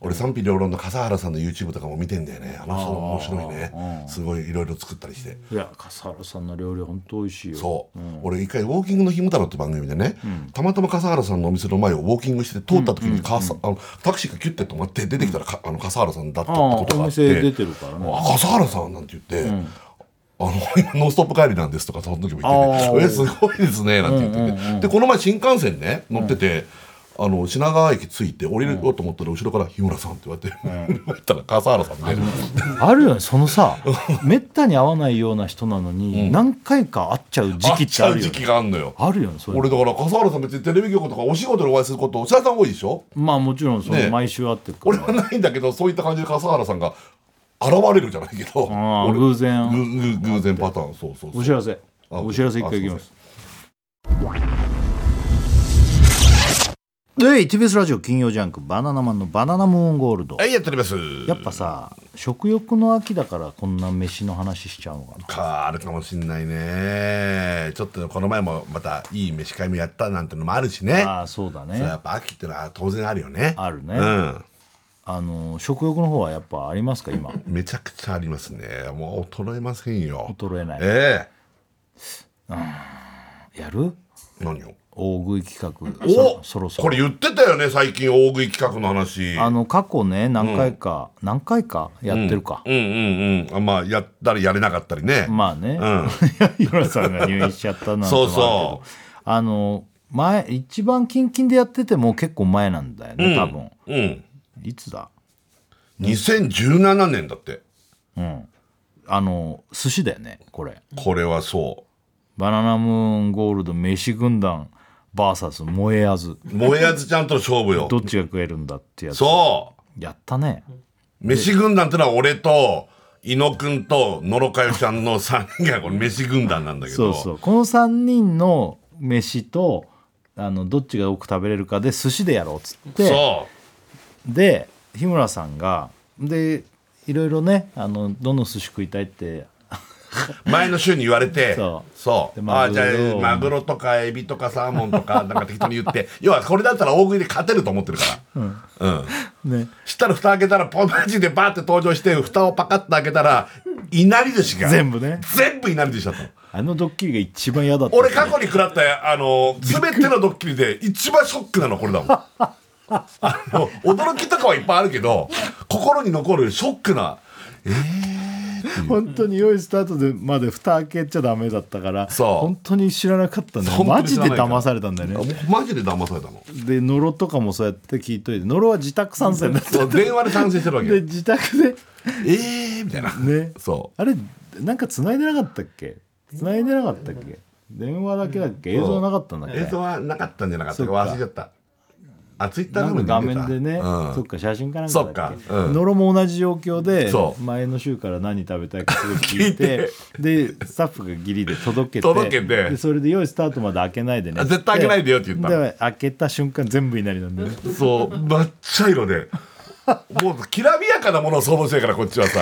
Speaker 4: 俺賛否両論の笠原さんの YouTube とかも見てんだよねあの人も面白いねすごいいろいろ作ったりして。
Speaker 3: いや笠原さんの料理本当美味しいよ
Speaker 4: そう、俺一回「ウォーキングのひむ太郎」って番組でね、たまたま笠原さんのお店の前をウォーキングして通った時にかさ、あのタクシーがキュッて止まって出てきたらか、あの笠原さんだったって
Speaker 3: あ
Speaker 4: こ
Speaker 3: あ
Speaker 4: と
Speaker 3: お
Speaker 4: があって
Speaker 3: 店出てるからね
Speaker 4: あ笠原さんなんて言って、あの 今ノンストップ帰りなんですとかその時も言って
Speaker 3: あ
Speaker 4: て、
Speaker 3: ー
Speaker 4: ね、えすごいですねなんて言ってて、でこの前新幹線ね乗ってて、あの品川駅着いて降りようと思ったら後ろから「日村さん」って言われて、 言ったら笠原さんで、
Speaker 3: あるよねそのさめったに会わないような人なのに、何回か会っちゃう時期
Speaker 4: 会っ
Speaker 3: っ
Speaker 4: ち
Speaker 3: て
Speaker 4: ゃ
Speaker 3: あ
Speaker 4: う
Speaker 3: るよ
Speaker 4: 時
Speaker 3: ね
Speaker 4: 期があんのよ
Speaker 3: あるよねそれ
Speaker 4: 俺だから笠原さん別にテレビ局とかお仕事でお会いすること白井さん多いでしょ
Speaker 3: まあもちろんそ
Speaker 4: ね
Speaker 3: の
Speaker 4: え
Speaker 3: 毎週会ってるか
Speaker 4: 俺
Speaker 3: ら、
Speaker 4: はないんだけどそういった感じで笠原さんが現れるじゃないけど
Speaker 3: ああ
Speaker 4: 俺
Speaker 3: 偶然
Speaker 4: ぐぐ偶然パターンそうそうそう
Speaker 3: お知らせ
Speaker 4: あ
Speaker 3: お知らせ一回いき
Speaker 4: あすい
Speaker 3: ま
Speaker 4: ます
Speaker 3: で TBS ラジオ金曜ジャンク「バナナマンのバナナムーンゴールド」
Speaker 4: はいやっております
Speaker 3: やっぱさ食欲の秋だからこんな飯の話しちゃうのかな
Speaker 4: かあるかもしんないねちょっとこの前もまたいい飯会もやったなんてのもあるしね
Speaker 3: ああそうだ
Speaker 4: それはや
Speaker 3: ね
Speaker 4: っぱ秋ってのは当然あるよね
Speaker 3: あるね
Speaker 4: うん
Speaker 3: あの食欲の方はやっぱありますか今
Speaker 4: めちゃくちゃありますねもう衰えませんよ
Speaker 3: 衰えない
Speaker 4: え
Speaker 3: やる
Speaker 4: え何を
Speaker 3: 大食い企画そ
Speaker 4: お
Speaker 3: そろそろ
Speaker 4: これ言ってたよね最近大食い企画の話
Speaker 3: あの過去ね何回か、何回かやってるか、
Speaker 4: うんうんうんあまあやったりやれなかったりね、
Speaker 3: まあね、い や、ヨラさんが入院しちゃったなんてのもあるけど
Speaker 4: そうそ
Speaker 3: あの前一番キンキンでやってても結構前なんだよね、多分
Speaker 4: うん
Speaker 3: いつだ
Speaker 4: 2017年だって
Speaker 3: うんあの寿司だよねこれ
Speaker 4: これはそ
Speaker 3: バナナムーンゴールド飯軍団 VS 燃えあず
Speaker 4: う燃えあずちゃんとの勝負よ
Speaker 3: どっちが食えるんだってやつ
Speaker 4: そ
Speaker 3: やったね
Speaker 4: う飯軍団ってのは俺と伊野くんと野呂佳代ちゃんの3人がこれ飯軍団なんだけ
Speaker 3: そ
Speaker 4: ど
Speaker 3: うそうこの3人の飯とあのどっちが多く食べれるかで寿司でやろうっつって
Speaker 4: そ
Speaker 3: で日村さんがでいろいろねあのどの寿司食いたいって
Speaker 4: う前の週に言われ て
Speaker 3: そ
Speaker 4: そうう
Speaker 3: で
Speaker 4: あ
Speaker 3: マ
Speaker 4: あ
Speaker 3: グ
Speaker 4: じ
Speaker 3: ロ
Speaker 4: ゃあマグロとかエビとかサーモンとかなんか適当に言って要はこれだったら大食いで勝てると思ってるからうん
Speaker 3: ね
Speaker 4: したら蓋開けたらポンマジでバーって登場して蓋をパカッと開けたらいなり寿司が
Speaker 3: 全部ね
Speaker 4: 全部いなり寿司だったの
Speaker 3: あのドッキリが一番嫌だった
Speaker 4: 俺過去に食らったあの全てのドッキリで一番ショックなのこれ だもんあの驚きとかはいっぱいあるけど心に残るショックな
Speaker 3: 本当に良いスタートでまで蓋開けちゃダメだったから
Speaker 4: そう
Speaker 3: 本当に知らなかったんだよ
Speaker 4: 本当
Speaker 3: マ
Speaker 4: に知
Speaker 3: ジ
Speaker 4: らな
Speaker 3: で
Speaker 4: いから
Speaker 3: 騙されたんだよね
Speaker 4: マジで騙さ れたの
Speaker 3: で野呂とかもそうやって聞いといて野呂は自宅参戦だった
Speaker 4: そう電話で賛成してるわけ
Speaker 3: で自宅で
Speaker 4: ええー、みたいな
Speaker 3: ね
Speaker 4: そ
Speaker 3: あれなんか繋いでなかったっけ繋いでなかったっけ電話だけだっけ映像なかったんだっけ
Speaker 4: 映像はなかったんじゃなかったか
Speaker 3: そっか
Speaker 4: 忘れちゃったあツイッタ
Speaker 3: な
Speaker 4: ー
Speaker 3: んか画
Speaker 4: で見てた
Speaker 3: 面でね、
Speaker 4: うん
Speaker 3: そっか写真かなんかだっけ
Speaker 4: そっかうん
Speaker 3: ノロも同じ状況で
Speaker 4: そう
Speaker 3: 前の週から何食べたいかすごい聞いてでスタッフがギリで届けて
Speaker 4: 届けて
Speaker 3: でそれで「用意スタートまで開けないでね」
Speaker 4: あ絶対開けないでよって言ったの
Speaker 3: で開けた瞬間全部いなりなんでね
Speaker 4: そう抹茶色でもうきらびやかなものを想像してるからこっちはさ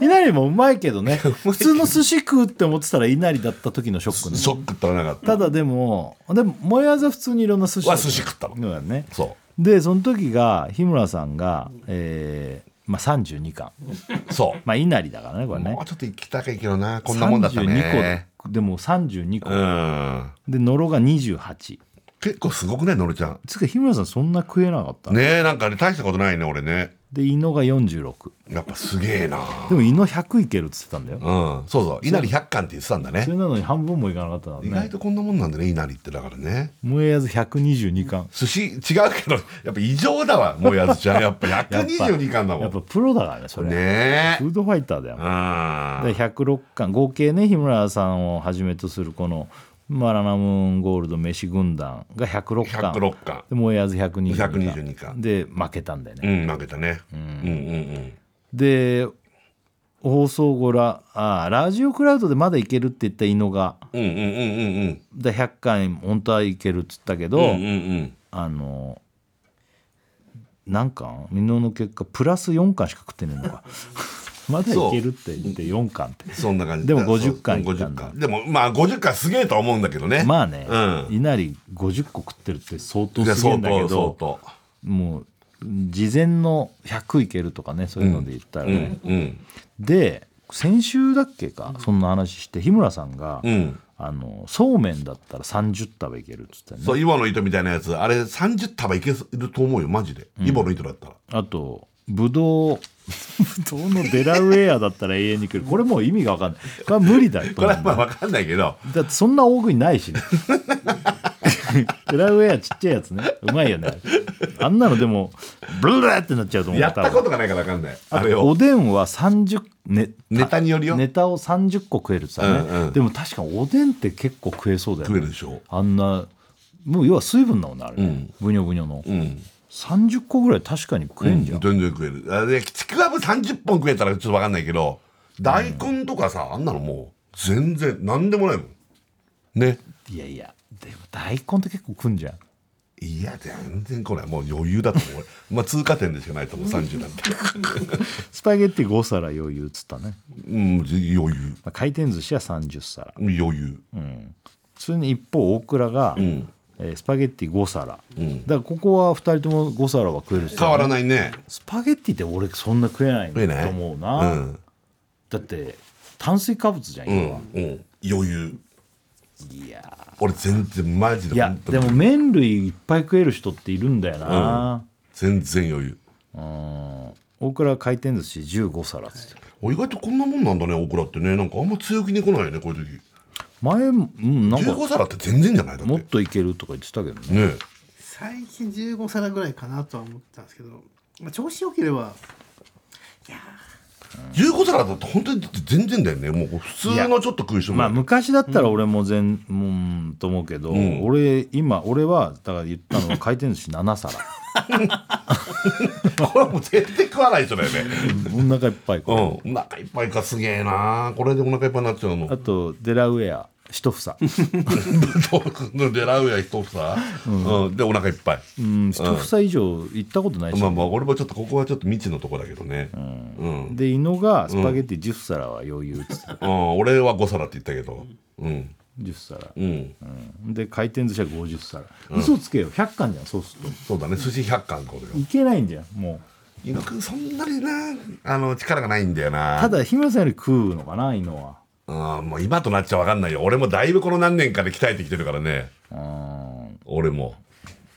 Speaker 3: いなりもうまいけど ね普通の寿司食うって思ってたらいなりだった時のショックね
Speaker 4: ショックったらなかった
Speaker 3: だでもでももえあずは普通にいろんな寿司
Speaker 4: は寿司食ったの
Speaker 3: のね
Speaker 4: そ
Speaker 3: でその時が日村さんが、えーまあ、32巻
Speaker 4: うそう
Speaker 3: まあいなりだからねこれね
Speaker 4: もうちょっと行きたいけどなこんなもんだったね
Speaker 3: 32個でも32個、
Speaker 4: うん
Speaker 3: で野呂が28
Speaker 4: 結構すごくないのるちゃん
Speaker 3: つうか日村さんそんな食えなかった、
Speaker 4: ねえなんかね大したことないね俺ね
Speaker 3: で伊野が46
Speaker 4: やっぱすげえな
Speaker 3: でも伊野100いけるっつってたんだよ、
Speaker 4: うんそうそう稲荷百貫って言ってたんだね
Speaker 3: それなのに半分もいかなかったの
Speaker 4: 意
Speaker 3: ね
Speaker 4: 外とこんなもんなんだね稲荷ってだからね
Speaker 3: 燃えあず122巻
Speaker 4: 寿司違うけど やっぱ異常だわもうやつちゃんやっぱ
Speaker 3: やっぱ
Speaker 4: 122巻だも
Speaker 3: やっ
Speaker 4: ん
Speaker 3: ぱプロだからねそれ
Speaker 4: ねえ
Speaker 3: フードファイターだよ
Speaker 4: うん
Speaker 3: で106巻合計ね日村さんをはじめとするこのマラナムーンゴールド飯軍団が106巻
Speaker 4: 106巻
Speaker 3: で燃えあず122巻
Speaker 4: 122巻
Speaker 3: で負けたんだよね、
Speaker 4: うん負けたねうんうん
Speaker 3: で放送後ラあラジオクラウドでまだいけるって言った井野が
Speaker 4: うんうんうんうんうんうん
Speaker 3: で100回本当はいけるっつったけど、
Speaker 4: うんうん
Speaker 3: あの何巻みのの結果プラス4巻しか食ってねえのか まだいけるって言って4巻って
Speaker 4: そんな感じ
Speaker 3: でも
Speaker 4: だから
Speaker 3: 50
Speaker 4: そう
Speaker 3: 巻いった
Speaker 4: 50
Speaker 3: んだ
Speaker 4: 巻でもまあ50巻すげえとは思うんだけどね
Speaker 3: まあね、
Speaker 4: うん
Speaker 3: いなり50個食ってるって相当
Speaker 4: いや
Speaker 3: すげえ
Speaker 4: 相
Speaker 3: んだけ
Speaker 4: 当相
Speaker 3: ど
Speaker 4: 当
Speaker 3: もう事前の100いけるとかねそういうので言ったら
Speaker 4: う
Speaker 3: ね、
Speaker 4: んうん
Speaker 3: で先週だっけかそんな話して日村さんが、
Speaker 4: うん
Speaker 3: あのそうめんだったら30束いけるっつってね
Speaker 4: そうイボの糸みたいなやつあれ30束いけると思うよマジでイボの糸だったら
Speaker 3: あとぶどう ぶどうのデラウェアだったら永遠に来るこれもう意味が分かんないこれは無理だよ
Speaker 4: これはまあ分かんないけど
Speaker 3: だってそんな大食いないしね デラウェアちっちゃいやつねうまいよねあんなのでもブルルルってなっちゃうと思う
Speaker 4: やったこ
Speaker 3: 多分
Speaker 4: とがないから分かんないあ
Speaker 3: あ
Speaker 4: れ
Speaker 3: と
Speaker 4: を
Speaker 3: おでんは30ね
Speaker 4: ネタによるよ
Speaker 3: ネタを30個食えるって言ってたね、
Speaker 4: うんうん
Speaker 3: でも確かにおでんって結構食えそうだよね
Speaker 4: 食えるでしょ
Speaker 3: あんなもう要は水分なのねあれね、ぶにょぶにょの、
Speaker 4: うん
Speaker 3: 30個ぐらい確かに食えんじゃん、
Speaker 4: 全然食えるあれちくわぶ30本食えたらちょっと分かんないけど大根とかさあんなのもう全然何でもないもんね
Speaker 3: いやいやでも大根って結構食うんじゃん
Speaker 4: いや全然これもう余裕だと思う 俺まあ通過点でしかないと思う30なんて
Speaker 3: スパゲッティ5皿余裕っつったね、
Speaker 4: うん余裕
Speaker 3: まあ、回転寿司は30皿
Speaker 4: 余裕
Speaker 3: それに一方大倉が、えースパゲッティ5皿、だからここは2人とも5皿は食えるっすよね
Speaker 4: 変わらないね
Speaker 3: スパゲッティって俺そんな食えない
Speaker 4: 食えない
Speaker 3: と思う
Speaker 4: う
Speaker 3: な、
Speaker 4: ん
Speaker 3: だって炭水化物じゃん、
Speaker 4: う
Speaker 3: 今は
Speaker 4: んうん余裕
Speaker 3: いや
Speaker 4: 俺全然マジ
Speaker 3: ーい
Speaker 4: で
Speaker 3: や
Speaker 4: 本当に
Speaker 3: でも麺類いっぱい食える人っているんだよな、
Speaker 4: 全然余裕
Speaker 3: うん、大倉は回転寿司15皿っつって
Speaker 4: お意外とこんなもんなんだねオクラってねなんかあんま強気に来ないよねこういう時
Speaker 3: 前うんなんか
Speaker 4: 15皿って全然じゃないだって
Speaker 3: もっ
Speaker 4: ね
Speaker 3: といけるとか言ってたけどね
Speaker 4: え
Speaker 5: 最近15皿ぐらいかなとは思ってたんですけど、まあ、調子良ければ
Speaker 4: 15皿だと本当に全然だよねもう普通のちょっと食う人も
Speaker 3: まあ昔だったら俺も全もうんと思うけど、
Speaker 4: ん
Speaker 3: 俺今俺はだから言ったのは回転寿司7皿
Speaker 4: これはもう全然食わない人だよ ね
Speaker 3: お腹いっぱいこ
Speaker 4: う
Speaker 3: れ
Speaker 4: んお腹いっぱいかすげえなこれでお腹いっぱいになっちゃうの
Speaker 3: あ とデラウェア一房
Speaker 4: デラウェア一房、うんでお腹いっぱい、
Speaker 3: うん一房以上行ったことないし、
Speaker 4: まあまあ俺もちょっとここはちょっと未知のとこだけどねうん、
Speaker 3: で伊野がスパゲッティ10皿は余裕っつってた、
Speaker 4: うん俺は5皿って言ったけどうん
Speaker 3: 10皿、
Speaker 4: うん
Speaker 3: うんで回転寿司は50皿、嘘つけよ100貫じゃんそうする
Speaker 4: そうだね寿司100貫これよ
Speaker 3: といけないんじゃんもう
Speaker 4: 伊野くんそんなになあの力がないんだよな
Speaker 3: ただ日村さんより食うのかな伊野は
Speaker 4: うんもう今となっちゃわかんないよ俺もだいぶこの何年かで鍛えてきてるからね
Speaker 3: うん
Speaker 4: 俺も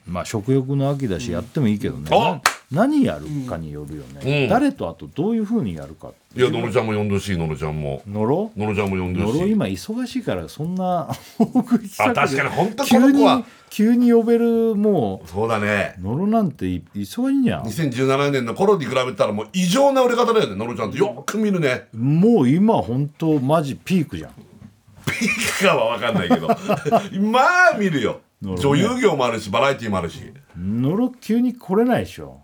Speaker 3: まあ食欲の秋だしやってもいいけどね、
Speaker 4: あ
Speaker 3: 何やるかによるよね、
Speaker 4: うん
Speaker 3: 誰とあとどういうふうにやるか
Speaker 4: いやのろちゃんも呼んでほしいのろちゃんも
Speaker 3: のろ
Speaker 4: のろちゃんも呼んで
Speaker 3: の
Speaker 4: ほし
Speaker 3: ろ
Speaker 4: い
Speaker 3: 今忙しいからそんな 大食いした
Speaker 4: あ確かに本当この子は
Speaker 3: 急に急に呼べるも
Speaker 4: そうだね
Speaker 3: うのろなんてい忙しいじゃん
Speaker 4: 2017年の頃に比べたらもう異常な売れ方だよねのろちゃんってよく見るね
Speaker 3: もう今本当マジピークじゃん
Speaker 4: ピークかは分かんないけど まあ見るよ
Speaker 3: るほど
Speaker 4: 女優業もあるしバラエティーもあるし
Speaker 3: のろ急に来れないでしょ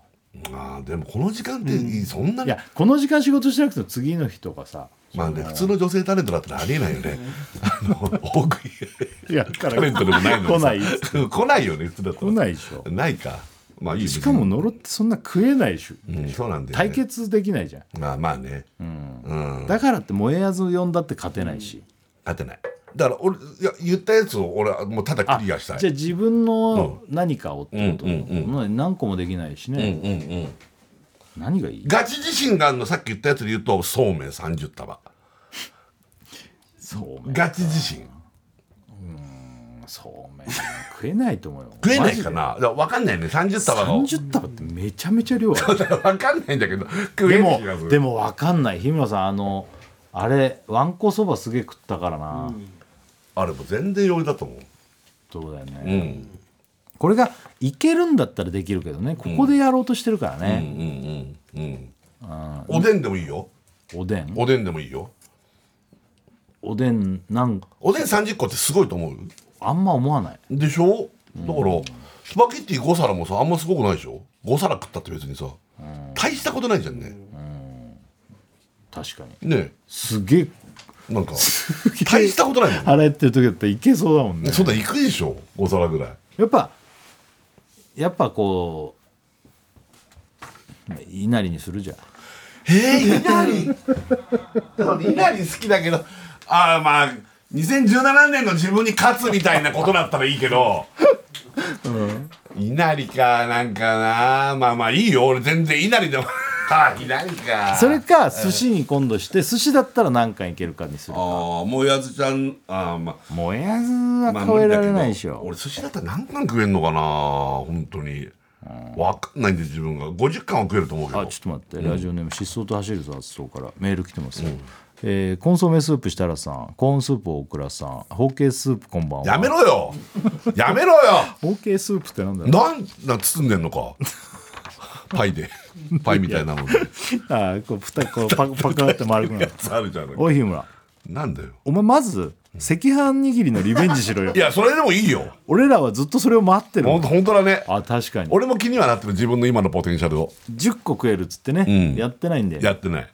Speaker 4: ああでもこの時間ってそんないに、
Speaker 3: やこの時間仕事しなくても次の日とかさ
Speaker 4: まあね普通の女性タレントだったらありえないよねあの大食い
Speaker 3: いやか
Speaker 4: タレントでもないの に
Speaker 3: 来
Speaker 4: さ
Speaker 3: ない
Speaker 4: 来ないよね普通だった
Speaker 3: 来
Speaker 4: ら
Speaker 3: ないでしょ
Speaker 4: ないかまあいいよ
Speaker 3: しかも、のろってそんな食えないでしょ、
Speaker 4: 別にうん、そうなんだよ、ね、
Speaker 3: 対決できないじゃん、
Speaker 4: まあまあねうん、
Speaker 3: だからって燃えやず呼んだって勝てないし、
Speaker 4: 当てないだから俺いや言ったやつを俺はもうただクリアしたい
Speaker 3: じゃあ自分の何かをってこと、
Speaker 4: うんうんうん
Speaker 3: まあ何個もできないし
Speaker 4: うんう
Speaker 3: ね、
Speaker 4: んうん
Speaker 3: 何がいい
Speaker 4: ガチ自信があるのさっき言ったやつで言うとそうめん30束
Speaker 3: そうめん
Speaker 4: ガチ自信
Speaker 3: そうめん食えないと思うよ
Speaker 4: 食えないかなだから分かんないね30束が
Speaker 3: マジで30束ってめちゃめちゃ量ある
Speaker 4: 分かんないんだけど食
Speaker 3: で
Speaker 4: えない
Speaker 3: も
Speaker 4: 気がする
Speaker 3: でもわかんない日村さんあのあれわんこそばすげえ食ったからな、
Speaker 4: あれも全然余裕だと思う
Speaker 3: そうだよね、
Speaker 4: うん
Speaker 3: これがいけるんだったらできるけどねここでやろうとしてるから
Speaker 4: うん
Speaker 3: ね、
Speaker 4: うんうんうんおでんでもいいよ
Speaker 3: おでん
Speaker 4: おでんでもいいよ
Speaker 3: おでんなん
Speaker 4: おでん30個ってすごいと思う
Speaker 3: あんま思わない
Speaker 4: でしょだからスパゲッティ5皿もさあんますごくないでしょ5皿食ったって別にさ大したことないじゃんね
Speaker 3: 確かに
Speaker 4: ね
Speaker 3: すげえ
Speaker 4: えなんか大したことないもん
Speaker 3: 腹減ってる時だったらいけそうだもんね
Speaker 4: そんなん行くでしょ5皿ぐらい
Speaker 3: やっぱやっぱこういなりにするじゃん
Speaker 4: えー、いなり俺いなり好きだけどああまあ2017年の自分に勝つみたいなことだったらいいけど、いなりかなんかなまあまあいいよ俺全然いなりでも ああいなりか
Speaker 3: それか寿司に今度して寿司だったら何回いけるかにする
Speaker 4: ああもうやずちゃんああまあ
Speaker 3: もやずは
Speaker 4: まあ
Speaker 3: 超えられないでし
Speaker 4: 無理だけど
Speaker 3: ょ
Speaker 4: 俺寿司だったら何貫食えんのかな本当に分かんないんで自分が50貫は食えると思うけど
Speaker 3: あちょっと待って、ラジオネーム「疾走と走るぞ」発想からメール来てますよ、えーコンソメスープ設楽さんコーンスープ大倉さんホーケースープこんばんは
Speaker 4: やめろよやめろよ
Speaker 3: ホーケースープってなんだろう
Speaker 4: なんな包んでんのかパイでパイみたいなので
Speaker 3: あーこう蓋こうパクパクって丸くな る
Speaker 4: あるじゃない
Speaker 3: おい日村
Speaker 4: なんだよ
Speaker 3: お前まず赤飯握りのリベンジしろよ
Speaker 4: いやそれでもいいよ
Speaker 3: 俺らはずっとそれを待ってる
Speaker 4: ほんと本当だね
Speaker 3: あ確かに
Speaker 4: 俺も気にはなってる自分の今のポテンシャルを
Speaker 3: 10個食えるっつってね、
Speaker 4: うん
Speaker 3: やってないんで
Speaker 4: やってない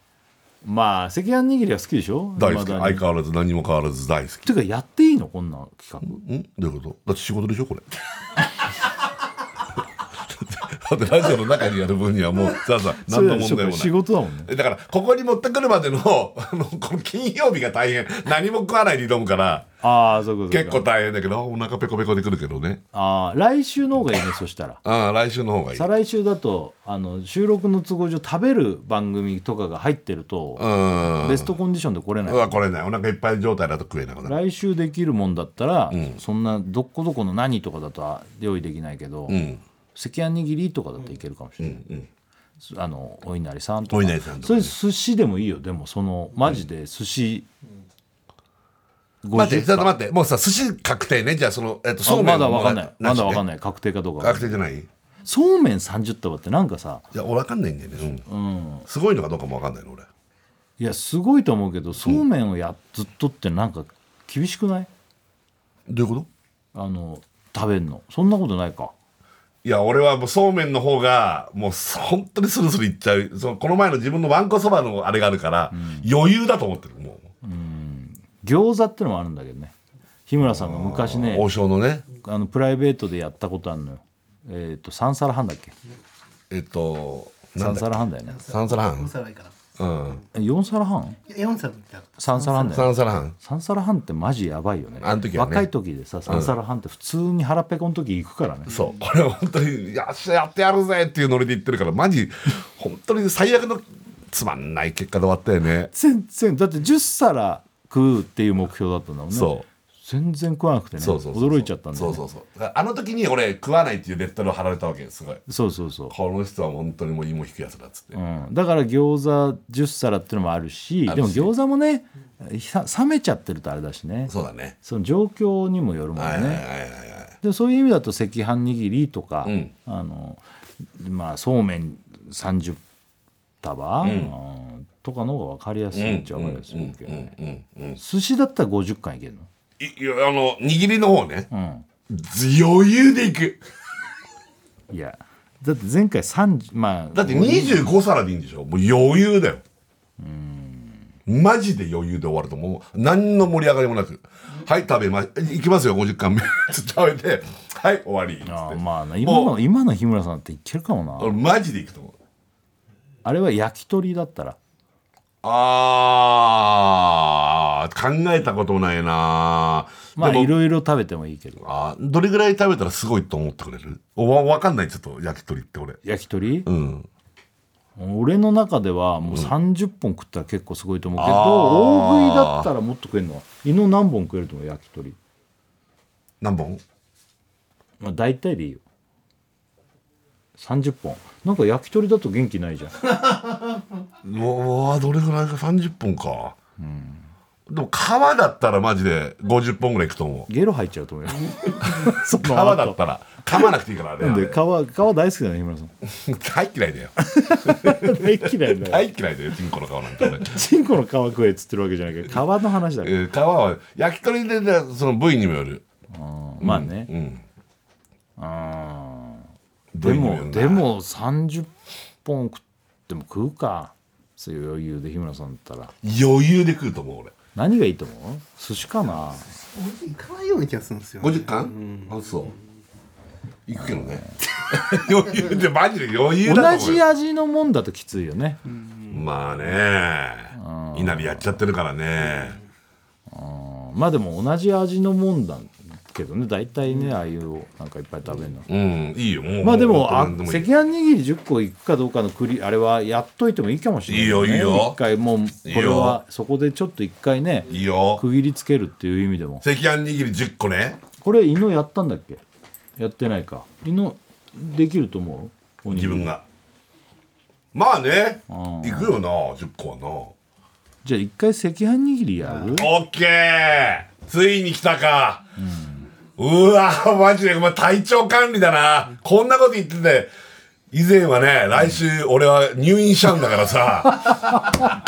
Speaker 3: まあ赤飯握りは好きでしょ
Speaker 4: 大好き
Speaker 3: 未
Speaker 4: 相
Speaker 3: だに
Speaker 4: 変わらず何も変わらず大好き
Speaker 3: てかやっていいのこんな企画
Speaker 4: んどういうことだって仕事でしょこれ だってラジオの中にやる分に はもうさあさあ何の問題も
Speaker 3: 仕
Speaker 4: な
Speaker 3: 事だもんね
Speaker 4: いだからここに持ってくるまでのあのこの金曜日が大変何も食わないで挑むから
Speaker 3: ああそういうことそういう
Speaker 4: 結
Speaker 3: こと
Speaker 4: 構大変だけどお腹ペコペコでくるけどね
Speaker 3: ああ来週の方がいいねそしたら
Speaker 4: ああ来週の方がいい
Speaker 3: 再来週だとあの収録の都合上食べる番組とかが入ってると
Speaker 4: うん
Speaker 3: ベストコンディションで来れないう
Speaker 4: わこれねお腹いっぱい状態だと食えなくなる
Speaker 3: 来週できるもんだったら、そんなどこどこの何とかだとは用意できないけど、
Speaker 4: うん
Speaker 3: 赤飯握りとかだっていけるかもしれない、あのお稲荷さんとか
Speaker 4: お稲荷さんと
Speaker 3: そ
Speaker 4: か
Speaker 3: れ
Speaker 4: ね
Speaker 3: 寿司でもいいよでもそのマジで寿司、50
Speaker 4: 待ってちょっと待ってもうさ寿司確定ねじゃあそのえっと
Speaker 3: あ
Speaker 4: そうめ
Speaker 3: ま
Speaker 4: ん
Speaker 3: だ
Speaker 4: は
Speaker 3: わかんないまだわかん
Speaker 4: い
Speaker 3: ない確定かどうかわか
Speaker 4: 確
Speaker 3: んない
Speaker 4: 定じゃないい
Speaker 3: そうめん30束ってなんかさ
Speaker 4: や俺わかんないんだよねうんすごいのかどうかもわかんないの俺
Speaker 3: いやすごいと思うけどそうめんをやっずっとってなんか厳しくない
Speaker 4: どういうこと
Speaker 3: あの食べんのそんなことないか
Speaker 4: いや俺はもうそうめんの方がもう本当にスルスルいっちゃうそのこの前の自分のわんこそばのあれがあるから、余裕だと思ってるも
Speaker 3: 餃子ってのもあるんだけどね日村さんが昔
Speaker 4: う、
Speaker 3: ね
Speaker 4: 王将のね
Speaker 3: あのプライベートでやったことあるのよえっ、と3皿半だっけ
Speaker 4: えっとな
Speaker 3: 3
Speaker 4: んだ
Speaker 3: 皿半だよね
Speaker 4: 三皿
Speaker 5: 4
Speaker 4: 半
Speaker 5: 皿いいかな
Speaker 4: うん
Speaker 3: え4皿半
Speaker 5: いや4皿みたいな
Speaker 3: ?3 皿半だよ
Speaker 4: 三皿半
Speaker 3: 3皿半ってマジやばいよね
Speaker 4: あの時はね
Speaker 3: 若い時でさ3皿半って普通に腹ペコの時行くからね、
Speaker 4: そうこれは本当によっしゃやってやるぜっていうノリで言ってるからマジ本当に最悪のつまんない結果で終わったよね
Speaker 3: 全然だって10皿食うっていう目標だったんだもんね
Speaker 4: そう
Speaker 3: 全然食わなくてね
Speaker 4: そうそうそう
Speaker 3: 驚いちゃったんだよ
Speaker 4: そう
Speaker 3: ね
Speaker 4: そうそうだからあの時に俺食わないっていうレッテルを貼られたわけすごい
Speaker 3: そうそうそう
Speaker 4: この人は本当にもう芋引くやつだっつって、
Speaker 3: うん、だから餃子10皿ってのもあるし
Speaker 4: あるし
Speaker 3: でも餃子もねさ冷めちゃってるとあれだしね
Speaker 4: そうだね
Speaker 3: その状況にもよるもんね、
Speaker 4: はいはいはいはいはい
Speaker 3: でもそういう意味だと赤飯握りとか、
Speaker 4: ん
Speaker 3: あのまあ、そうめん30束、うんとかの方が分かりやすいっちゃ分かりやすいけどね
Speaker 4: うんうん
Speaker 3: 寿司だったら50貫いけるの
Speaker 4: いいやあの握りの方ね
Speaker 3: うん
Speaker 4: 余裕でいく
Speaker 3: いやだって前回30まあ
Speaker 4: だって25皿でいいんでしょもう余裕だよマジで余裕で終わるともう何の盛り上がりもなく「はい食べまいきますよ50貫目」つって食べて「はい終わり」つ
Speaker 3: あ
Speaker 4: っ
Speaker 3: ー
Speaker 4: て
Speaker 3: まあな今
Speaker 4: も
Speaker 3: の
Speaker 4: う
Speaker 3: 今の日村さんっていけるかも
Speaker 4: 俺
Speaker 3: な
Speaker 4: マジでいくと思う
Speaker 3: あれは焼き鳥だったら
Speaker 4: あー考えたこともないな
Speaker 3: まあ
Speaker 4: でも
Speaker 3: いろいろ食べてもいいけど
Speaker 4: あーどれぐらい食べたらすごいと思ってくれるおわわかんないちょっと焼き鳥って俺
Speaker 3: 焼き鳥、
Speaker 4: うん
Speaker 3: 俺の中ではもう30本食ったら結構すごいと思うけど、
Speaker 4: あー
Speaker 3: 大食いだったらもっと食えるのは胃の何本食えると思う焼き鳥、
Speaker 4: 何本
Speaker 3: まあ、大体でいいよ30本なんか焼き鳥だと元気ないじゃん
Speaker 4: うわーどれぐらいか30本か、でも皮だったらマジで50本ぐらいいくと思う
Speaker 3: ゲロ入っちゃう と思うよその
Speaker 4: 皮
Speaker 3: 後
Speaker 4: だったら噛まなくていいからあれ
Speaker 3: なんで皮皮大好きだね日村さん
Speaker 4: 大嫌いだよ
Speaker 3: 大嫌いだよ、
Speaker 4: 大嫌いだよチンコの皮なんて俺、
Speaker 3: チンコの皮食えっつってるわけじゃないけど皮の話だ
Speaker 4: え
Speaker 3: から、
Speaker 4: ー皮は焼き鳥で、ね、その部位にもよる
Speaker 3: まあね、
Speaker 4: うん
Speaker 3: あー
Speaker 4: どう
Speaker 3: で
Speaker 4: いう意味よ
Speaker 3: もでも30本食っても食うかそういう余裕で日村さんだったら
Speaker 4: 余裕で食うと思う俺
Speaker 3: 何がいいと思う寿司かな
Speaker 5: 俺行かないような気がするんですよ、ね、
Speaker 4: 50巻、あそういくけどね 余裕でマジで余裕だ
Speaker 3: 同
Speaker 4: と思う
Speaker 3: じ
Speaker 4: よ
Speaker 3: 味のもんだときついよね
Speaker 4: まあねいなりやっちゃってるからね
Speaker 3: うんまあでも同じ味のもんだけどね大体ねああいうなんかいっぱい食べるの
Speaker 4: うんいいよもう
Speaker 3: まあでもあ赤
Speaker 4: 何
Speaker 3: 飯
Speaker 4: でもいい
Speaker 3: 握り10個いくかどうかのクリあれはやっといてもいいかもしれない
Speaker 4: いいよいいよ
Speaker 3: 一回もうこれはいそこでちょっと一回ね
Speaker 4: いいよ
Speaker 3: 区切りつけるっていう意味でも
Speaker 4: 赤飯握り10個ね
Speaker 3: これ犬やったんだっけやってないか犬できると思うおにぎ
Speaker 4: 自
Speaker 3: り
Speaker 4: 分がまあね
Speaker 3: うん
Speaker 4: いくよな10個はなオ
Speaker 3: じゃあ一回赤飯握りやる
Speaker 4: ッケーついに来たかうわマジでお前体調管理だなこんなこと言ってて以前はね来週俺は入院しちゃうんだからさ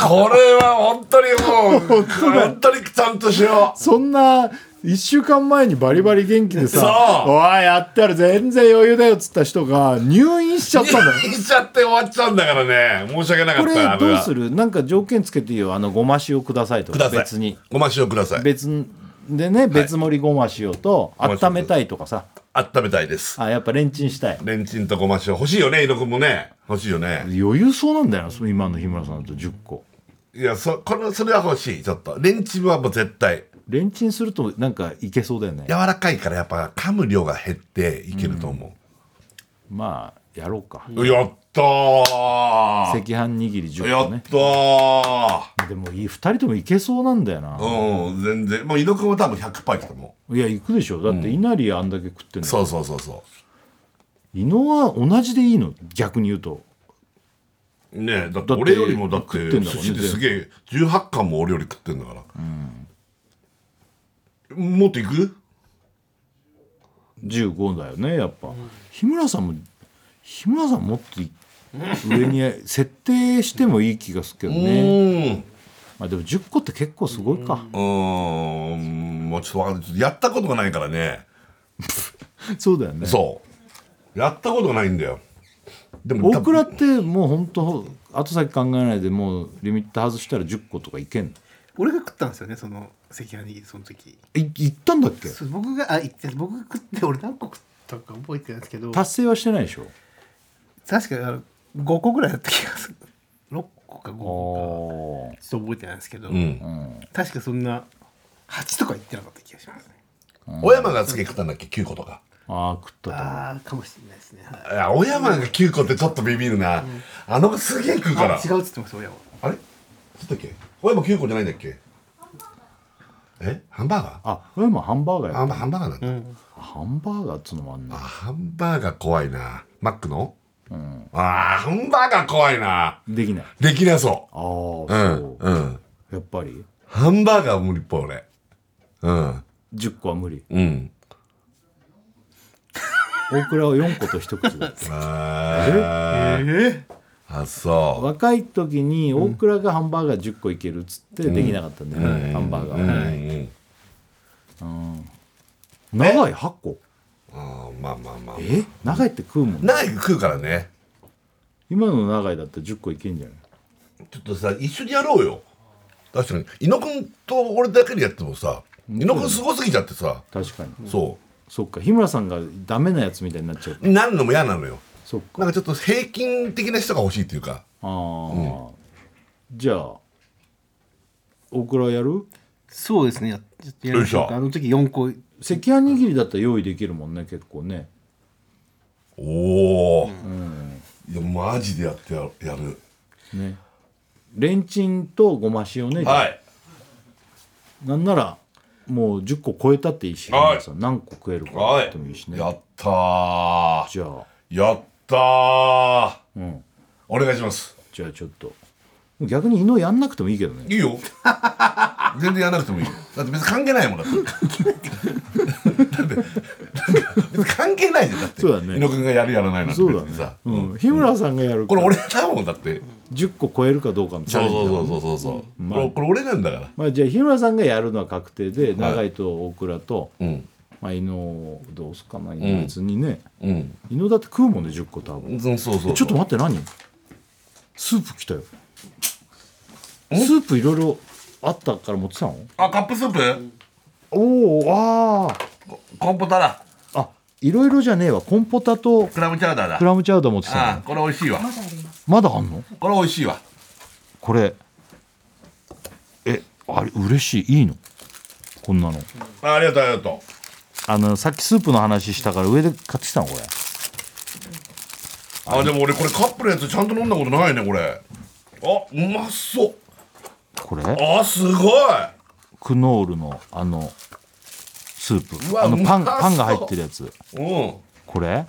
Speaker 4: これは本当にもう本当にちゃんとしよう
Speaker 3: そんな1週間前にバリバリ元気でさ
Speaker 4: そう
Speaker 3: おいやってやる全然余裕だよ」っつった人が入院しちゃったんだよ
Speaker 4: 入院しちゃって終わっちゃうんだからね申し訳なか
Speaker 3: こ
Speaker 4: っ
Speaker 3: れ
Speaker 4: た
Speaker 3: どうす
Speaker 4: る
Speaker 3: るなんか条件つけていいよあのごま塩くださいと
Speaker 4: く
Speaker 3: か
Speaker 4: ださい
Speaker 3: 別に
Speaker 4: ごま塩ください
Speaker 3: 別でね別盛りごま塩と温めたいとかさ
Speaker 4: 温めたいです
Speaker 3: あやっぱレンチンしたい
Speaker 4: レンチンとごま塩欲しいよね井戸君もね欲しいよね
Speaker 3: 余裕そうなんだよなそう今の日村さんだと10個
Speaker 4: いやそこれそれは欲しいちょっとレンチンはもう絶対
Speaker 3: レンチンするとなんかいけそうだよね
Speaker 4: 柔らかいからやっぱ噛む量が減っていけると思
Speaker 3: まあやろうか
Speaker 4: う、やった
Speaker 3: 赤
Speaker 4: ー
Speaker 3: 飯握り
Speaker 4: や
Speaker 3: 10個
Speaker 4: っ
Speaker 3: ね
Speaker 4: たー
Speaker 3: でもいい2人ともいけそうなんだよな、
Speaker 4: うん全然もう井戸君は多分100パーいくと思
Speaker 3: いや行くでしょだって稲荷あんだけ食ってん
Speaker 4: う
Speaker 3: の
Speaker 4: そうそうそうそ
Speaker 3: 伊野は同じでいいの逆に言うと
Speaker 4: うねえだって
Speaker 3: だって
Speaker 4: 俺よりもだって
Speaker 3: 食ってんだも
Speaker 4: 寿
Speaker 3: んね
Speaker 4: 司ですげえ18貫も俺より食ってんだから、もっといく
Speaker 3: 15だよねやっぱ、日村さんも日村さんもっとい上に設定してもいい気がするけどね、
Speaker 4: うん
Speaker 3: まあ、でも10個って結構すごいか、
Speaker 4: うーんもうちょっとわかんないちょっとやったことがないからね
Speaker 3: そうだよね
Speaker 4: そうやったことがないんだよでも
Speaker 3: 大倉
Speaker 4: 多
Speaker 3: っ
Speaker 4: 分
Speaker 3: てもう本当後先考えないでもうリミット外したら10個とかいけんの
Speaker 5: 俺が食ったんですよねその赤飯握りその時
Speaker 3: い行ったんだっけ
Speaker 5: そう僕があ言って僕が食って俺何個食ったか覚えてないですけど確
Speaker 3: 達成はしてないでしょ
Speaker 5: かあの5個ぐらいだった気がする6個か5個か
Speaker 3: お
Speaker 5: ちょっと覚えてないですけど、
Speaker 4: うん
Speaker 5: 確かそんな8とか言ってなかった気がしますね
Speaker 4: 小山がつけたんだっけ9個とか
Speaker 3: ああ食ったと思う
Speaker 5: ああかもしれないですね、はい
Speaker 4: いや小山が9個ってちょっとビビるな、あの子すげえ食うから
Speaker 5: あ違うっつってます親は
Speaker 4: あれつったっけ小山9個じゃないんだっけえハンバーガー
Speaker 3: あこれもハンバーガーや
Speaker 4: あまあハンバーガーなんだ、
Speaker 3: ハンバーガーっつうのもあんね
Speaker 4: あハンバーガー怖いなマックの、あーハンバーガー怖いな
Speaker 3: できない
Speaker 4: できなそ
Speaker 3: ああそう、
Speaker 4: ううんうん
Speaker 3: やっぱり
Speaker 4: ハンバーガーは無理っぽい俺うん
Speaker 3: 10個は無理
Speaker 4: うん
Speaker 3: 大倉は4個と一口だ
Speaker 4: あーあそ
Speaker 3: 若い時に大倉がハンバーガー10個いけるっつってできなかったんだよね、
Speaker 4: う
Speaker 3: ハンバーガ
Speaker 4: う、う
Speaker 3: ー、
Speaker 4: ん
Speaker 3: 長い8個
Speaker 4: あーまあまあまあ
Speaker 3: え長いって食うもんね
Speaker 4: 長い食うからね
Speaker 3: 今の長いだったら10個いけんじゃない
Speaker 4: ちょっとさ一緒にやろうよ確かに猪野君と俺だけでやってもさ猪野君すごすぎちゃってさ
Speaker 3: 確かに、
Speaker 4: そ
Speaker 3: そっか日村さんがダメなやつみたいになっちゃう
Speaker 4: うなるのも嫌なのよ
Speaker 3: そっか
Speaker 4: なんかちょっと平均的な人が欲しいっていうか
Speaker 3: ああ、じゃあ大倉やる
Speaker 5: そうですねやちょっとやりましょうかあ
Speaker 4: よ
Speaker 5: の時4個
Speaker 3: 赤飯握りだったら用意できるもんね結構ね
Speaker 4: おお、いやマジでやってやるやる
Speaker 3: ねレンチンとごま塩ね、
Speaker 4: はい
Speaker 3: なんならもう10個超えたっていいし、
Speaker 4: はい
Speaker 3: さ何個食えるか
Speaker 4: は
Speaker 3: やってもいいし
Speaker 4: い
Speaker 3: ね、
Speaker 4: やったー
Speaker 3: じゃあ、
Speaker 4: やったー
Speaker 3: うん、
Speaker 4: お願いします
Speaker 3: じゃあちょっと逆に犬やんなくてもいいけどね
Speaker 4: いいよ 全然やらなくてもいいよだって別に関係ないもんだって だってなんか別に関係ないじゃんだって
Speaker 3: そうだね
Speaker 4: 猪野君がやるやらないなんて
Speaker 3: そうだ
Speaker 4: 別
Speaker 3: ね
Speaker 4: にさ、、
Speaker 3: うん、日村さんがやる
Speaker 4: こ
Speaker 3: から
Speaker 4: れ俺だもんだって
Speaker 3: 10個超えるかどうかのチャ
Speaker 4: そ
Speaker 3: レ
Speaker 4: う
Speaker 3: ンジだもんね
Speaker 4: そうそうそうそう、
Speaker 3: まあ
Speaker 4: これこれ俺なんだから
Speaker 3: まあ、じゃあ日村さんがやるのは確定で永井と大倉と、
Speaker 4: うん
Speaker 3: まあ、伊野どうすっかな伊野別にね、
Speaker 4: うん
Speaker 3: 伊野だって食うもんね10個多分
Speaker 4: そうそうそう
Speaker 3: ちょっと待って何スープ来たよスープいろいろあったから持ってたの
Speaker 4: あカップスープ
Speaker 3: おおあー
Speaker 4: コンポタだ
Speaker 3: あいろいろじゃねえわコンポタと
Speaker 4: クラムチャウダーだ
Speaker 3: クラムチャウダー持ってた
Speaker 4: あ
Speaker 3: の
Speaker 4: これ美味しいわ
Speaker 3: まだあんの
Speaker 4: これ美味しいわ
Speaker 3: これえあれ嬉しいいいのこんなの
Speaker 4: あありがとうありがと
Speaker 3: あのさっきスープの話したから上で買ってきたのこれ
Speaker 4: うあでも俺これカップのやつちゃんと飲んだことないねこれあうまそう
Speaker 3: これ
Speaker 4: あすごい
Speaker 3: クノールのあのスー
Speaker 4: う
Speaker 3: プ
Speaker 4: わ
Speaker 3: あのパン
Speaker 4: うまそう
Speaker 3: パンが入ってるやつ
Speaker 4: うん
Speaker 3: これ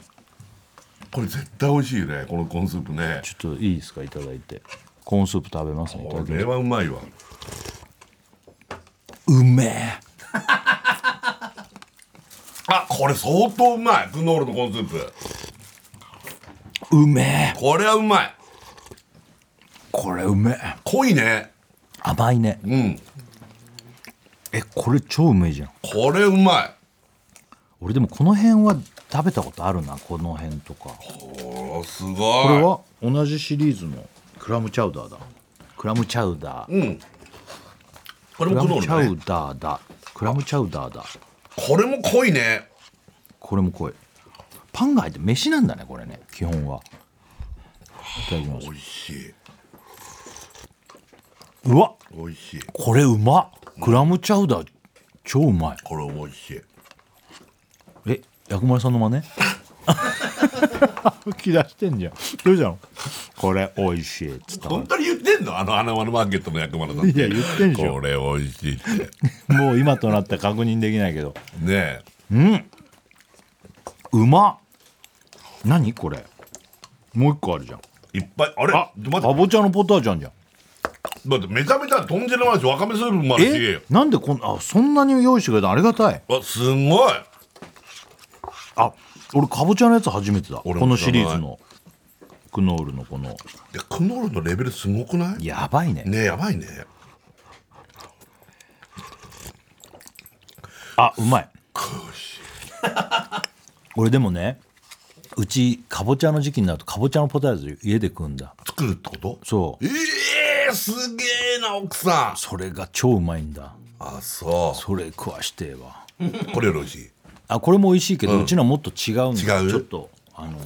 Speaker 4: これ絶対美味しいねこのコーンスープね
Speaker 3: ちょっといいですかいただいてコーンスープ食べますねいただ
Speaker 4: こ
Speaker 3: きま
Speaker 4: れ
Speaker 3: す
Speaker 4: はうまいわ
Speaker 3: うめえ
Speaker 4: あこれ相当うまいクノールのコーンスープ
Speaker 3: うめえ
Speaker 4: これはうまい
Speaker 3: これうめえ
Speaker 4: 濃いね
Speaker 3: 甘いね
Speaker 4: うん
Speaker 3: えこれ超うめえじゃん
Speaker 4: これうまい
Speaker 3: 俺でもこの辺は食べたことあるなこの辺とか
Speaker 4: おすごい
Speaker 3: これは同じシリーズのクラムチャウダーだクラムチャウダー
Speaker 4: うんこれ
Speaker 3: ク
Speaker 4: も
Speaker 3: ラ
Speaker 4: クノ
Speaker 3: ム
Speaker 4: ール
Speaker 3: チ
Speaker 4: だ
Speaker 3: ャ
Speaker 4: ね
Speaker 3: ウダーだクラムチャウダーだ
Speaker 4: これも濃いね
Speaker 3: これも濃いパンが入って飯なんだねこれね基本はいただきます
Speaker 4: 美味しいう
Speaker 3: わ
Speaker 4: 美味しい
Speaker 3: これうまっクラムチャウダー超うまい
Speaker 4: これ美味しい
Speaker 3: え薬丸さんの 真似吹き出してんじゃんどうしたのこれ美味しいっつったから
Speaker 4: 本当に言ってんのあの花丸マーケットの役丸さん
Speaker 3: いや言ってんじゃん
Speaker 4: これ美味しいって
Speaker 3: もう今となっては確認できないけど
Speaker 4: ね
Speaker 3: うまっ何これもう一個あるじゃん
Speaker 4: えいっぱいあれ
Speaker 3: あ
Speaker 4: 待
Speaker 3: か
Speaker 4: って
Speaker 3: ぼちゃのポタージャンじゃん
Speaker 4: 待ってめちゃめちゃ豚汁もあるしわかめスープもある
Speaker 3: え
Speaker 4: し
Speaker 3: なんでこんあそんなに用意してくれたのありがたい
Speaker 4: あすごい
Speaker 3: あ俺かぼちゃのやつ初めてだこ
Speaker 4: 俺も
Speaker 3: のシリーズのクノールのこの
Speaker 4: いやクノールのレベルすごくない
Speaker 3: やばいね
Speaker 4: ねえやばいね
Speaker 3: あうまい 俺でもねうちかぼちゃの時期になるとかぼちゃのポタージュ家で食うんだ
Speaker 4: 作るってこと
Speaker 3: そう
Speaker 4: ええすげえな奥さん
Speaker 3: それが超うまいんだ
Speaker 4: あそ
Speaker 3: それ食わしてえわ
Speaker 4: うこれより美味しい
Speaker 3: あこれも美味しいけど、うちのはもっと違うんだ
Speaker 4: 違う
Speaker 3: ちょっとあの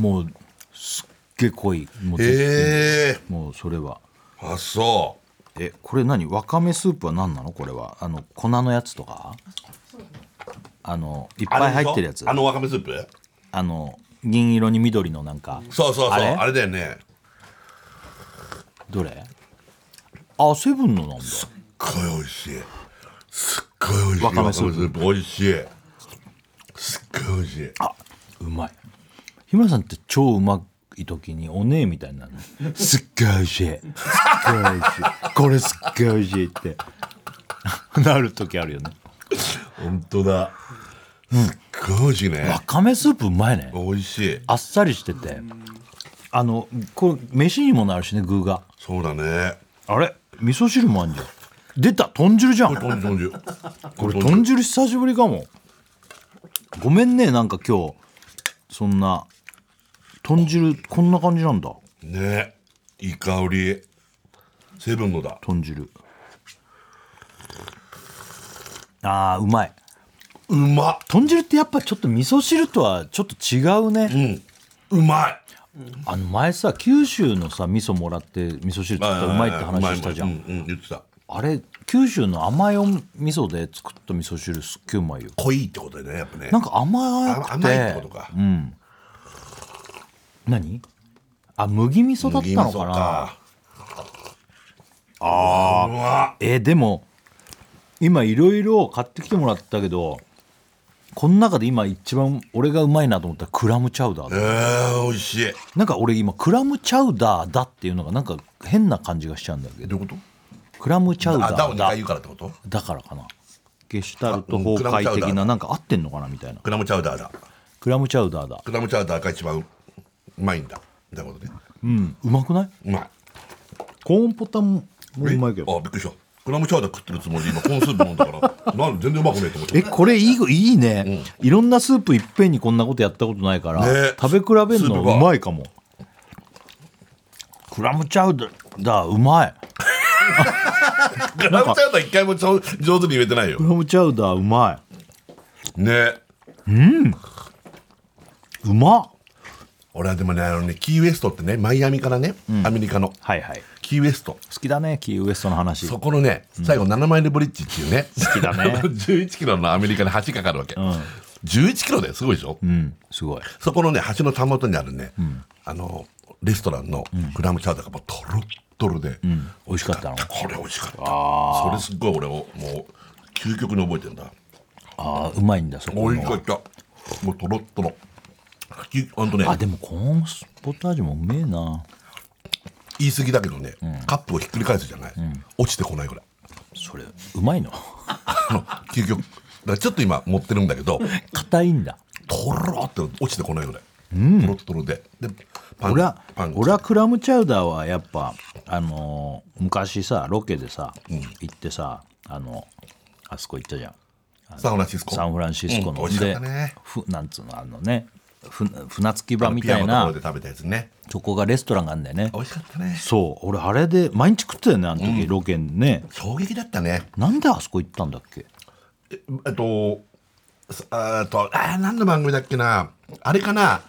Speaker 3: もうすっげえ濃いもう,、
Speaker 4: ええ
Speaker 3: もうそれは
Speaker 4: あそ
Speaker 3: えこれ何わかめスープは何なのこれはあの粉のやつとかあのいっ
Speaker 4: うあ
Speaker 3: ぱい
Speaker 4: れでしょ
Speaker 3: 入ってるやつ
Speaker 4: あのわかめスープ
Speaker 3: あの銀色に緑のなんか
Speaker 4: そうそうそうあ
Speaker 3: あ
Speaker 4: れ
Speaker 3: れ
Speaker 4: だよね
Speaker 3: どれあセブンのなんだ
Speaker 4: すっごい美味しいすっごい美味しい
Speaker 3: わかめスープ
Speaker 4: わかめ美味しいすっごい美味しい
Speaker 3: あうまい日村さんって超うまい時にお姉みたいになるのすっごい美味しいすっごい美味しいこれすっごい美味しいってなる時あるよね
Speaker 4: 本当だすっごい美味しいね
Speaker 3: わかめスープうまいね
Speaker 4: 美味しい
Speaker 3: あっさりしててあのこれ飯にもなるしね具が
Speaker 4: そうだね
Speaker 3: あれ味噌汁もあんじゃん出た豚汁じゃん
Speaker 4: 豚汁豚汁
Speaker 3: これ豚汁久しぶりかもごめんねなんか今日そんな豚汁こんな感じなんだ
Speaker 4: ねいい香りセブンのだ
Speaker 3: 豚汁あーうまいう
Speaker 4: まっ
Speaker 3: 豚汁ってやっぱちょっと味噌汁とはちょっと違うね、
Speaker 4: うんうまい
Speaker 3: あの前さ九州のさ味噌もらって味噌汁作ったらうまいって話したじゃん、
Speaker 4: うまいうまいううん、言ってた
Speaker 3: あれ九州の甘いお味噌で作った味噌汁すっげえうまいよ
Speaker 4: 濃いってことでねやっぱね
Speaker 3: なんか甘くて
Speaker 4: あ甘いってことか
Speaker 3: うん何あ麦味噌だったの
Speaker 4: 麦
Speaker 3: か
Speaker 4: 味
Speaker 3: な
Speaker 4: 噌あーうわ
Speaker 3: えーでも今いろいろ買ってきてもらったけどこの中で今一番俺がうまいなと思ったらクラムチャウダー
Speaker 4: え
Speaker 3: だ
Speaker 4: ー、美味しい
Speaker 3: なんか俺今クラムチャウダーだっていうのがなんか変な感じがしちゃうんだけど
Speaker 4: どういうこと
Speaker 3: クラムチャウ
Speaker 4: あ、ダ
Speaker 3: ダ
Speaker 4: を
Speaker 3: ー
Speaker 4: 2
Speaker 3: だ
Speaker 4: 回言うからってこと
Speaker 3: だからかなゲシュタルト
Speaker 4: あうん
Speaker 3: 崩壊
Speaker 4: クラムチャウ
Speaker 3: 的
Speaker 4: ダ
Speaker 3: な
Speaker 4: ー
Speaker 3: なんか合ってんのかなみたいな
Speaker 4: クラムチャウダーだ
Speaker 3: クラムチャウダーだ
Speaker 4: クラムチャウダーが一番うまいんだみたいなことね
Speaker 3: うんうまくないう
Speaker 4: ま
Speaker 3: コーンポタももう
Speaker 4: い
Speaker 3: まいけ
Speaker 4: え
Speaker 3: ど
Speaker 4: あびっくりしたクラムチャウダー食ってるつもりで今コーンスープ飲んだからなんで全然うまくねえと思っちゃ
Speaker 3: え
Speaker 4: った
Speaker 3: これいいいいね、いろんなスープいっぺんにこんなことやったことないから、
Speaker 4: ね
Speaker 3: 食べ比べる
Speaker 4: スー
Speaker 3: の
Speaker 4: プが
Speaker 3: うまいかもクラムチャウダーだうまい
Speaker 4: クラムチャウダー一回もちょ上手に言えてないよ
Speaker 3: クラムチャウダーうま
Speaker 4: ね
Speaker 3: いうまっ
Speaker 4: 俺はでもねあのねキーウエストってねマイアミからね、アメリカの
Speaker 3: はいはい
Speaker 4: キーウエスト
Speaker 3: 好きだねキーウエストの話
Speaker 4: そこのね最後7マイルブリッジっていうね好
Speaker 3: きだね
Speaker 4: 11キロのアメリカに橋かかるわけ、11キロだよすごいでしょ、
Speaker 3: うんすごい
Speaker 4: そこのね橋のたもとにあるね、あのレストランのクラムチャウダーがもうトロットロで、
Speaker 3: 美味しかったの
Speaker 4: これ美味しかったそれすっごい俺をもう究極に覚えてるんだ
Speaker 3: あーうまいんだそこ
Speaker 4: 美味しか
Speaker 3: の
Speaker 4: ったもうトロットロきほんとね
Speaker 3: あでもコーンスポタージュもうめえな
Speaker 4: 言い過ぎだけどね、カップをひっくり返すじゃない、落ちてこないぐらい
Speaker 3: それうまいの
Speaker 4: あの究極だからちょっと今持ってるんだけど
Speaker 3: 硬いんだ
Speaker 4: とろって落ちてこないぐらい、トロットロででパン
Speaker 3: 俺は
Speaker 4: パン
Speaker 3: 俺はクラムチャウダーはやっぱあのー昔さロケでさ、行ってさあのあそこ行ったじゃん
Speaker 4: サンフランシスコ
Speaker 3: サンフランシスコ
Speaker 4: うん
Speaker 3: の、
Speaker 4: 美味しかったね
Speaker 3: ふなんつうのあのねふ船着き場み
Speaker 4: ピア
Speaker 3: た
Speaker 4: ノ
Speaker 3: い
Speaker 4: のところ
Speaker 3: な
Speaker 4: で食べたやつね
Speaker 3: そこがレストランがあんだよね
Speaker 4: 美味しかったね
Speaker 3: そう俺あれで毎日食ってたよねあの時、ロケね
Speaker 4: 衝撃だったね
Speaker 3: なんであそこ行ったんだっけ
Speaker 4: ええっとすあーっとあー何の番組だっけなあれかな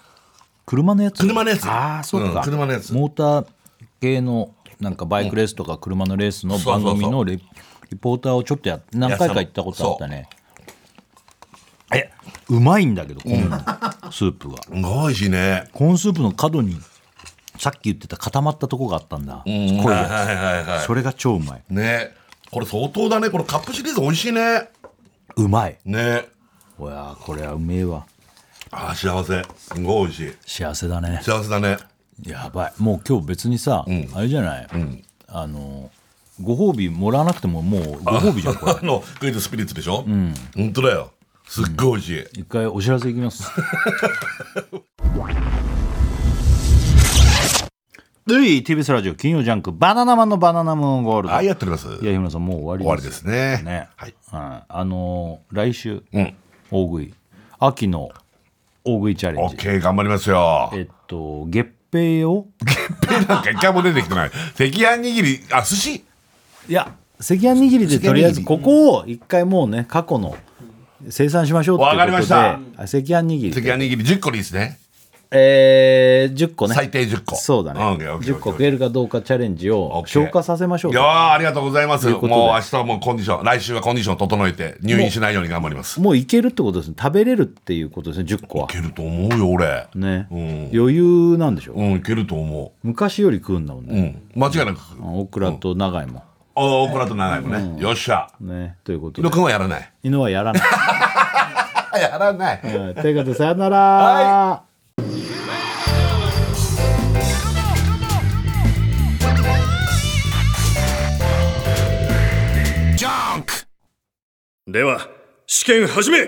Speaker 3: 車のやつ
Speaker 4: 車のやつ
Speaker 3: ああそうか、
Speaker 4: うん車のやつ
Speaker 3: モーター系のなんかバイクレースとか車のレースの番組のレリポーターをちょっとや何回か行ったことあったねえうまいんだけどコーンのスープが、
Speaker 4: すごい美味しいね
Speaker 3: コーンスープの角にさっき言ってた固まったとこがあったんだ、濃い
Speaker 4: はい
Speaker 3: や
Speaker 4: は
Speaker 3: つ、
Speaker 4: いはいは
Speaker 3: それが超うまい
Speaker 4: いねこれ相当だねこのカップシリーズ美味しいね
Speaker 3: うまい
Speaker 4: ね
Speaker 3: おやーこれはうめえわ
Speaker 4: あー幸せすごい美味しい
Speaker 3: 幸せだね
Speaker 4: 幸せだね
Speaker 3: やばいもう今日別にさ、あれじゃない、あのご褒美もらわなくてももうご褒美じゃんこれ
Speaker 4: あのクイズスピリッツでしょうん本当だよすっごい美味しい、
Speaker 3: 一回お知らせいき ます。ルイ TBS ラジオ金曜ジャンク「バナナマンのバナナムーンゴールド」
Speaker 4: はい
Speaker 3: い
Speaker 4: やっております
Speaker 3: や
Speaker 4: 終
Speaker 3: 日村さんもう終
Speaker 4: わ
Speaker 3: わ
Speaker 4: り
Speaker 3: り
Speaker 4: で
Speaker 3: です
Speaker 4: すね
Speaker 3: ね
Speaker 4: はい、
Speaker 3: うんあのー来週、
Speaker 4: うん
Speaker 3: 大食い秋の大食いチャレンジ、
Speaker 4: OK 頑張りますよ
Speaker 3: えっと月餅を
Speaker 4: なんか一回も出てきてない赤飯握りあ寿司
Speaker 3: いや赤飯握りでとりあえずここを一回もうね過去の生産しましょうっていうことで
Speaker 4: わかりまし
Speaker 3: あ
Speaker 4: た
Speaker 3: 赤飯握
Speaker 4: 赤
Speaker 3: り
Speaker 4: 飯握り10個でいいですね
Speaker 3: えー、10個ね
Speaker 4: 最低10個
Speaker 3: そうだね。
Speaker 4: オッケーオッケー
Speaker 3: 10個
Speaker 4: オッ
Speaker 3: 食
Speaker 4: ケー
Speaker 3: えるかどうかチャレンジを
Speaker 4: OK
Speaker 3: 消化させましょう
Speaker 4: いや
Speaker 3: と。
Speaker 4: ーありがとうございます
Speaker 3: いう
Speaker 4: も
Speaker 3: こ
Speaker 4: う
Speaker 3: とで
Speaker 4: 明日はもうコンディション来週はコンディション整えて入院しないように頑張りますい
Speaker 3: もういけるってことですね。食べれるっていうことですね、10個は
Speaker 4: け。ると思うよ俺
Speaker 3: ね。
Speaker 4: うん
Speaker 3: 余裕なんでしょう、
Speaker 4: うんいけると思
Speaker 3: 昔より食うんだもん
Speaker 4: うう
Speaker 3: ね。
Speaker 4: ん間違いなく
Speaker 3: あのオクラと長井も。
Speaker 4: ああこれあと長いもね、よっしゃ
Speaker 3: ね。ということ
Speaker 4: 伊野
Speaker 3: で。
Speaker 4: くんはやらない
Speaker 3: 犬はやらない。
Speaker 4: あやらない
Speaker 3: うんということで、さよなら。
Speaker 4: は
Speaker 1: では試験始め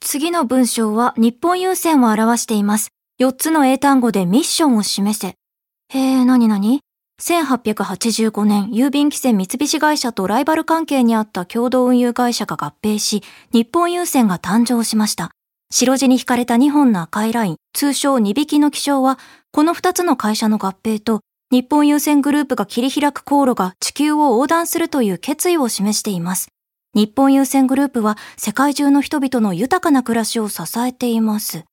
Speaker 6: 次の文章は日本郵船を表しています。 4つの英単語でミッションを示せ。へえ、なになに ?1885 年、郵便規制三菱会社とライバル関係にあった共同運輸会社が合併し、日本郵船が誕生しました。白地に引かれた2本の赤いライン、通称2匹の気象は、この2つの会社の合併と、日本郵船グループが切り開く航路が地球を横断するという決意を示しています。日本郵船グループは世界中の人々の豊かな暮らしを支えています。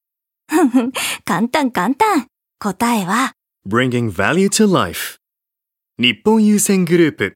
Speaker 6: ふんふん、簡単簡単。答えは、
Speaker 1: Bringing Value to Life 日本優先グループ